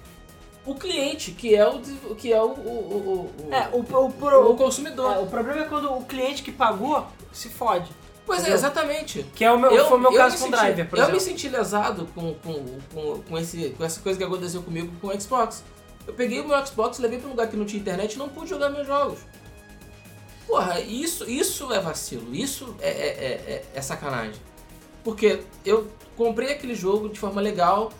Speaker 2: o cliente, que é o des- que é o, o- o- o-
Speaker 3: É, o, o,
Speaker 2: o,
Speaker 3: pro-
Speaker 2: o consumidor.
Speaker 3: é, o problema é quando o cliente que pagou se fode.
Speaker 2: Pois é,
Speaker 3: Entendeu?
Speaker 2: exatamente.
Speaker 3: Que é o meu, foi o meu
Speaker 2: eu
Speaker 3: caso
Speaker 2: me
Speaker 3: com o
Speaker 2: senti-
Speaker 3: Driver, por
Speaker 2: Eu
Speaker 3: exemplo.
Speaker 2: me senti lesado com, com, com, com esse, com essa coisa que aconteceu comigo com o Xbox. Eu peguei o meu Xbox, levei pra um lugar que não tinha internet e não pude jogar meus jogos. Porra, isso, isso é vacilo, isso é, é, é- é- é sacanagem. Porque eu comprei aquele jogo de forma legal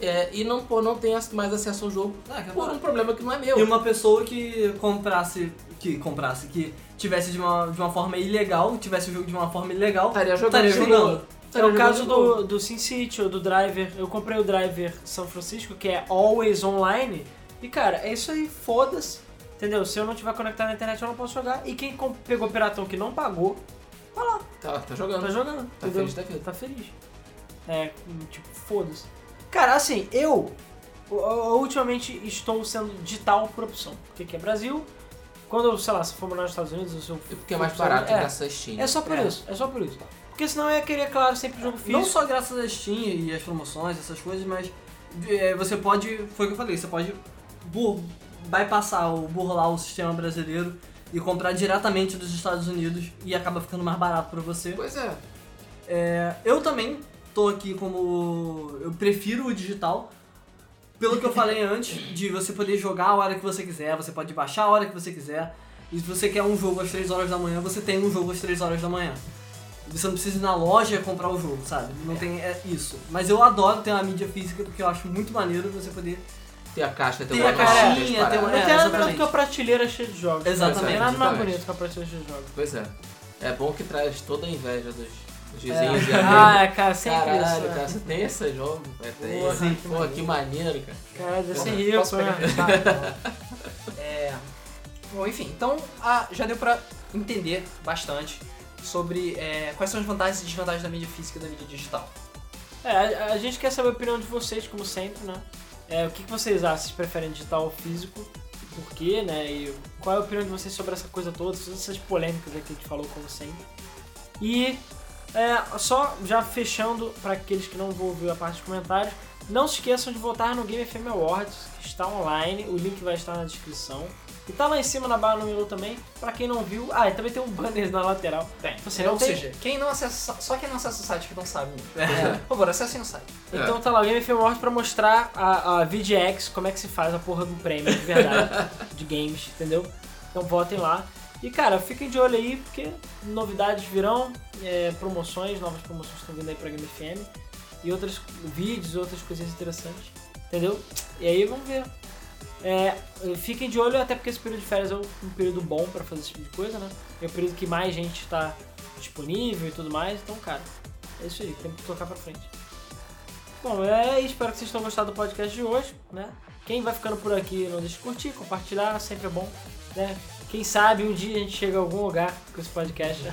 Speaker 2: é, e não, pô, não tenho mais acesso ao jogo
Speaker 4: Ah, que
Speaker 2: por
Speaker 4: foda.
Speaker 2: um problema que não é
Speaker 4: E
Speaker 2: meu.
Speaker 4: uma pessoa que comprasse. Que comprasse, que tivesse de uma, de uma forma ilegal, tivesse o jogo de uma forma ilegal,
Speaker 2: Estaria jogando.
Speaker 4: estaria
Speaker 2: de novo.
Speaker 4: jogando.
Speaker 3: É
Speaker 2: Estaria
Speaker 3: o
Speaker 2: jogando
Speaker 3: caso
Speaker 2: de novo.
Speaker 3: do, do SimCity ou do Driver. Eu comprei o Driver São Francisco, que é always online. E cara, é isso aí, foda-se. Entendeu? Se eu não tiver conectado na internet, eu não posso jogar. E quem com- pegou piratão que não pagou,
Speaker 2: Tá, tá jogando.
Speaker 3: tá jogando.
Speaker 2: Tá
Speaker 3: entendeu?
Speaker 2: feliz da vida.
Speaker 3: Tá feliz. É, hum, tipo, foda-se. Cara, assim, eu, eu, eu ultimamente estou sendo digital por opção. Porque aqui é Brasil. Quando eu, sei lá, se for morar nos Estados Unidos, eu sou.
Speaker 2: E Porque é mais barato
Speaker 3: É.
Speaker 2: é. nessa Steam.
Speaker 3: É só por
Speaker 4: É.
Speaker 3: isso, é só por isso. Porque senão eu ia querer, claro, sempre jogo físico.
Speaker 4: Não só graças à Steam e às promoções, essas coisas, mas é, você pode, foi o que eu falei, você pode bur bypassar ou burlar o sistema brasileiro e comprar diretamente dos Estados Unidos e acaba ficando mais barato pra você.
Speaker 2: Pois é.
Speaker 4: É, eu também tô aqui como. Eu prefiro o digital. Pelo que eu falei antes, de você poder jogar a hora que você quiser, você pode baixar a hora que você quiser. E se você quer um jogo às 3 horas da manhã, você tem um jogo às 3 horas da manhã. Você não precisa ir na loja comprar o jogo, sabe? Não tem é isso. Mas eu adoro ter uma mídia física porque eu acho muito maneiro você poder.
Speaker 2: Tem a caixa, tem,
Speaker 4: Tem
Speaker 2: o
Speaker 4: a
Speaker 2: manual,
Speaker 4: caixinha,
Speaker 2: tem as
Speaker 4: tem
Speaker 2: paradas.
Speaker 3: Não
Speaker 4: É,
Speaker 3: tem nada melhor do
Speaker 4: exatamente.
Speaker 3: que a prateleira cheia de jogos.
Speaker 4: Exatamente,
Speaker 3: Não tem nada mais
Speaker 2: exatamente.
Speaker 3: bonito que a prateleira cheia de jogos.
Speaker 2: é, Pois é. É bom que traz toda a inveja dos, dos vizinhos. e amigos.
Speaker 3: É. Ah, cara, sempre
Speaker 2: Caralho,
Speaker 3: isso.
Speaker 2: cara, você tem esse jogo? Vai ter
Speaker 3: Porra,
Speaker 2: isso.
Speaker 3: que
Speaker 2: Pô, que maneiro, cara.
Speaker 3: Cara,
Speaker 1: é
Speaker 3: deve ser
Speaker 2: Porra,
Speaker 3: rico,
Speaker 1: Posso pegar?
Speaker 3: né?
Speaker 1: Tá, então. é... Bom, enfim, então ah, já deu pra entender bastante sobre é, quais são as vantagens e desvantagens da mídia física e da mídia digital.
Speaker 3: É, a, a gente quer saber a opinião de vocês, como sempre, né? É, o que, que vocês acham? Vocês preferem digital ou físico? por quê, né? E qual é a opinião de vocês sobre essa coisa toda, todas essas polêmicas aí que a gente falou, como sempre. E é, só já fechando para aqueles que não vão ouvir a parte de comentários, não se esqueçam de votar no Game FM Awards, que está online, o link vai estar na descrição. E tá lá em cima na barra no menu também, pra quem não viu. Ah, e também tem um banner na lateral.
Speaker 1: Tem.
Speaker 3: Você
Speaker 1: É,
Speaker 3: não
Speaker 1: ou
Speaker 3: tem-
Speaker 1: seja, quem não acessa, só quem não acessa o site que não sabe. Por favor, acessem o site.
Speaker 3: Então tá lá, o Game FM Awards pra mostrar a, a VGX, como é que se faz a porra do prêmio de verdade, de games, entendeu? Então votem lá. E cara, fiquem de olho aí, porque novidades virão, é, promoções, novas promoções estão vindo aí pra Game FM, e outros vídeos, outras coisinhas interessantes, entendeu? E aí vamos ver. É, fiquem de olho, até porque esse período de férias é um período bom pra fazer esse tipo de coisa, né? É o período que mais gente tá disponível e tudo mais, então cara, é isso aí, tem que tocar pra frente. Bom, é, espero que vocês tenham gostado do podcast de hoje, né? Quem vai ficando por aqui, não deixe de curtir, compartilhar, sempre é bom, né? Quem sabe um dia a gente chega a algum lugar com esse podcast. né?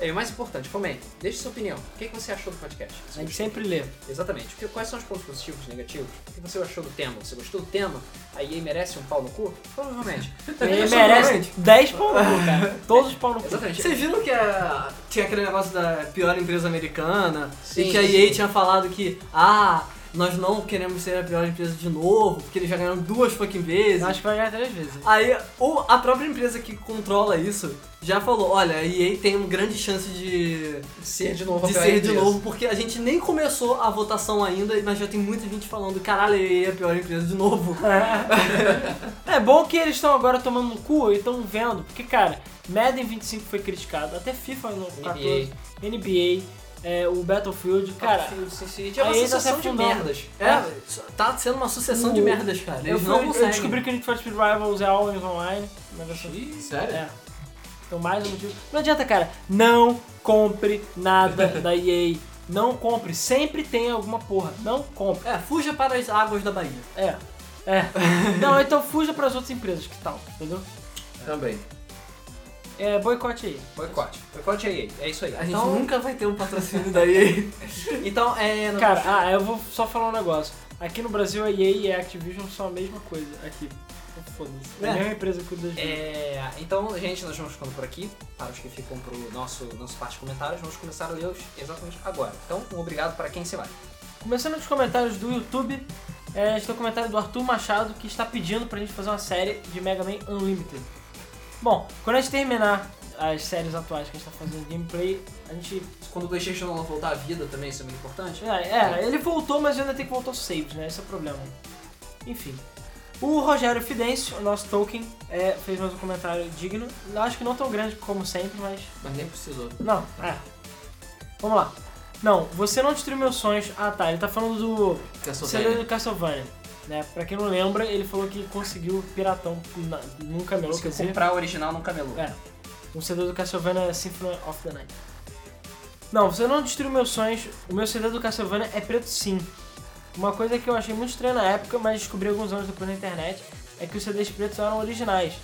Speaker 1: É, e o mais importante, comentem. Deixe sua opinião. O que, é que você achou do podcast?
Speaker 3: A gente sempre lê.
Speaker 1: Exatamente. Porque quais são os pontos positivos, negativos? O que você achou do tema? Você gostou do tema? A EA merece um pau no cu? Provavelmente.
Speaker 3: Ele
Speaker 1: tá
Speaker 3: merece 10 pau no cu, cara. Todos os pau no cu.
Speaker 1: Exatamente.
Speaker 4: Vocês viram que a- tinha aquele negócio da pior empresa americana?
Speaker 1: Sim,
Speaker 4: e que a
Speaker 1: sim.
Speaker 4: EA tinha falado que, ah, nós não queremos ser a pior empresa de novo, porque eles já ganharam duas fucking vezes.
Speaker 3: Eu Acho que vai ganhar três vezes.
Speaker 4: Aí, ou a própria empresa que controla isso já falou, olha, a EA tem uma grande chance de,
Speaker 1: Ser de novo a
Speaker 4: de
Speaker 1: pior
Speaker 4: ser de
Speaker 1: empresa.
Speaker 4: novo, porque a gente nem começou a votação ainda, mas já tem muita gente falando, caralho, a EA é a pior empresa de novo.
Speaker 3: É bom que eles estão agora tomando no cu e estão vendo, porque, cara, Madden 25 foi criticado, até FIFA no 14, NBA, é, o Battlefield, cara.
Speaker 1: Battlefield, SimCity é uma
Speaker 3: a EA tá se
Speaker 1: sensação de
Speaker 3: afundando.
Speaker 1: merdas.
Speaker 4: É, tá sendo uma sucessão de
Speaker 3: O-
Speaker 4: merdas, cara.
Speaker 3: Eu,
Speaker 4: Eles
Speaker 3: fui,
Speaker 4: não
Speaker 3: eu
Speaker 4: conseguem.
Speaker 3: descobri que o Need for Speed Rivals é always online, na versão
Speaker 2: Sério?
Speaker 3: É. Então, mais um motivo. Não adianta, cara. Não compre nada
Speaker 4: [LAUGHS]
Speaker 3: da EA. Não compre. Sempre tem alguma porra. Não compre.
Speaker 4: É, fuja para as águas da Bahia.
Speaker 3: É. É.
Speaker 4: [LAUGHS]
Speaker 3: Não, então fuja para as outras empresas. Que tal? Entendeu?
Speaker 2: Também.
Speaker 3: É, boicote aí.
Speaker 1: Boicote. Boicote a EA. É isso aí.
Speaker 4: A gente
Speaker 1: então,
Speaker 4: nunca vai ter um patrocínio da EA. [LAUGHS]
Speaker 1: então, é... não-
Speaker 3: Cara, ah, eu vou só falar um negócio. Aqui no Brasil, a EA e a Activision são a mesma coisa. Aqui. Então, Foda-se. É a
Speaker 4: É.
Speaker 3: mesma empresa que o das duas.
Speaker 1: É, então, gente, nós vamos ficando por aqui. Para os que ficam pro nosso, nosso parte de comentários, vamos começar a ler exatamente agora. Então, um obrigado para quem se vai.
Speaker 3: Começando nos comentários do YouTube, é, está o comentário do Arthur Machado que está pedindo pra gente fazer uma série de Mega Man Unlimited. Bom, quando a gente terminar as séries atuais que a gente está fazendo de gameplay, a gente.
Speaker 1: Quando o PlayStation não voltar à vida também, isso é muito importante.
Speaker 3: É, é, ele voltou, mas ainda tem que voltar os saves, né? Esse é o problema. Enfim. O Rogério Fidêncio, o nosso Tolkien, é, fez mais um comentário digno. Eu Acho que não tão grande como sempre, mas
Speaker 2: Mas nem precisou.
Speaker 3: Não, é. Vamos lá. Não, você não destruiu meus sonhos. Ah tá, ele tá falando do
Speaker 2: Castlevania.
Speaker 3: CD do Castlevania. Né? Pra quem não lembra, ele falou que conseguiu piratão na- num camelô, quer
Speaker 1: Conseguiu
Speaker 3: dizer.
Speaker 1: comprar o original num camelô.
Speaker 3: É. Um CD do Castlevania Symphony of the Night. Não, você não destruiu meus sonhos. O meu CD do Castlevania é preto sim. Uma coisa que eu achei muito estranha na época, mas descobri alguns anos depois na internet, é que os CDs pretos eram originais.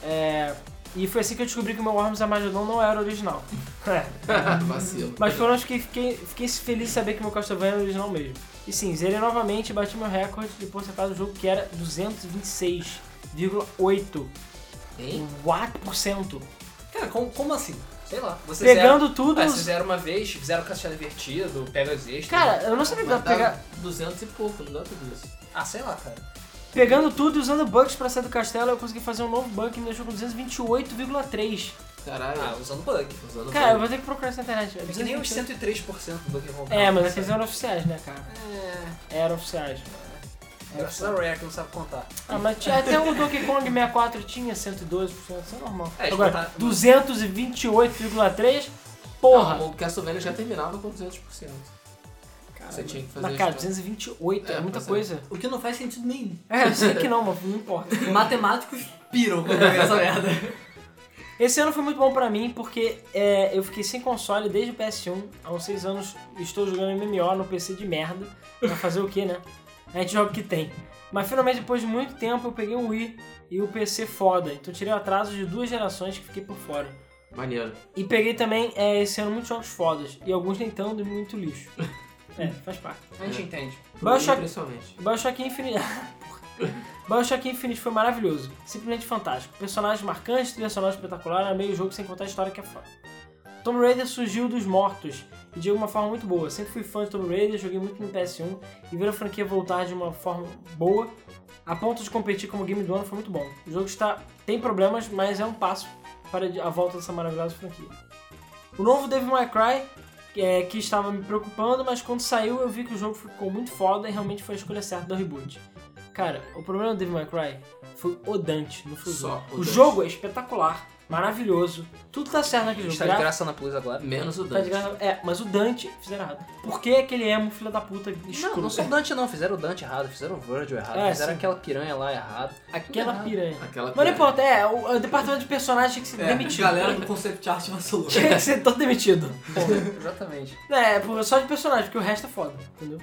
Speaker 3: É, E foi assim que eu descobri que o meu Worms Armageddon não era original. [LAUGHS] É.
Speaker 2: [LAUGHS] Vacilo.
Speaker 3: Mas foram os que fiquei, fiquei feliz de saber que meu Castlevania era original mesmo. E sim, zerei novamente e bati meu recorde de porcentagem do jogo que era 226,8%.
Speaker 2: Hein?
Speaker 3: What? Por cento.
Speaker 4: Cara, como, como assim?
Speaker 1: Sei lá. Você
Speaker 3: Pegando tudo.
Speaker 1: zera, é, você zera uma vez, fizeram o caixa invertido, pega os extras. né?
Speaker 3: Cara, eu não sabia que dá
Speaker 2: Mas
Speaker 3: pra pegar.
Speaker 2: dá 200 e pouco, não dá tudo isso.
Speaker 1: Ah, sei lá, cara.
Speaker 3: Pegando tudo e usando bugs pra sair do castelo, eu consegui fazer um novo bug que me deixou com 228,3.
Speaker 2: Caralho.
Speaker 1: Ah, usando bug.
Speaker 2: usando
Speaker 3: Cara, eu
Speaker 2: bug.
Speaker 3: vou ter que procurar isso na internet.
Speaker 1: É que nem os
Speaker 3: 228.
Speaker 1: 103% do bug roubado.
Speaker 3: É, mas aqueles eram oficiais, né, cara?
Speaker 1: É,
Speaker 3: Eram oficiais. um-
Speaker 1: graças a Rare que não sabe contar.
Speaker 3: Ah, mas tinha- até o Donkey Kong 64 tinha 112%, isso é normal.
Speaker 1: É,
Speaker 3: Agora,
Speaker 1: escutar-
Speaker 3: 228,3%? Porra!
Speaker 2: Não, o Castlevania já terminava com 200%. Você tinha que fazer
Speaker 3: mas, cara,
Speaker 2: isso. né?
Speaker 3: 228 é,
Speaker 2: É,
Speaker 3: muita
Speaker 2: pois é.
Speaker 3: coisa.
Speaker 4: O que não faz sentido nenhum.
Speaker 3: É, eu sei que não, mas não importa.
Speaker 4: Matemáticos piram quando vê essa merda.
Speaker 3: Esse ano foi muito bom pra mim porque é, eu fiquei sem console desde o PS1. Há uns 6 anos estou jogando MMO no PC de merda. Pra fazer o que, né? A gente joga o que tem. Mas finalmente, depois de muito tempo, eu peguei o Wii e o PC foda. Então tirei o atraso de duas gerações que fiquei por fora.
Speaker 2: Maneiro.
Speaker 3: E peguei também é, esse ano muitos jogos fodas. E alguns nem tanto e muito lixo. é, faz parte.
Speaker 1: A gente entende.
Speaker 3: Bioshock-
Speaker 2: Principalmente.
Speaker 3: Bioshock Infinite. [LAUGHS] Bioshock Infinite foi maravilhoso, simplesmente fantástico. Personagens marcantes, trilha sonora espetacular, era meio jogo sem contar a história que é foda. Tomb Raider surgiu dos mortos e de uma forma muito boa. Sempre fui fã de Tomb Raider, joguei muito no PS1 e ver a franquia voltar de uma forma boa, a ponto de competir como game do ano foi muito bom. O jogo está tem problemas, mas é um passo para a volta dessa maravilhosa franquia. O novo Devil May Cry é, que estava me preocupando, mas quando saiu eu vi que o jogo ficou muito foda e realmente foi a escolha certa do reboot. Cara, o problema do Devil May Cry foi o Dante, não foi o
Speaker 2: Só
Speaker 3: jogo.
Speaker 2: o
Speaker 3: O
Speaker 2: Dante.
Speaker 3: jogo é espetacular, maravilhoso, tudo tá certo naquele jogo.
Speaker 1: Está de
Speaker 3: Gra-
Speaker 1: graça na Plus agora.
Speaker 2: Menos o
Speaker 3: Tá
Speaker 2: Dante.
Speaker 3: de graça. É, mas o Dante fizeram errado. Por que aquele emo filho da puta escroto?
Speaker 1: Não, não sou o Dante não, fizeram o Dante errado, fizeram o Virgil errado,
Speaker 3: É,
Speaker 1: fizeram
Speaker 3: sim.
Speaker 1: aquela piranha lá Tá
Speaker 3: [LAUGHS]
Speaker 1: errado.
Speaker 3: Aquela piranha.
Speaker 2: Aquela
Speaker 3: é. Mas não
Speaker 2: piada.
Speaker 3: importa, é, o, o departamento de personagem tinha que ser
Speaker 4: É,
Speaker 3: demitido.
Speaker 4: galera do Concept Art
Speaker 3: [LAUGHS]
Speaker 4: vacilou.
Speaker 3: Tinha que ser todo demitido.
Speaker 1: Porra, exatamente.
Speaker 3: É, por- só de personagem, porque o resto é foda, entendeu?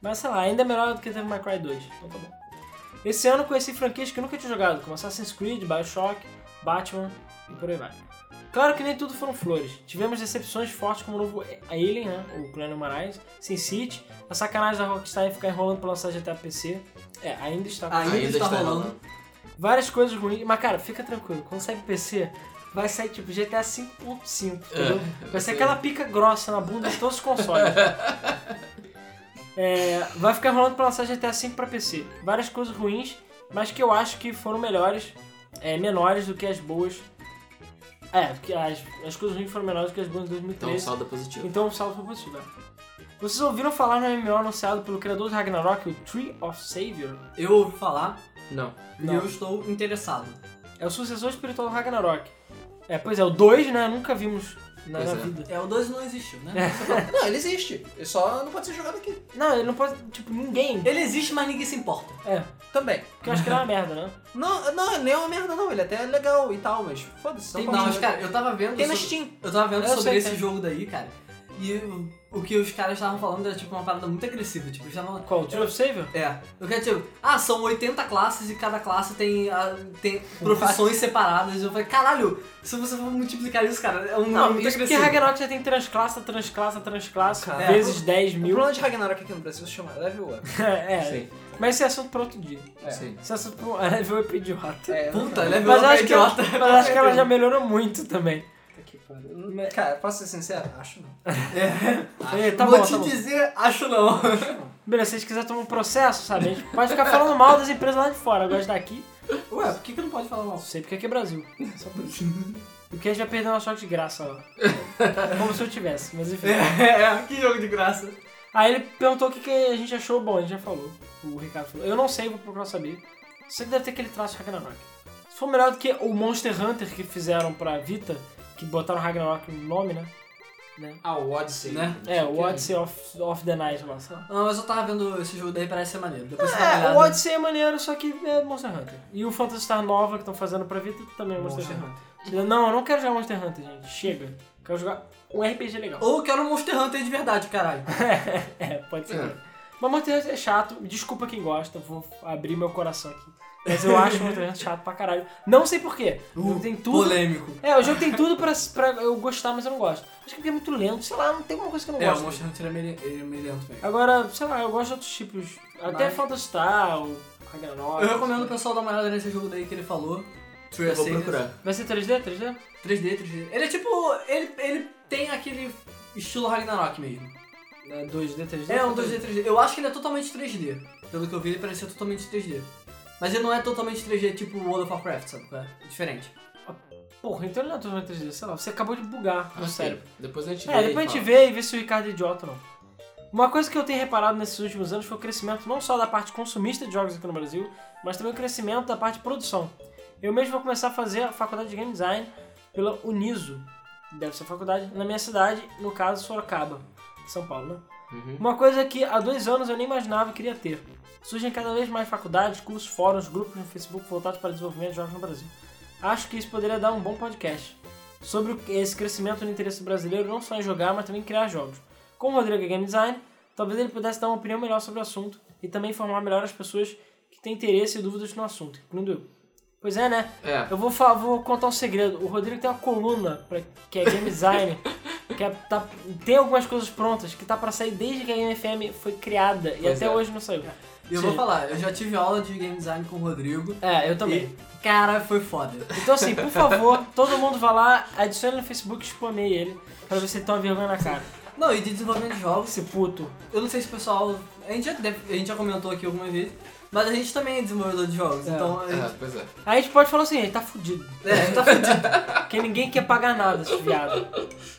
Speaker 3: Mas sei lá, ainda é melhor do que teve My Cry 2, então tá bom. Esse ano eu conheci franquias que eu nunca tinha jogado, como Assassin's Creed, Bioshock, Batman e por aí vai. Claro que nem tudo foram flores. Tivemos decepções fortes como o novo Alien, né? O Clone Marais, Sin City, a sacanagem da Rockstar em ficar enrolando pra lançar GTA PC. É, ainda tá está.
Speaker 4: Ainda,
Speaker 2: Ainda
Speaker 4: está,
Speaker 2: está
Speaker 4: rolando.
Speaker 2: rolando.
Speaker 3: Várias coisas ruins, mas cara, fica tranquilo, quando sair pro PC, vai sair tipo GTA 5.5, entendeu? Vai ser aquela pica grossa na bunda de todos os consoles. É, vai ficar rolando pra lançar GTA V pra PC. Várias coisas ruins, mas que eu acho que foram melhores, é, menores do que as boas. É, porque as, as coisas ruins foram menores do que as boas em
Speaker 2: Então,
Speaker 3: 2013.
Speaker 2: saldo é positivo.
Speaker 3: Então o saldo foi positivo. é. Vocês ouviram falar no MMO anunciado pelo criador de Ragnarok, o Tree of Savior?
Speaker 4: Eu ouvi falar
Speaker 2: Não.
Speaker 3: Não.
Speaker 4: e eu estou interessado.
Speaker 3: É o sucessor espiritual do Ragnarok. É, pois é, o 2, né? Nunca vimos na,
Speaker 2: Pois
Speaker 3: na
Speaker 2: é.
Speaker 3: vida.
Speaker 4: É, o 2 não existiu, né?
Speaker 1: Não, ele existe. Ele só não pode ser jogado aqui.
Speaker 3: Não, ele não pode. Tipo, ninguém.
Speaker 4: Ele existe, mas ninguém se importa.
Speaker 3: É,
Speaker 1: Também.
Speaker 3: porque eu acho que ele é uma merda, né?
Speaker 1: Não, não, nem é uma merda não, ele até é legal e tal, mas foda-se.
Speaker 4: Tem,
Speaker 1: não pode
Speaker 4: não, mas
Speaker 1: jogar.
Speaker 4: cara, eu tava vendo.
Speaker 1: um Tem na
Speaker 4: sobre-
Speaker 1: Steam.
Speaker 4: Eu tava vendo
Speaker 3: Eu
Speaker 4: sobre
Speaker 3: sei,
Speaker 4: esse
Speaker 3: tem.
Speaker 4: jogo daí, cara. E o, o que os caras estavam falando era tipo uma parada muito agressiva. Tipo, eles estavam.
Speaker 3: Qual? O Tree of Savior?
Speaker 4: É, eu quero tipo, ah, são 80 classes e cada classe tem, ah, tem profissões separadas. Eu falei, caralho, se você for multiplicar isso, cara, é um número
Speaker 3: Não,
Speaker 4: muito
Speaker 3: isso porque
Speaker 4: agressivo.
Speaker 3: Ragnarok já tem transclasse, transclasse, transclasse,
Speaker 1: Cara,
Speaker 3: vezes 10
Speaker 1: O
Speaker 3: mil.
Speaker 1: problema de Ragnarok aqui no Brasil se chama Level Up.
Speaker 3: [LAUGHS] é,
Speaker 1: Sim.
Speaker 3: mas esse é assunto pra outro dia.
Speaker 1: É.
Speaker 2: Sim.
Speaker 3: Esse é assunto pra um [LAUGHS] é level up idiota.
Speaker 1: É, não-
Speaker 4: Puta, level
Speaker 3: Mas
Speaker 4: up é
Speaker 3: acho, que ela,
Speaker 4: idiota.
Speaker 3: mas acho que ela já melhorou muito também.
Speaker 1: Puta que pariu. Não- Cara, posso ser sincero? Acho não.
Speaker 3: É, tá
Speaker 4: Vou
Speaker 3: bom,
Speaker 4: te
Speaker 3: tá bom.
Speaker 4: dizer, acho [LAUGHS] não.
Speaker 3: Beleza, se vocês quiserem tomar um processo, sabe? A gente pode ficar falando mal das empresas lá de fora. Agora daqui,
Speaker 4: Ué, por que, que não pode falar
Speaker 3: não
Speaker 4: mal?
Speaker 3: sei porque aqui é Brasil. [LAUGHS] Só por isso. Porque a gente vai perder nosso choque de graça lá. [LAUGHS] Como se eu tivesse, mas enfim.
Speaker 4: É, que jogo de graça.
Speaker 3: Aí ele perguntou o que, que a gente achou bom, a gente já falou. O Ricardo falou. Eu não sei, vou procurar saber. Sei que deve ter aquele traço de Ragnarok. Se for melhor do que o Monster Hunter que fizeram pra Vita, que botaram Ragnarok no nome, né?
Speaker 1: Ah, o Odyssey.
Speaker 4: Né?
Speaker 3: É, o Odyssey of, of the Night lá, sei lá.
Speaker 4: Não, mas eu tava vendo esse jogo daí, parece ser maneiro. Depois você dá uma
Speaker 3: É, o
Speaker 4: olhada.
Speaker 3: Odyssey é maneiro, só que é Monster Hunter. E o Phantasy Star Nova que estão fazendo pra Vita também é Monster,
Speaker 1: Monster
Speaker 3: Hunter. Não, eu não quero jogar Monster Hunter, gente. Chega. Quero jogar um RPG legal. [LAUGHS]
Speaker 4: Ou eu quero um Monster Hunter de verdade, caralho.
Speaker 3: É, pode ser.
Speaker 2: É.
Speaker 3: mesmo. Mas Monster Hunter é chato, desculpa quem gosta, vou abrir meu coração aqui. Mas eu acho Monster Hunter chato pra caralho. Não sei porquê.
Speaker 4: Uh,
Speaker 3: jogo tem tudo.
Speaker 4: Polêmico.
Speaker 3: É, o jogo tem tudo pra, pra eu gostar, mas eu não gosto. Acho que porque é muito lento, sei lá, não tem uma coisa que eu não
Speaker 4: É, o
Speaker 3: gosto.
Speaker 4: Monster Hunter é meio, ele é meio lento mesmo.
Speaker 3: Agora, sei lá, eu gosto de outros tipos. Até
Speaker 4: Mas-
Speaker 3: Phantasy Star, o Ragnarok.
Speaker 4: Eu recomendo o pessoal dar uma olhada nesse jogo daí que ele falou. True
Speaker 2: Eu vou
Speaker 4: Ascenders.
Speaker 2: procurar.
Speaker 3: Vai ser 3D? 3D?
Speaker 4: 3D, 3D. Ele é tipo. Ele, ele tem aquele estilo Ragnarok mesmo.
Speaker 3: É 2D, 3D?
Speaker 4: É um 2D, 3D. Eu acho que ele é totalmente 3D. Pelo que eu vi, ele parecia totalmente 3D. Mas ele não é totalmente 3D tipo World of Warcraft, sabe? qual É diferente.
Speaker 3: Porra, então ele não é totalmente 3D, sei lá. Você acabou de bugar
Speaker 2: Ah,
Speaker 3: meu
Speaker 2: sim.
Speaker 3: cérebro.
Speaker 2: Depois a gente
Speaker 3: É, depois a gente vê e vê se o Ricardo é idiota ou não. Uma coisa que eu tenho reparado nesses últimos anos foi o crescimento não só da parte consumista de jogos aqui no Brasil, mas também o crescimento da parte de produção. Eu mesmo vou começar a fazer a faculdade de Game Design pela Uniso, deve ser a faculdade, na minha cidade, no caso Sorocaba, São Paulo, né?
Speaker 2: Uhum.
Speaker 3: Uma coisa que há dois anos eu nem imaginava que iria ter. Surgem cada vez mais faculdades, cursos, fóruns, grupos no Facebook voltados para desenvolvimento de jogos no Brasil. Acho que isso poderia dar um bom podcast sobre o- esse crescimento no interesse brasileiro, não só em jogar, mas também em criar jogos. Com o Rodrigo é Game Design, talvez ele pudesse dar uma opinião melhor sobre o assunto e também informar melhor as pessoas que têm interesse e dúvidas no assunto, incluindo eu. Pois é, né?
Speaker 2: É.
Speaker 3: Eu vou, fa- vou contar um segredo. O Rodrigo tem uma coluna pra, que é game design. que é- tá- tem algumas coisas prontas que tá pra sair desde que a MFM foi criada e
Speaker 2: Pois
Speaker 3: até
Speaker 2: é.
Speaker 3: hoje não saiu.
Speaker 4: E eu
Speaker 3: Sim.
Speaker 4: vou falar, eu já tive aula de game design com o Rodrigo.
Speaker 3: É, eu também.
Speaker 4: E, cara, foi foda.
Speaker 3: Então assim, por favor, todo mundo vá lá, adicione no Facebook, spamei ele, pra você ter uma vergonha na cara.
Speaker 4: Não, e de desenvolvimento de jogos,
Speaker 3: Esse puto.
Speaker 4: eu não sei se o pessoal. A gente já, deve- a gente já comentou aqui alguma vez, mas a gente também é desenvolvedor de jogos,
Speaker 3: É.
Speaker 4: então. a gente-
Speaker 2: É, pois é.
Speaker 3: Aí a gente pode falar assim, ele tá fudido.
Speaker 4: É, a gente
Speaker 1: [LAUGHS]
Speaker 4: tá fudido.
Speaker 3: Porque ninguém quer pagar nada, esse viado.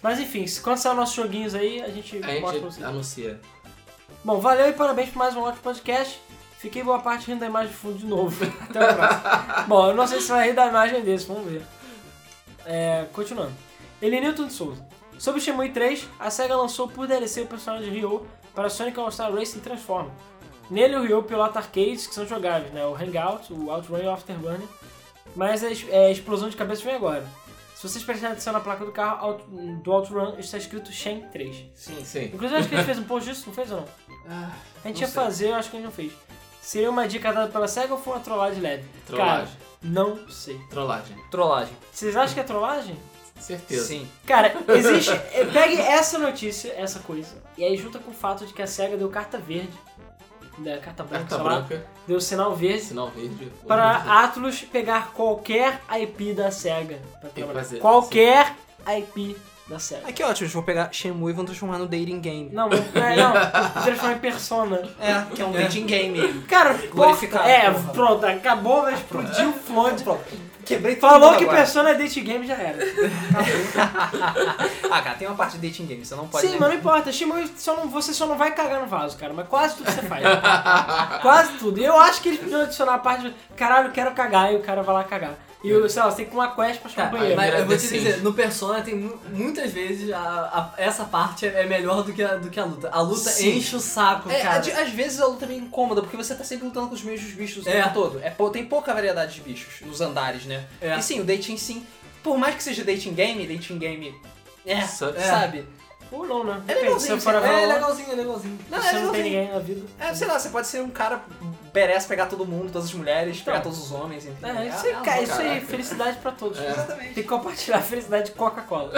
Speaker 3: Mas enfim, se- quando sair nossos joguinhos aí, a gente
Speaker 2: A
Speaker 3: mostra pra
Speaker 2: gente
Speaker 3: vocês.
Speaker 2: anuncia.
Speaker 3: Bom, valeu e parabéns por mais um ótimo podcast. Fiquei boa parte rindo da imagem de fundo de novo. [LAUGHS] Até o próximo. Bom, eu não sei se vai rir da imagem desse, vamos ver. É, continuando. Ele Newton de Souza. Sobre o Shenmue 3, a SEGA lançou por DLC o personagem Ryo para Sonic All-Star Racing Transform. Nele o Ryo pilota arcades que são jogáveis, né? O Hangout, o Outrun e o Afterburner. Mas a, es- é, a explosão de cabeça vem agora. Se vocês prestarem atenção na placa do carro out- do Outrun, está escrito Shen 3.
Speaker 2: Sim, sim.
Speaker 3: Inclusive, acho que a gente fez um post disso, não fez ou não?
Speaker 2: Ah,
Speaker 3: A gente
Speaker 2: Não
Speaker 3: ia
Speaker 2: sei.
Speaker 3: fazer, eu acho que a gente não fez. Seria uma dica dada pela SEGA ou foi uma trollagem leve?
Speaker 2: Trollagem.
Speaker 3: Cara, não sei.
Speaker 2: trollagem.
Speaker 1: [LAUGHS] Trollagem.
Speaker 3: Vocês acham que é trollagem?
Speaker 2: Certeza.
Speaker 1: Sim.
Speaker 3: Cara,
Speaker 2: [LAUGHS]
Speaker 3: existe. eh, Pegue essa notícia, essa coisa, e aí junta com o fato de que a SEGA deu carta verde. Né, carta branca,
Speaker 2: Carta
Speaker 3: sei lá,
Speaker 2: branca,
Speaker 3: deu sinal verde
Speaker 2: sinal verde.
Speaker 3: para
Speaker 2: verde.
Speaker 3: Atlus pegar qualquer IP da SEGA pra
Speaker 2: que
Speaker 3: trabalhar.
Speaker 2: fazer,
Speaker 3: qualquer IP da SEGA.
Speaker 1: Ai, Ah, que ótimo, eles vão pegar Shenmue e vão transformar no dating game.
Speaker 3: Não, é, não, transformar em persona.
Speaker 1: É, que é um dating game.
Speaker 3: Cara,
Speaker 1: Glorificado,
Speaker 3: porra, É,
Speaker 1: porra.
Speaker 3: pronto, acabou, vai
Speaker 2: [LAUGHS]
Speaker 3: explodir o Flood.
Speaker 1: [LAUGHS] Quebrei tudo
Speaker 3: Falou que
Speaker 1: agora.
Speaker 3: Persona é date game já era.
Speaker 1: Ah, cara, tem uma parte de dating game, você não pode...
Speaker 3: Sim,
Speaker 1: nem-
Speaker 3: mas não importa. Shimon, só não- você só não vai cagar no vaso, cara. Mas quase tudo você faz. [LAUGHS] quase tudo. E eu acho que eles podiam adicionar a parte de caralho, quero cagar, e o cara vai lá cagar. E o, sei lá, você tem que ir com uma quest pra achar um
Speaker 1: Tá,
Speaker 3: banheiro.
Speaker 4: Cara, mas eu vou te
Speaker 2: Sim.
Speaker 4: dizer, no Persona tem mu- muitas vezes a- a- essa parte é melhor do que a, do que a luta. A luta
Speaker 1: Sim.
Speaker 4: enche o saco,
Speaker 1: É,
Speaker 4: cara.
Speaker 1: de- às vezes a luta é meio incômoda, porque você tá sempre lutando com os mesmos bichos o
Speaker 4: É.
Speaker 1: tempo todo. É, pou- tem pouca variedade de bichos nos andares, né?
Speaker 4: É.
Speaker 1: E sim, o dating sim. Por mais que seja dating game, dating game. É,
Speaker 2: Sa- é.
Speaker 1: sabe?
Speaker 3: Ou não, né?
Speaker 1: É
Speaker 3: Depende, se
Speaker 1: legalzinho,
Speaker 3: você for
Speaker 1: você-
Speaker 3: avaliar,
Speaker 4: É legalzinho, é legalzinho.
Speaker 1: Não,
Speaker 3: você
Speaker 1: é
Speaker 3: não tem
Speaker 1: legalzinho.
Speaker 3: ninguém na vida.
Speaker 1: É, sei lá, você pode ser um cara merece pegar todo mundo, todas as mulheres, pegar todos os homens, enfim.
Speaker 3: É, isso
Speaker 1: um
Speaker 3: aí, cara, isso aí, felicidade pra todos.
Speaker 1: É. Exatamente.
Speaker 3: Tem que compartilhar a felicidade de
Speaker 1: [LAUGHS]
Speaker 3: Coca-Cola.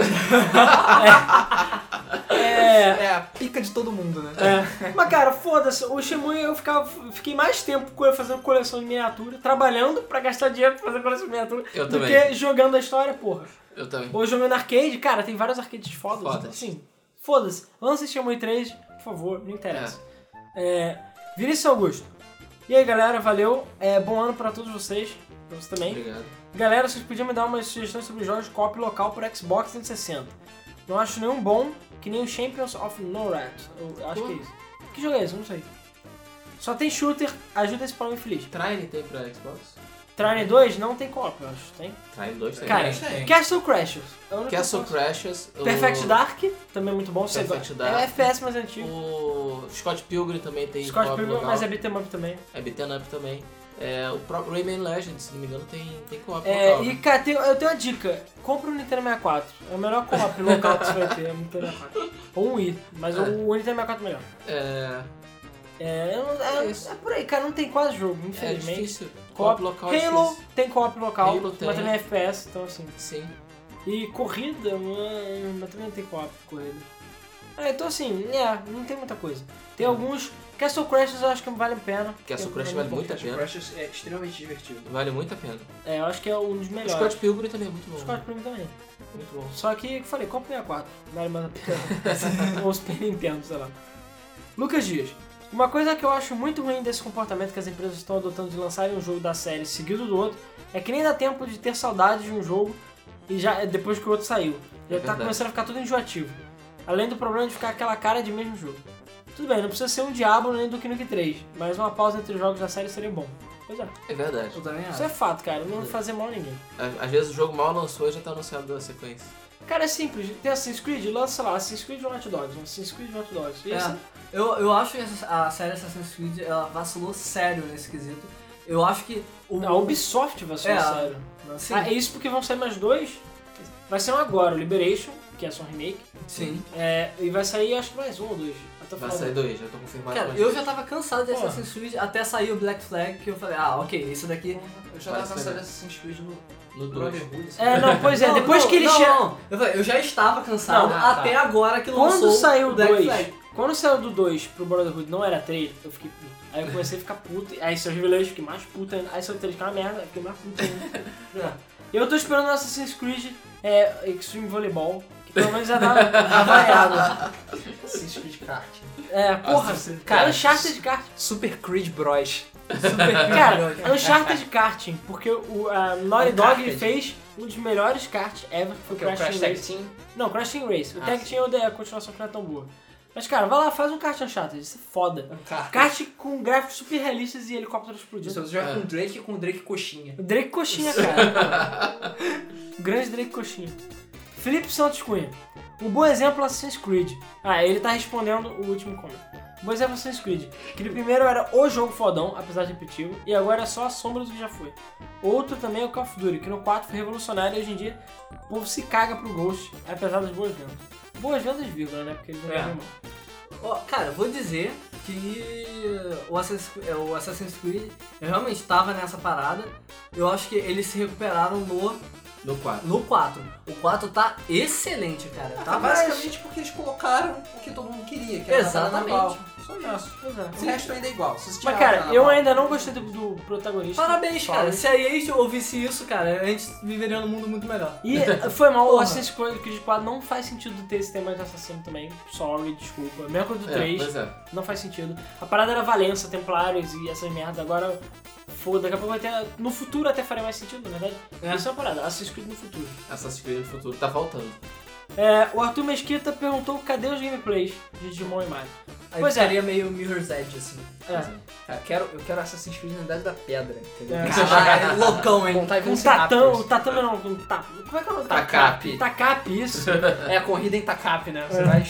Speaker 3: é. é...
Speaker 1: É a pica de todo mundo, né?
Speaker 3: É. Mas, cara, foda-se. O Shimui, eu ficava, fiquei mais tempo co- fazendo coleção de miniatura, trabalhando pra gastar dinheiro pra fazer coleção de miniatura,
Speaker 2: Eu
Speaker 3: do
Speaker 2: também.
Speaker 3: que jogando a história, porra.
Speaker 2: Eu também.
Speaker 3: Ou jogando arcade, cara, tem vários arcades fodas.
Speaker 2: Fodas.
Speaker 3: Então, assim, foda-se. Lança Shimui 3, por favor, não interessa. É. Vinícius Augusto. E aí, galera, valeu. É, bom ano pra todos vocês. Pra você também.
Speaker 2: Obrigado.
Speaker 3: Galera, vocês podiam me dar umas sugestões sobre jogos de co-op local para Xbox 360. Não acho nenhum bom, que nem o Champions of Norat. Eu acho que é isso. Que jogo é esse? Eu Não sei. Só tem shooter, ajuda esse pau infeliz.
Speaker 2: Trine tem pra Xbox?
Speaker 3: Trine 2 não tem co-op, eu acho. Tem?
Speaker 2: Trine 2 tem. né?
Speaker 3: Cara,
Speaker 1: tem.
Speaker 3: Castle Crashers. é o único
Speaker 2: Castle
Speaker 3: que eu
Speaker 2: Crashers.
Speaker 3: gosto. Perfect Dark, também é muito bom. Você
Speaker 2: Perfect
Speaker 3: gosta. É
Speaker 2: Dark.
Speaker 3: FPS mais antigo.
Speaker 2: O Scott Pilgrim também tem.
Speaker 3: Scott
Speaker 2: co-op
Speaker 3: Pilgrim,
Speaker 2: local.
Speaker 3: mas é beat'em up também.
Speaker 2: É beaten up também. É, o próprio Rayman Legends, se não me engano, tem, tem co-op
Speaker 3: É,
Speaker 2: local. né?
Speaker 3: e cara, tem- eu tenho uma dica. Compra um Nintendo 64. É o melhor co-op local que você vai ter, é o Nintendo 64. Ou um Wii, mas o o Nintendo 64 é melhor.
Speaker 2: É,
Speaker 3: É, eu não- é,
Speaker 2: É isso.
Speaker 3: é por aí, cara, não tem quase jogo,
Speaker 2: é
Speaker 3: infelizmente.
Speaker 2: difícil.
Speaker 3: Co-op
Speaker 2: Co-op local é
Speaker 3: Halo
Speaker 2: difícil.
Speaker 3: tem co-op local,
Speaker 2: Halo tem.
Speaker 3: mas também é FPS, então assim.
Speaker 2: Sim.
Speaker 3: E corrida, mano, mas também não tem co-op corrida. Ah, então assim, é, não tem muita coisa. Tem alguns. Castle Crashers eu acho que vale a pena.
Speaker 2: Uhum. Castle
Speaker 3: Eu-
Speaker 2: Crash
Speaker 3: eu-
Speaker 2: vale muito a
Speaker 1: Crash
Speaker 2: pena.
Speaker 1: Crashers é extremamente divertido.
Speaker 2: Vale muito a pena.
Speaker 3: É, eu acho que é um dos
Speaker 2: O
Speaker 3: melhores.
Speaker 2: Scott Pilgrim também é muito bom.
Speaker 3: Scott Pilgrim também.
Speaker 2: Muito bom.
Speaker 3: Só que, eu falei, compra o 64. Vale mais a pena. [LAUGHS] Ou Super Nintendo, sei lá. Lucas Dias. Uma coisa que eu acho muito ruim desse comportamento que as empresas estão adotando de lançarem um jogo da série seguido do outro é que nem dá tempo de ter saudade de um jogo e já é depois que o outro saiu. Já
Speaker 2: É
Speaker 3: tá
Speaker 2: verdade.
Speaker 3: começando a ficar tudo enjoativo. Além do problema de ficar aquela cara de mesmo jogo. Tudo bem, não precisa ser um diabo nem do que Nuke 3, mas uma pausa entre os jogos da série seria bom. Pois é,
Speaker 2: É verdade.
Speaker 4: Eu também
Speaker 3: isso
Speaker 4: acho.
Speaker 3: é fato, cara, não vai fazer mal a ninguém.
Speaker 2: Às às vezes o jogo mal lançou e já tá anunciado a sequência.
Speaker 3: Cara, é simples. Tem Assassin's Creed, lança lá Assassin's Creed Hot Dogs, Assassin's Creed Hot Dogs. E
Speaker 4: É.
Speaker 3: assim,
Speaker 4: Eu, eu acho que essa- a série Assassin's Creed ela vacilou sério nesse quesito. Eu acho que o.
Speaker 3: a Ubisoft vai ser
Speaker 4: É,
Speaker 3: sério. né?
Speaker 4: sim.
Speaker 3: Ah, é isso porque vão sair mais dois. Vai ser um agora, o Liberation, que é só um remake.
Speaker 4: Sim.
Speaker 3: É, e vai sair acho que mais um ou dois. Até o
Speaker 2: Vai
Speaker 3: final
Speaker 2: sair
Speaker 3: do-
Speaker 2: dois, já tô confirmado.
Speaker 4: Cara,
Speaker 2: mas-
Speaker 4: eu já tava cansado de
Speaker 3: Porra.
Speaker 4: Assassin's Creed até sair o Black Flag, que eu falei, ah, ok, isso daqui. É,
Speaker 1: Eu já
Speaker 2: Vai
Speaker 1: tava
Speaker 2: ser,
Speaker 1: cansado de
Speaker 2: né?
Speaker 1: Assassin's Creed no
Speaker 2: No dois.
Speaker 1: Brotherhood. sabe?
Speaker 3: É, não, pois é,
Speaker 4: Não,
Speaker 3: depois
Speaker 4: não,
Speaker 3: que eles
Speaker 4: não,
Speaker 3: tiraram.
Speaker 4: não. Eu, falei, eu já estava cansado
Speaker 3: Não,
Speaker 1: ah,
Speaker 4: até agora que
Speaker 3: Quando
Speaker 4: lançou
Speaker 3: saiu o
Speaker 4: Black
Speaker 3: dois?
Speaker 4: Flag.
Speaker 3: Quando saiu do 2 pro Brotherhood não era 3, eu fiquei puto. Aí eu comecei a ficar puto, aí saiu Revelation, eu fiquei mais puto ainda. Aí saiu o 3, que é uma merda, eu fiquei mais puto ainda. Não. E eu tô esperando o Assassin's Creed é, Extreme Volleyball, que pelo menos já tá avaliado.
Speaker 1: Assassin's Creed Kart.
Speaker 3: É, porra,
Speaker 2: Assassin's
Speaker 3: cara,
Speaker 2: Creed.
Speaker 3: Uncharted de kart.
Speaker 1: Super Creed
Speaker 3: [LAUGHS]
Speaker 1: Bros. É.
Speaker 3: Cara, é um Uncharted de karting, porque o a Naughty Dog
Speaker 1: Uncharted.
Speaker 3: fez um dos melhores kart ever, que foi o
Speaker 1: Que é o
Speaker 3: Crash
Speaker 1: Crash
Speaker 3: Team
Speaker 1: Tag
Speaker 3: Race.
Speaker 1: Team.
Speaker 3: Não, Crash Team Race. O
Speaker 1: Ah,
Speaker 3: Tag
Speaker 1: sim.
Speaker 3: Team é o da- é a continuação que não é tão boa. Mas, cara, vai lá, faz um kart Uncharted, isso é foda.
Speaker 1: Kart.
Speaker 3: Kart com gráficos super realistas e helicópteros explodindo.
Speaker 1: Você joga
Speaker 2: É.
Speaker 1: com o Drake e com o Drake coxinha.
Speaker 3: O Drake Coxinha, cara. O Grande Drake Coxinha. Felipe Santos Cunha. Um bom exemplo é Assassin's Creed. Ah, ele tá respondendo o último comentário. Um bom exemplo é Assassin's Creed. Que no primeiro era o jogo fodão, apesar de repetitivo, e agora é só a sombra do que já foi. Outro também é o Call of Duty, que no 4 foi revolucionário e hoje em dia o povo se caga pro Ghost, apesar das boas vendas. Boas vendas, vírgula, né? Porque eles não
Speaker 4: É.
Speaker 3: ganham mal.
Speaker 4: Ó, cara, eu vou dizer que o Assassin's, é, o Assassin's Creed eu realmente tava nessa parada. Eu acho que eles se recuperaram no,
Speaker 2: No 4.
Speaker 4: no 4. O 4 tá excelente, cara. Tá mais...
Speaker 1: basicamente porque eles colocaram o que todo mundo queria, que
Speaker 4: era
Speaker 1: era
Speaker 4: Exatamente.
Speaker 1: Só isso.
Speaker 3: Pois é.
Speaker 1: O resto ainda é igual.
Speaker 3: Mas, cara, eu ainda não gostei do, do protagonista.
Speaker 4: Parabéns,
Speaker 3: Sorry.
Speaker 4: cara. Se a EA ouvisse isso, cara, a gente viveria num mundo muito melhor.
Speaker 3: E foi mal, o
Speaker 4: Porra.
Speaker 3: Assassin's Creed 4 não faz sentido ter esse tema de assassino também. Sorry, desculpa. Mesma coisa do
Speaker 2: É,
Speaker 3: 3,
Speaker 2: pois é.
Speaker 3: não faz sentido. A parada era Valença, Templários e essas merdas. Agora, foda, daqui a pouco até. No futuro até faria mais sentido, na verdade.
Speaker 4: É.
Speaker 3: Isso é uma parada, Assassin's Creed no futuro.
Speaker 2: Assassin's Creed no futuro tá faltando.
Speaker 3: É, o Arthur Mesquita perguntou cadê os gameplays de Digimon e Mario.
Speaker 4: Aí
Speaker 3: Pois é.
Speaker 4: seria meio Mirror's Edge, assim.
Speaker 3: É,
Speaker 1: Cara, eu quero, eu quero Assassin's Creed na Idade da Pedra, entendeu?
Speaker 3: É. um
Speaker 4: Caralho, loucão, hein?
Speaker 1: Montar e
Speaker 3: com o
Speaker 1: vencer
Speaker 3: Tatão, o
Speaker 1: Raptors.
Speaker 3: Tatão não, com o Tap. Como é que é o nome do Tacap?
Speaker 2: Tacape.
Speaker 3: Tacap, isso.
Speaker 1: É a corrida em Takap, né? Você
Speaker 3: É.
Speaker 1: vai...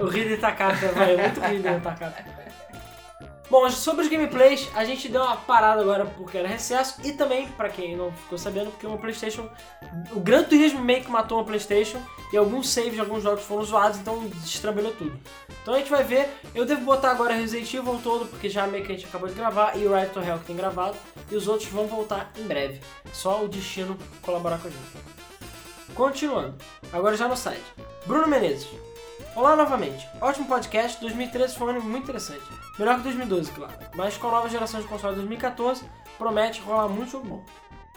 Speaker 3: O Ridley Takata, vai, é muito Ridley Takata. Bom, sobre os gameplays, a gente deu uma parada agora porque era recesso e também, pra quem não ficou sabendo, porque uma Playstation, o Gran Turismo meio que matou uma Playstation e alguns saves de alguns jogos foram zoados, então destrambelhou tudo. Então a gente vai ver, eu devo botar agora Resident Evil todo, porque já meio que a gente acabou de gravar, e Right to Hell que tem gravado, e os outros vão voltar em breve. Só o destino colaborar com a gente. Continuando, agora já no site. Bruno Menezes. Olá novamente. Ótimo podcast. 2013 foi um ano muito interessante. Melhor que 2012, claro. Mas com a nova geração de console 2014, promete rolar muito jogo bom.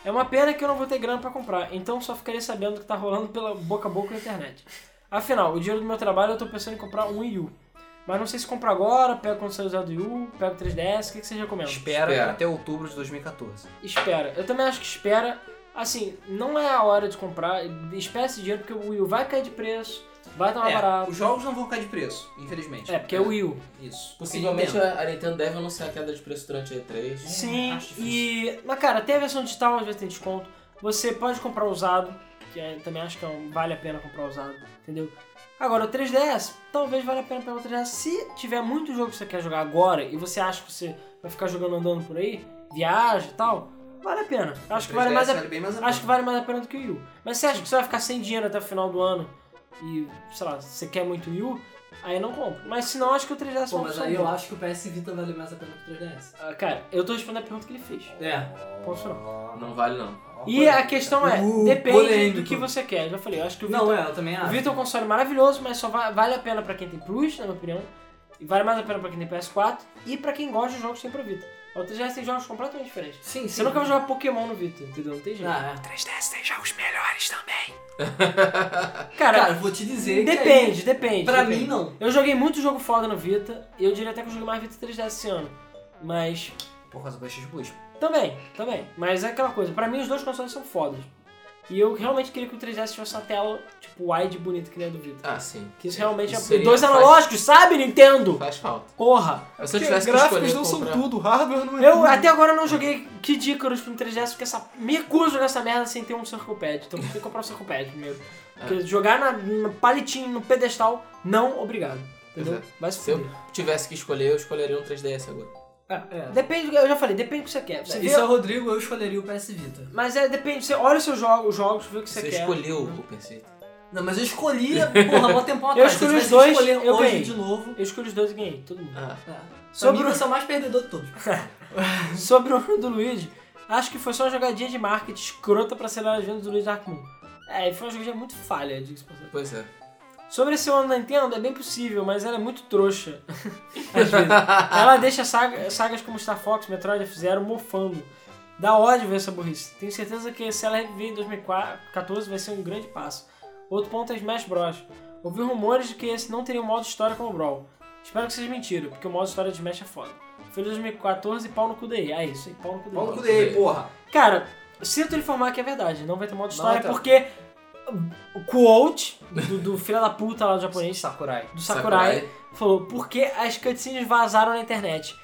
Speaker 3: É uma pena que eu não vou ter grana pra comprar, então só ficarei sabendo o que tá rolando pela boca a boca na internet. Afinal, o dinheiro do meu trabalho eu tô pensando em comprar um Wii U. Mas não sei se compro agora, pego quando sair usado do Wii U, pego 3DS, o que, que vocês recomendam?
Speaker 1: Espera,
Speaker 2: Espera.
Speaker 1: até outubro de 2014.
Speaker 3: Espera. Eu também acho que espera. Assim, não é a hora de comprar. Espera esse dinheiro porque o Wii U vai cair de preço, vai dar uma
Speaker 1: É,
Speaker 3: barata.
Speaker 1: os jogos não vão cair de preço, infelizmente.
Speaker 3: Tá É, porque é o Wii U.
Speaker 1: Isso.
Speaker 2: Possivelmente
Speaker 4: é.
Speaker 1: Entendo.
Speaker 2: a a Nintendo deve anunciar a queda de preço durante a E3.
Speaker 3: Sim,
Speaker 2: Acho difícil.
Speaker 3: e. Mas cara, tem a versão digital, às vezes tem desconto. Você pode comprar usado, que é- também acho que é um- vale a pena comprar usado, entendeu? Agora, o 3DS, talvez valha a pena pegar o 3DS. Se tiver muito jogo que você quer jogar agora e você acha que você vai ficar jogando andando por aí, viaja e tal, vale a pena. Acho que vale mais a
Speaker 1: 3DS bem mais a
Speaker 3: Então, Acho que vale mais a pena do que o Wii U. Mas você acha que você vai ficar sem dinheiro até o final do ano e, sei lá, você quer muito o Wii U, aí não compra. Mas se não, acho que o 3DS é
Speaker 4: Pô,
Speaker 3: uma
Speaker 4: mas
Speaker 3: opção
Speaker 4: aí eu
Speaker 3: boa.
Speaker 4: acho que o PS Vita vale mais a pena que o 3DS.
Speaker 3: Ah, Cara, eu tô respondendo a pergunta que ele fez.
Speaker 4: É.
Speaker 3: Posso não.
Speaker 2: Não vale não.
Speaker 3: E a questão é,
Speaker 4: Ah, Uh,
Speaker 3: depende
Speaker 4: polêmico.
Speaker 3: do que você quer. Eu já falei, eu acho que o Vita,
Speaker 4: Não, é, eu também
Speaker 3: o
Speaker 4: acho.
Speaker 3: Vita é um console maravilhoso, mas só va- vale a pena pra quem tem Plus, na minha opinião. E vale mais a pena pra quem tem PS4 e pra quem gosta de jogos sem pro Vita. O 3DS tem jogos completamente diferentes.
Speaker 4: Sim, sim.
Speaker 3: Você nunca vai jogar Pokémon no Vita, entendeu? Não tem jeito.
Speaker 4: Ah, é.
Speaker 1: 3DS tem jogos melhores também.
Speaker 3: Cara,
Speaker 4: Cara, eu vou te dizer que
Speaker 3: depende,
Speaker 4: aí,
Speaker 3: depende.
Speaker 4: pra
Speaker 3: depende.
Speaker 4: mim, não.
Speaker 3: Eu joguei muito jogo foda no Vita, e eu diria até que eu joguei mais Vita 3DS esse ano. Mas.
Speaker 1: Por causa do PlayStation Plus.
Speaker 3: Também, também. Mas é aquela coisa, pra mim os dois consoles são fodas. E eu realmente queria que o 3DS tivesse uma tela, tipo, wide e bonita que nem a do Vita.
Speaker 2: Ah, sim.
Speaker 3: Que isso realmente
Speaker 2: Isso
Speaker 3: é.
Speaker 2: seria-
Speaker 3: Dois analógicos, sabe, Nintendo?
Speaker 2: Faz falta.
Speaker 3: Porra!
Speaker 2: Se eu tivesse que
Speaker 4: gráficos
Speaker 2: escolher
Speaker 4: não
Speaker 2: comprar-
Speaker 4: são tudo, hardware
Speaker 2: Uhum.
Speaker 4: não é
Speaker 3: Eu
Speaker 4: tudo.
Speaker 3: até agora não joguei Kid Icarus pro 3DS, porque essa. Me recuso nessa merda sem ter um Circle Pad. Então tem que comprar um Circle Pad primeiro.
Speaker 2: É.
Speaker 3: Porque jogar na, no palitinho, no pedestal, não obrigado. Entendeu?
Speaker 2: Pois
Speaker 3: Mas
Speaker 2: Se eu tivesse que escolher, eu escolheria um 3DS agora.
Speaker 4: É.
Speaker 3: Depende, do que- eu já falei, depende do que você quer. Você
Speaker 4: Se
Speaker 3: vê,
Speaker 4: isso é o Rodrigo, eu escolheria o PS Vita.
Speaker 3: Mas é, depende, você olha os seus jogos, os jogos, vê o que você,
Speaker 2: Você
Speaker 3: quer.
Speaker 2: escolheu o perfeito.
Speaker 4: Não, mas eu escolhi, porra, mó tempão [LAUGHS]
Speaker 3: Eu
Speaker 4: atrás. Se
Speaker 3: escolhi os
Speaker 4: tivesse que
Speaker 3: dois,
Speaker 4: escolher
Speaker 3: eu
Speaker 4: hoje
Speaker 3: ganhei.
Speaker 4: de novo.
Speaker 3: Eu escolhi os dois e ganhei, todo mundo.
Speaker 2: Ah,
Speaker 4: É.
Speaker 3: Sobre
Speaker 4: Sobre mim,
Speaker 3: o-
Speaker 4: você é o mais perdedor de todos.
Speaker 3: [LAUGHS] Sobre o ano do Luigi, acho que foi só uma jogadinha de um. marketing escrota pra acelerar as vendas do Luigi Dark Moon. É, e foi uma jogadinha muito falha, diga-se por
Speaker 2: pois é.
Speaker 3: Sobre esse ano da Nintendo, é bem possível, mas ela é muito trouxa. [LAUGHS] Às vezes. Ela deixa saga- sagas como Star Fox, Metroid F-Zero mofando. Dá ódio ver essa burrice. Tenho certeza que se ela reviver em 2014 vai ser um grande passo. Outro ponto é Smash Bros. Ouvi rumores de que esse não teria um modo história como o Brawl. Espero que seja mentira, porque o modo história de Smash é foda. Feliz 2014 e pau no cu daí. Ah, isso aí, pau no cu daí.
Speaker 2: Pau no
Speaker 1: Maluco dele, porra.
Speaker 3: Cara, sinto ele informar que é verdade, não vai ter modo história,
Speaker 1: então.
Speaker 3: porque o quote do, do filho da puta lá do japonês,
Speaker 1: Sakurai.
Speaker 3: do Sakurai, falou, porque as cutscenes vazaram na internet.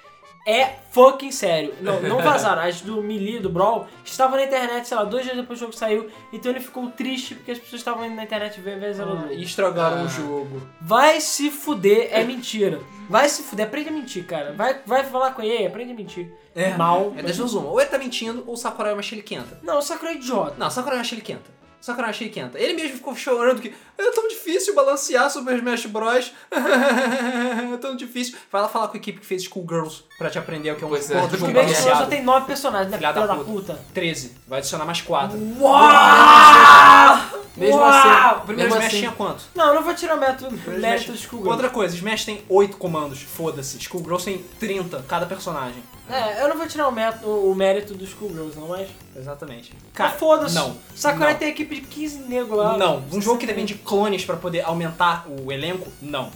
Speaker 3: É fucking sério. Não, [LAUGHS] não vazaram. As do Melee, do Brawl, estavam na internet, sei lá, dois dias depois que o jogo saiu. Então ele ficou triste porque as pessoas estavam indo na internet ver vezes ela
Speaker 1: E estragaram
Speaker 2: Ah.
Speaker 1: o jogo.
Speaker 3: Vai se fuder, é mentira. Vai se fuder, aprende a mentir, cara. Vai, vai falar com ele, aprende a mentir.
Speaker 4: É.
Speaker 3: Mal.
Speaker 1: É das duas uma. Ou ele tá mentindo, ou o Sakurai é uma xiliquenta.
Speaker 3: Não, o Sakurai é idiota.
Speaker 1: Não, Sakurai é uma xiliquenta. Sakurai é uma xiliquenta. Ele mesmo ficou chorando que é tão difícil balancear Super Smash Bros. [LAUGHS] é tão difícil. Vai lá falar com a equipe que fez School Girls pra te aprender o que é um
Speaker 2: Pois é.
Speaker 1: porra do
Speaker 3: Porque
Speaker 1: jogo
Speaker 3: Smash Bros só
Speaker 1: balanceado.
Speaker 3: tem 9 personagens, né?
Speaker 1: Filha
Speaker 3: Filha
Speaker 1: da
Speaker 3: da
Speaker 1: puta.
Speaker 3: puta.
Speaker 1: 13. Vai adicionar mais 4.
Speaker 2: Mesmo
Speaker 3: Uau!
Speaker 2: assim,
Speaker 1: O Ah, primeiro
Speaker 2: mesmo
Speaker 1: Smash
Speaker 2: assim,
Speaker 1: tinha quanto?
Speaker 3: Não, eu não vou tirar o método
Speaker 1: Smash-
Speaker 3: mérito do Skullgirls.
Speaker 1: Outra coisa, Smash tem 8 comandos, foda-se. Skullgirls tem 30, cada personagem.
Speaker 3: É, eu não vou tirar o, mé- o- o mérito do Skullgirls, não, mas...
Speaker 1: Exatamente.
Speaker 3: Cara, foda-se.
Speaker 1: não,
Speaker 3: Sakurai
Speaker 1: não.
Speaker 3: tem equipe de 15 nego lá.
Speaker 1: Não, um jogo que depende de clones pra poder aumentar o elenco, não.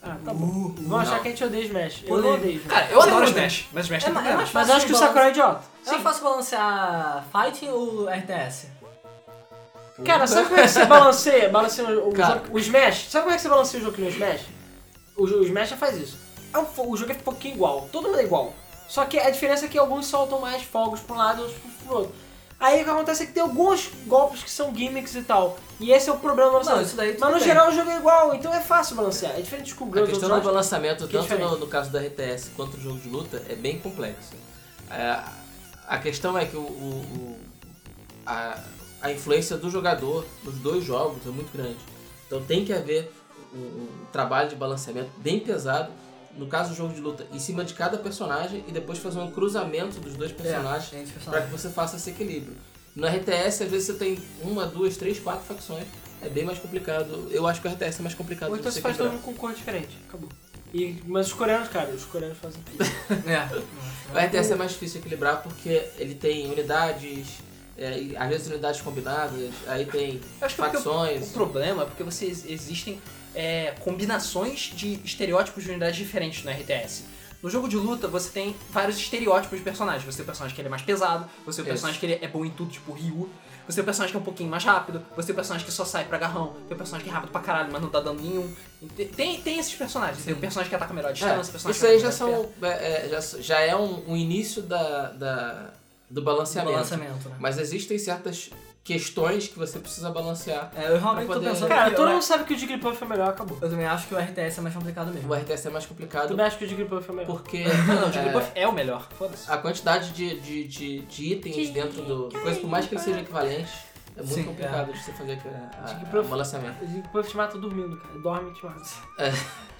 Speaker 3: Ah, tá bom. Vão achar que a gente odeia Smash. Eu não
Speaker 4: Polêmica.
Speaker 3: odeio Smash.
Speaker 1: Cara, eu adoro
Speaker 4: odeio.
Speaker 1: Smash, mas Smash
Speaker 4: É
Speaker 1: tem
Speaker 4: ma- é
Speaker 1: problema.
Speaker 4: mais
Speaker 3: Mas eu acho que o
Speaker 4: Nossa,
Speaker 3: Sakurai é idiota.
Speaker 4: É mais fácil balancear Fighting ou RTS?
Speaker 3: Cara, sabe como é que você balanceia, balanceia o, o
Speaker 2: Cara.
Speaker 3: jogo- o Smash? Sabe como é que você balanceia o jogo que no Smash? O, jo- o Smash já faz isso. É um fo- o jogo é um pouquinho igual, todo mundo é igual. Só que a diferença é que alguns soltam mais fogos pra um lado e outros pro- pro outro. Aí o que acontece é que tem alguns golpes que são gimmicks e tal. E esse é o problema do
Speaker 4: Não,
Speaker 3: balanceio.
Speaker 4: isso daí tudo
Speaker 3: Mas no
Speaker 4: bem.
Speaker 3: geral o jogo é igual, então é fácil balancear. É diferente de
Speaker 2: A
Speaker 3: Skullgirls,
Speaker 2: questão
Speaker 3: outros
Speaker 2: do
Speaker 3: jogos.
Speaker 2: balanceamento,
Speaker 3: que é
Speaker 2: tanto
Speaker 3: diferente.
Speaker 2: no, no caso da RTS quanto do jogo de luta, é bem complexo. É, a questão é que o, o- o- a, a influência do jogador nos dois jogos é muito grande. Então tem que haver um, um trabalho de balanceamento bem pesado, no caso do jogo de luta, em cima de cada personagem e depois fazer um cruzamento dos
Speaker 3: É.
Speaker 2: dois personagens
Speaker 4: gente,
Speaker 2: para
Speaker 4: [LAUGHS]
Speaker 2: que você faça esse equilíbrio. No RTS, às vezes você tem uma, duas, três, quatro facções. É bem mais complicado. Eu acho que o RTS é mais complicado
Speaker 3: Ou
Speaker 2: de
Speaker 3: então
Speaker 2: você
Speaker 3: você faz todo
Speaker 2: quebrar.
Speaker 3: mundo com cor diferente. Acabou. E, mas os coreanos, cara, os coreanos fazem tudo.
Speaker 4: é,
Speaker 2: O RTS é mais difícil de equilibrar porque ele tem unidades, é, e às vezes unidades combinadas, aí tem
Speaker 1: Acho que é porque o-
Speaker 2: facções.
Speaker 1: o problema é porque vocês existem é, combinações de estereótipos de unidades diferentes no RTS. No jogo de luta, você tem vários estereótipos de personagens. Você tem o personagem que ele é mais pesado, você tem o
Speaker 2: Isso.
Speaker 1: personagem que ele é bom em tudo, tipo o Ryu. Você tem o personagem que é um pouquinho mais rápido, você tem o personagem que só sai pra garrão, tem o personagem que é rápido pra caralho, mas não dá dano nenhum. Tem- Tem, tem esses personagens, tem o personagem que ataca melhor a
Speaker 2: É,
Speaker 1: distância, o personagem
Speaker 2: isso
Speaker 1: que
Speaker 2: aí
Speaker 1: ataca
Speaker 2: já,
Speaker 1: melhor de
Speaker 2: são, é, é, já, s- já é um, um início da, da- do balanceamento.
Speaker 4: Balanceamento, né?
Speaker 2: Mas existem certas questões que você precisa balancear.
Speaker 4: É, eu realmente
Speaker 2: Pra
Speaker 4: tô
Speaker 2: poder-
Speaker 4: pensando
Speaker 3: Cara,
Speaker 4: que
Speaker 3: todo
Speaker 4: eu,
Speaker 3: mundo sabe que o Jigglypuff é melhor, acabou.
Speaker 4: eu também acho que o RTS é mais complicado mesmo.
Speaker 2: O RTS é mais
Speaker 3: Eu
Speaker 2: complicado
Speaker 3: também acho que o Jigglypuff é melhor.
Speaker 2: porque
Speaker 1: perto. Não, o
Speaker 2: é,
Speaker 1: Jigglypuff é, o melhor, foda-se.
Speaker 2: a quantidade de, de, de, de itens dentro do. de Coisa, por mais que ele seja equivalente, é muito
Speaker 4: Sim,
Speaker 2: complicado de você fazer a- a-
Speaker 3: Jigglypuff-
Speaker 2: o balanceamento.
Speaker 3: O Jigglypuff te mata dormindo, cara. Dorme e te mata.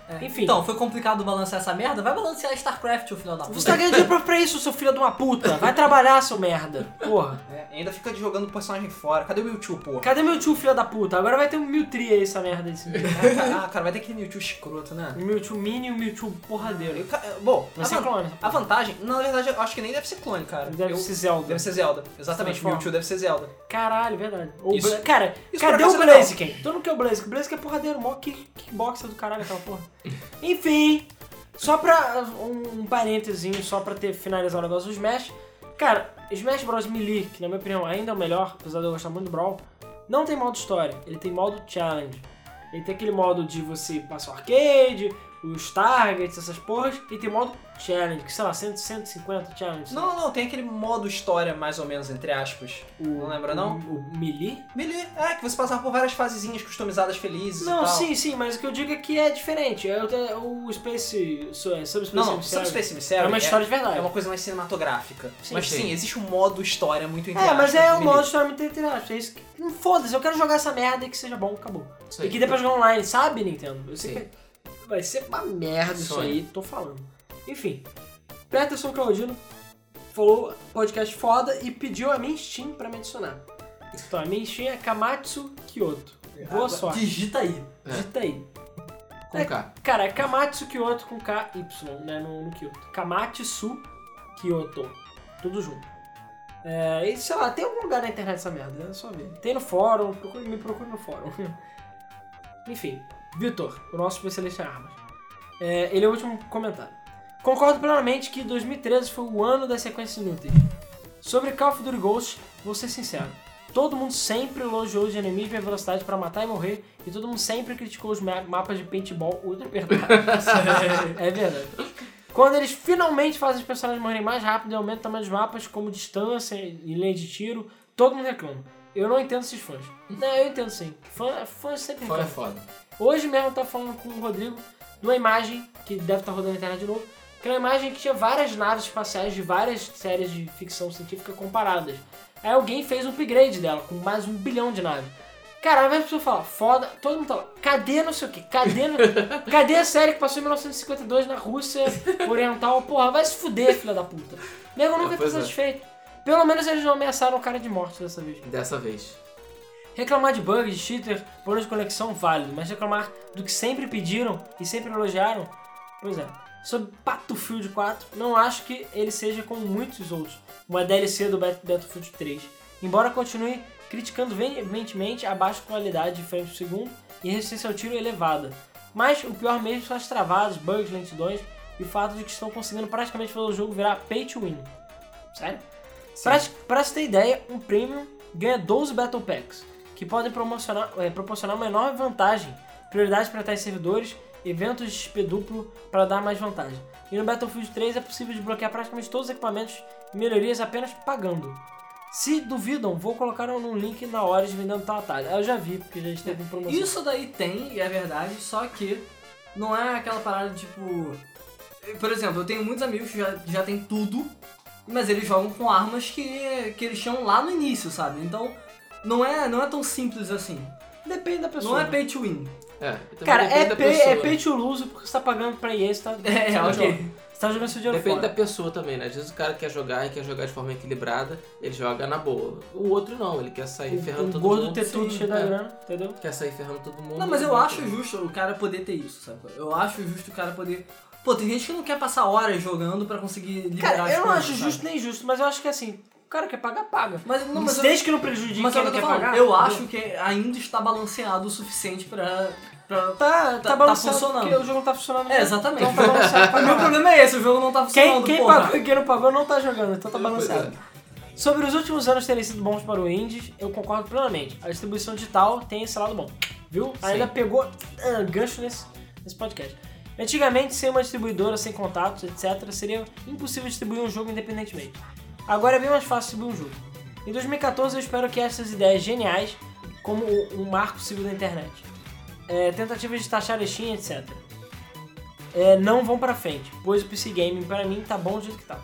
Speaker 4: É.
Speaker 3: Enfim.
Speaker 4: Então, foi complicado balancear essa merda? Vai balancear StarCraft, o final da
Speaker 3: Você
Speaker 4: puta.
Speaker 3: tá ganhando dinheiro pra isso, seu filho de uma puta. Vai trabalhar, seu merda. Porra.
Speaker 1: É, ainda fica jogando personagem fora. Cadê o Mewtwo,
Speaker 2: [LAUGHS]
Speaker 1: porra?
Speaker 3: Cadê meu tio, filho da puta? Agora vai ter um Mewtwo aí, essa merda desse Mewtwo. [LAUGHS]
Speaker 1: Ah, cara, ah, cara, vai ter aquele Mewtwo escroto, né?
Speaker 2: Hum.
Speaker 3: Um Mewtwo mini e um Mewtwo porradeiro.
Speaker 1: Eu ca- eu- Bom, a,
Speaker 3: Vai ser
Speaker 1: van-
Speaker 3: clone.
Speaker 1: a vantagem, na verdade, eu acho que nem deve ser clone, cara.
Speaker 3: Ah, Deve
Speaker 1: Eu-
Speaker 3: ser Zelda. é
Speaker 1: deve ser Zelda. Exatamente,
Speaker 3: Transforma.
Speaker 1: Mewtwo deve ser Zelda.
Speaker 3: Caralho, verdade. Ou
Speaker 2: Isso-
Speaker 3: Bla- Cara,
Speaker 1: isso
Speaker 3: cadê
Speaker 1: pra
Speaker 3: o
Speaker 1: cá é legal.
Speaker 3: Blaziken? Todo mundo quer o Blaziken. O Blaziken é porradeiro, mó kick- kickboxer do caralho aquela
Speaker 1: [LAUGHS]
Speaker 3: porra. Enfim, só pra um, um parênteses, só pra ter, finalizar o negócio do Smash. Cara, Smash Bros. Melee, que na minha opinião ainda é o melhor, apesar de eu gostar muito do Brawl, não tem modo história, ele tem modo challenge. Ele tem aquele modo de você passar o arcade, os targets, essas porras, e tem modo challenge, que sei lá, 100, 150 challenges.
Speaker 1: Não, não, tem aquele modo história, mais ou menos, entre aspas.
Speaker 3: O-
Speaker 1: Não lembra, não?
Speaker 3: O, o Melee?
Speaker 1: Melee, é, que você passava por várias fasezinhas customizadas felizes e
Speaker 3: Não,
Speaker 1: tal.
Speaker 3: sim, sim, mas o que eu digo é que é diferente. É o, o Space. su- é, Subspace
Speaker 1: Não, não,
Speaker 3: Emissary.
Speaker 1: Subspace Emissary
Speaker 3: É uma história de
Speaker 1: é,
Speaker 3: verdade.
Speaker 1: é uma coisa mais cinematográfica.
Speaker 3: Sim,
Speaker 1: mas
Speaker 2: sim.
Speaker 1: sim. existe um modo história muito entre
Speaker 3: É, mas é um
Speaker 1: do
Speaker 3: modo
Speaker 1: Melee.
Speaker 3: de história muito interessante. É isso que. Hum, Foda-se, eu quero jogar essa merda e que seja bom, acabou.
Speaker 2: Isso
Speaker 3: E
Speaker 2: aí.
Speaker 3: que dê pra jogar online, sabe, Nintendo? Eu sei
Speaker 2: Sim.
Speaker 3: que vai ser uma merda isso
Speaker 2: Sonho.
Speaker 3: aí, tô falando. Enfim, Peterson Claudino falou podcast foda e pediu a minha Steam pra me adicionar. Então, a minha Steam é Kamatsu Kyoto. Boa
Speaker 1: Ah,
Speaker 4: Agora,
Speaker 3: sorte.
Speaker 4: Digita aí.
Speaker 2: É.
Speaker 3: Digita aí.
Speaker 2: Com K.
Speaker 3: Cara, é Kamatsu Kyoto com KY, né? No, no Kyoto. Kamatsu Kyoto. Tudo junto. É, e sei lá, tem algum lugar na internet essa merda, é só ver. Tem no fórum, procure- me procure no fórum. Enfim, Vitor, o nosso especialista em armas. É, ele é o último comentário. Concordo plenamente que 2013 foi o ano das sequências inúteis. Sobre Call of Duty Ghosts, vou ser sincero. Todo mundo sempre elogiou os inimigos e a velocidade pra matar e morrer, e todo mundo sempre criticou os ma- mapas de paintball ultra apertados. [LAUGHS] é verdade. Quando eles finalmente fazem os personagens morrerem mais rápido e aumentam o tamanho dos mapas, como distância e linha de tiro, todo mundo reclama. Eu não entendo esses fãs. Não, eu entendo sim. Fã, fã sempre
Speaker 2: Fora é
Speaker 3: reclama.
Speaker 2: foda.
Speaker 3: Hoje mesmo eu tava falando com o Rodrigo de uma imagem que deve estar rodando na internet de novo, que era uma imagem que tinha várias naves espaciais de várias séries de ficção científica comparadas. Aí alguém fez um upgrade dela, com mais um bilhão de naves. Cara, ao invés de pessoa falar, foda, todo mundo tá lá, cadê não sei o que,
Speaker 2: [LAUGHS]
Speaker 3: cadê, não- cadê a série que passou em 1952 na Rússia Oriental? Porra, vai se fuder, filha da puta. Nego nunca tá
Speaker 2: Pois é.
Speaker 3: satisfeito. Pelo menos eles não ameaçaram o cara de morte dessa vez.
Speaker 2: Dessa vez.
Speaker 3: Reclamar de bugs, de cheater, problemas de conexão, válido, mas reclamar do que sempre pediram e sempre elogiaram, pois é. Sobre Battlefield 4, não acho que ele seja como muitos outros, uma DLC do Bat- Battlefield 3. Embora continue criticando veementemente a baixa qualidade de frames por segundo e resistência ao tiro elevada. Mas o pior mesmo são as travadas, bugs, lentidões e o fato de que estão conseguindo praticamente fazer o jogo virar pay to win. Sério? Pra, pra você ter ideia, um Premium ganha 12 Battle Packs, que podem promocionar- eh, proporcionar uma enorme vantagem, prioridade para tais servidores, eventos de XP duplo para dar mais vantagem. E no Battlefield 3 é possível desbloquear praticamente todos os equipamentos e melhorias apenas pagando. Se duvidam, vou colocar um link na hora de vendendo tal atalho. Ah, Eu já vi, porque já esteve em promoção.
Speaker 4: Isso daí tem, e é verdade, só que não é aquela parada tipo. Por exemplo, eu tenho muitos amigos que já, que já tem tudo, mas eles jogam com armas que, que eles tinham lá no início, sabe? Então não é, não é tão simples assim.
Speaker 3: depende da pessoa. né?
Speaker 4: Não é pay to win.
Speaker 2: É. também
Speaker 3: Cara,
Speaker 2: depende
Speaker 3: é
Speaker 2: da
Speaker 3: pay,
Speaker 2: pessoa.
Speaker 3: é pay to lose porque você tá pagando pra
Speaker 2: [LAUGHS]
Speaker 3: EA, você tá,
Speaker 4: É,
Speaker 3: você tá
Speaker 4: ok.
Speaker 3: jogando- você tá jogando seu dinheiro
Speaker 2: Depende
Speaker 3: fora.
Speaker 2: da pessoa também, né? Às vezes o cara quer jogar e quer jogar de forma equilibrada, ele joga na boa. O outro não, ele quer sair
Speaker 3: O,
Speaker 2: ferrando
Speaker 3: o
Speaker 2: todo
Speaker 3: Um gordo
Speaker 2: mundo.
Speaker 3: ter tudo
Speaker 2: Sim,
Speaker 3: cheio da
Speaker 2: é.
Speaker 3: grana, entendeu?
Speaker 2: Quer sair ferrando todo mundo.
Speaker 4: Não, mas eu
Speaker 2: Ele-
Speaker 4: acho justo o cara poder ter isso, sabe? Eu acho justo o cara poder. Pô, tem gente que não quer passar horas jogando pra conseguir liberar
Speaker 3: Cara,
Speaker 4: as
Speaker 3: eu não
Speaker 4: coisas,
Speaker 3: acho
Speaker 4: sabe?
Speaker 3: justo nem justo, mas eu acho que assim, o cara quer pagar, paga.
Speaker 4: Mas, não, mas
Speaker 3: Mas
Speaker 4: eu-
Speaker 3: desde que não prejudique
Speaker 4: Mas
Speaker 3: quem
Speaker 4: é o
Speaker 3: não
Speaker 4: que eu
Speaker 3: quer
Speaker 4: tô falando,
Speaker 3: pagar.
Speaker 4: eu acho que ainda está balanceado o suficiente pra. pra...
Speaker 3: Tá, tá,
Speaker 4: tá
Speaker 3: balanceado
Speaker 4: funcionando.
Speaker 3: porque o jogo não tá funcionando.
Speaker 4: É, exatamente.
Speaker 3: Então tá balanceado pra [LAUGHS]
Speaker 4: Mas meu
Speaker 3: caralho.
Speaker 4: problema é esse, o jogo não tá
Speaker 3: Quem,
Speaker 4: funcionando.
Speaker 3: quem
Speaker 4: porra.
Speaker 3: pagou e quem não pagou não tá jogando, então tá
Speaker 2: Pois
Speaker 3: balanceado. Sobre os últimos anos terem sido bons para o Indies, eu concordo plenamente. A distribuição digital tem esse lado bom, viu? Ainda pegou ah, gancho nesse, nesse podcast. Antigamente, sem uma distribuidora, sem contatos, etc., seria impossível distribuir um jogo independentemente. Agora é bem mais fácil distribuir um jogo. Em 2014, eu espero que essas ideias geniais, como o- um marco civil da internet, é, tentativas de taxar lixinha, etc., é, não vão pra frente, pois o PC Gaming, pra mim, tá bom do jeito que tá.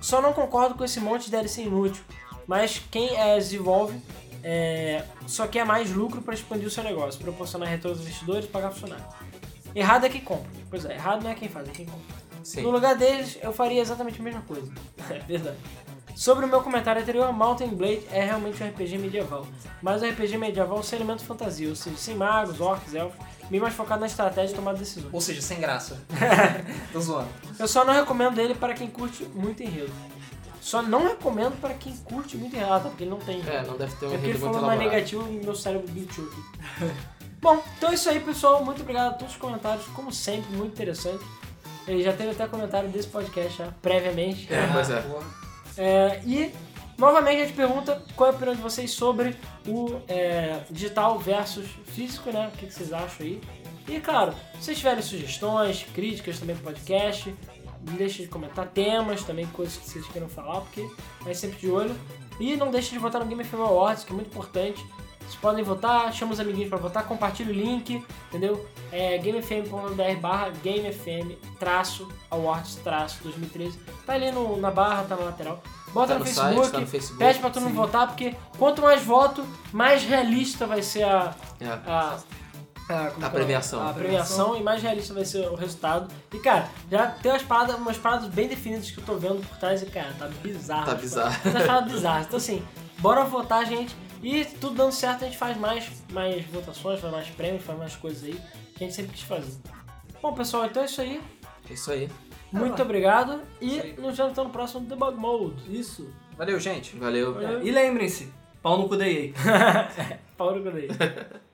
Speaker 3: Só não concordo com esse monte de DLC inútil, mas quem é, desenvolve é, só quer mais lucro para expandir o seu negócio, proporcionar retorno aos investidores e pagar funcionário. Errado é quem compra. Pois é, errado não é quem faz, é quem compra.
Speaker 2: Sim.
Speaker 3: No lugar deles, eu faria exatamente a mesma coisa. [LAUGHS] É verdade. Sobre o meu comentário anterior, Mountain Blade é realmente um RPG medieval, mas um RPG medieval sem elemento fantasia, ou seja, sem magos, orcs, elfos, bem mais focado na estratégia e tomada de decisões.
Speaker 1: Ou seja, sem
Speaker 3: [LAUGHS]
Speaker 1: graça. Tô zoando.
Speaker 3: Eu só não recomendo ele para quem curte muito enredo. Só não recomendo para quem curte muito enredo, Ah, tá? Porque ele não tem.
Speaker 2: É, não deve ter um
Speaker 3: É porque ele
Speaker 2: enredo muito
Speaker 3: falou mais
Speaker 2: elaborado.
Speaker 3: negativo e meu cérebro glitchou aqui. [LAUGHS] Bom, então é isso aí, pessoal. Muito obrigado a todos os comentários, como sempre, muito interessante. Ele já teve até comentário desse podcast já, previamente.
Speaker 2: É, pois é.
Speaker 1: Porra.
Speaker 3: É, e, novamente, a gente pergunta qual é a opinião de vocês sobre o é, digital versus físico, né? O que que vocês acham aí? E, claro, se vocês tiverem sugestões, críticas também pro podcast, não deixem de comentar temas também, coisas que vocês queiram falar, porque é sempre de olho. E não deixem de votar no Game Film Awards, que é muito importante. Vocês podem votar, chama os amiguinhos pra votar, compartilha o link, entendeu? É gamefm.br barra gamefm traço awards traço 2013. Tá ali no, na barra, tá na lateral. Bota
Speaker 2: Tá
Speaker 3: no,
Speaker 2: no site,
Speaker 3: Facebook,
Speaker 2: tá no Facebook,
Speaker 3: pede pra todo mundo
Speaker 2: sim.
Speaker 3: votar, porque quanto mais voto, mais realista vai ser a,
Speaker 2: É.
Speaker 3: a, a,
Speaker 2: A
Speaker 3: como que é o nome?
Speaker 2: premiação.
Speaker 3: A premiação e mais realista vai ser o resultado. E, cara, já tem umas paradas, umas paradas bem definidas que eu tô vendo por trás e, cara, tá bizarro.
Speaker 2: Tá
Speaker 3: Tipo,
Speaker 2: bizarro.
Speaker 3: Tá umas paradas bizarras. Então, assim, bora votar, gente. E tudo dando certo, a gente faz mais, mais votações, faz mais prêmios, faz mais coisas aí que a gente sempre quis fazer. Bom, pessoal, então é isso aí.
Speaker 2: É isso aí.
Speaker 3: Muito
Speaker 4: Ah,
Speaker 3: obrigado
Speaker 1: isso
Speaker 3: e
Speaker 1: aí.
Speaker 3: nos vemos então no próximo Debug Mode.
Speaker 4: Isso.
Speaker 1: Valeu, gente.
Speaker 2: Valeu.
Speaker 3: Valeu.
Speaker 4: E lembrem-se, pau no cu da EA.
Speaker 3: Paulo Godoy.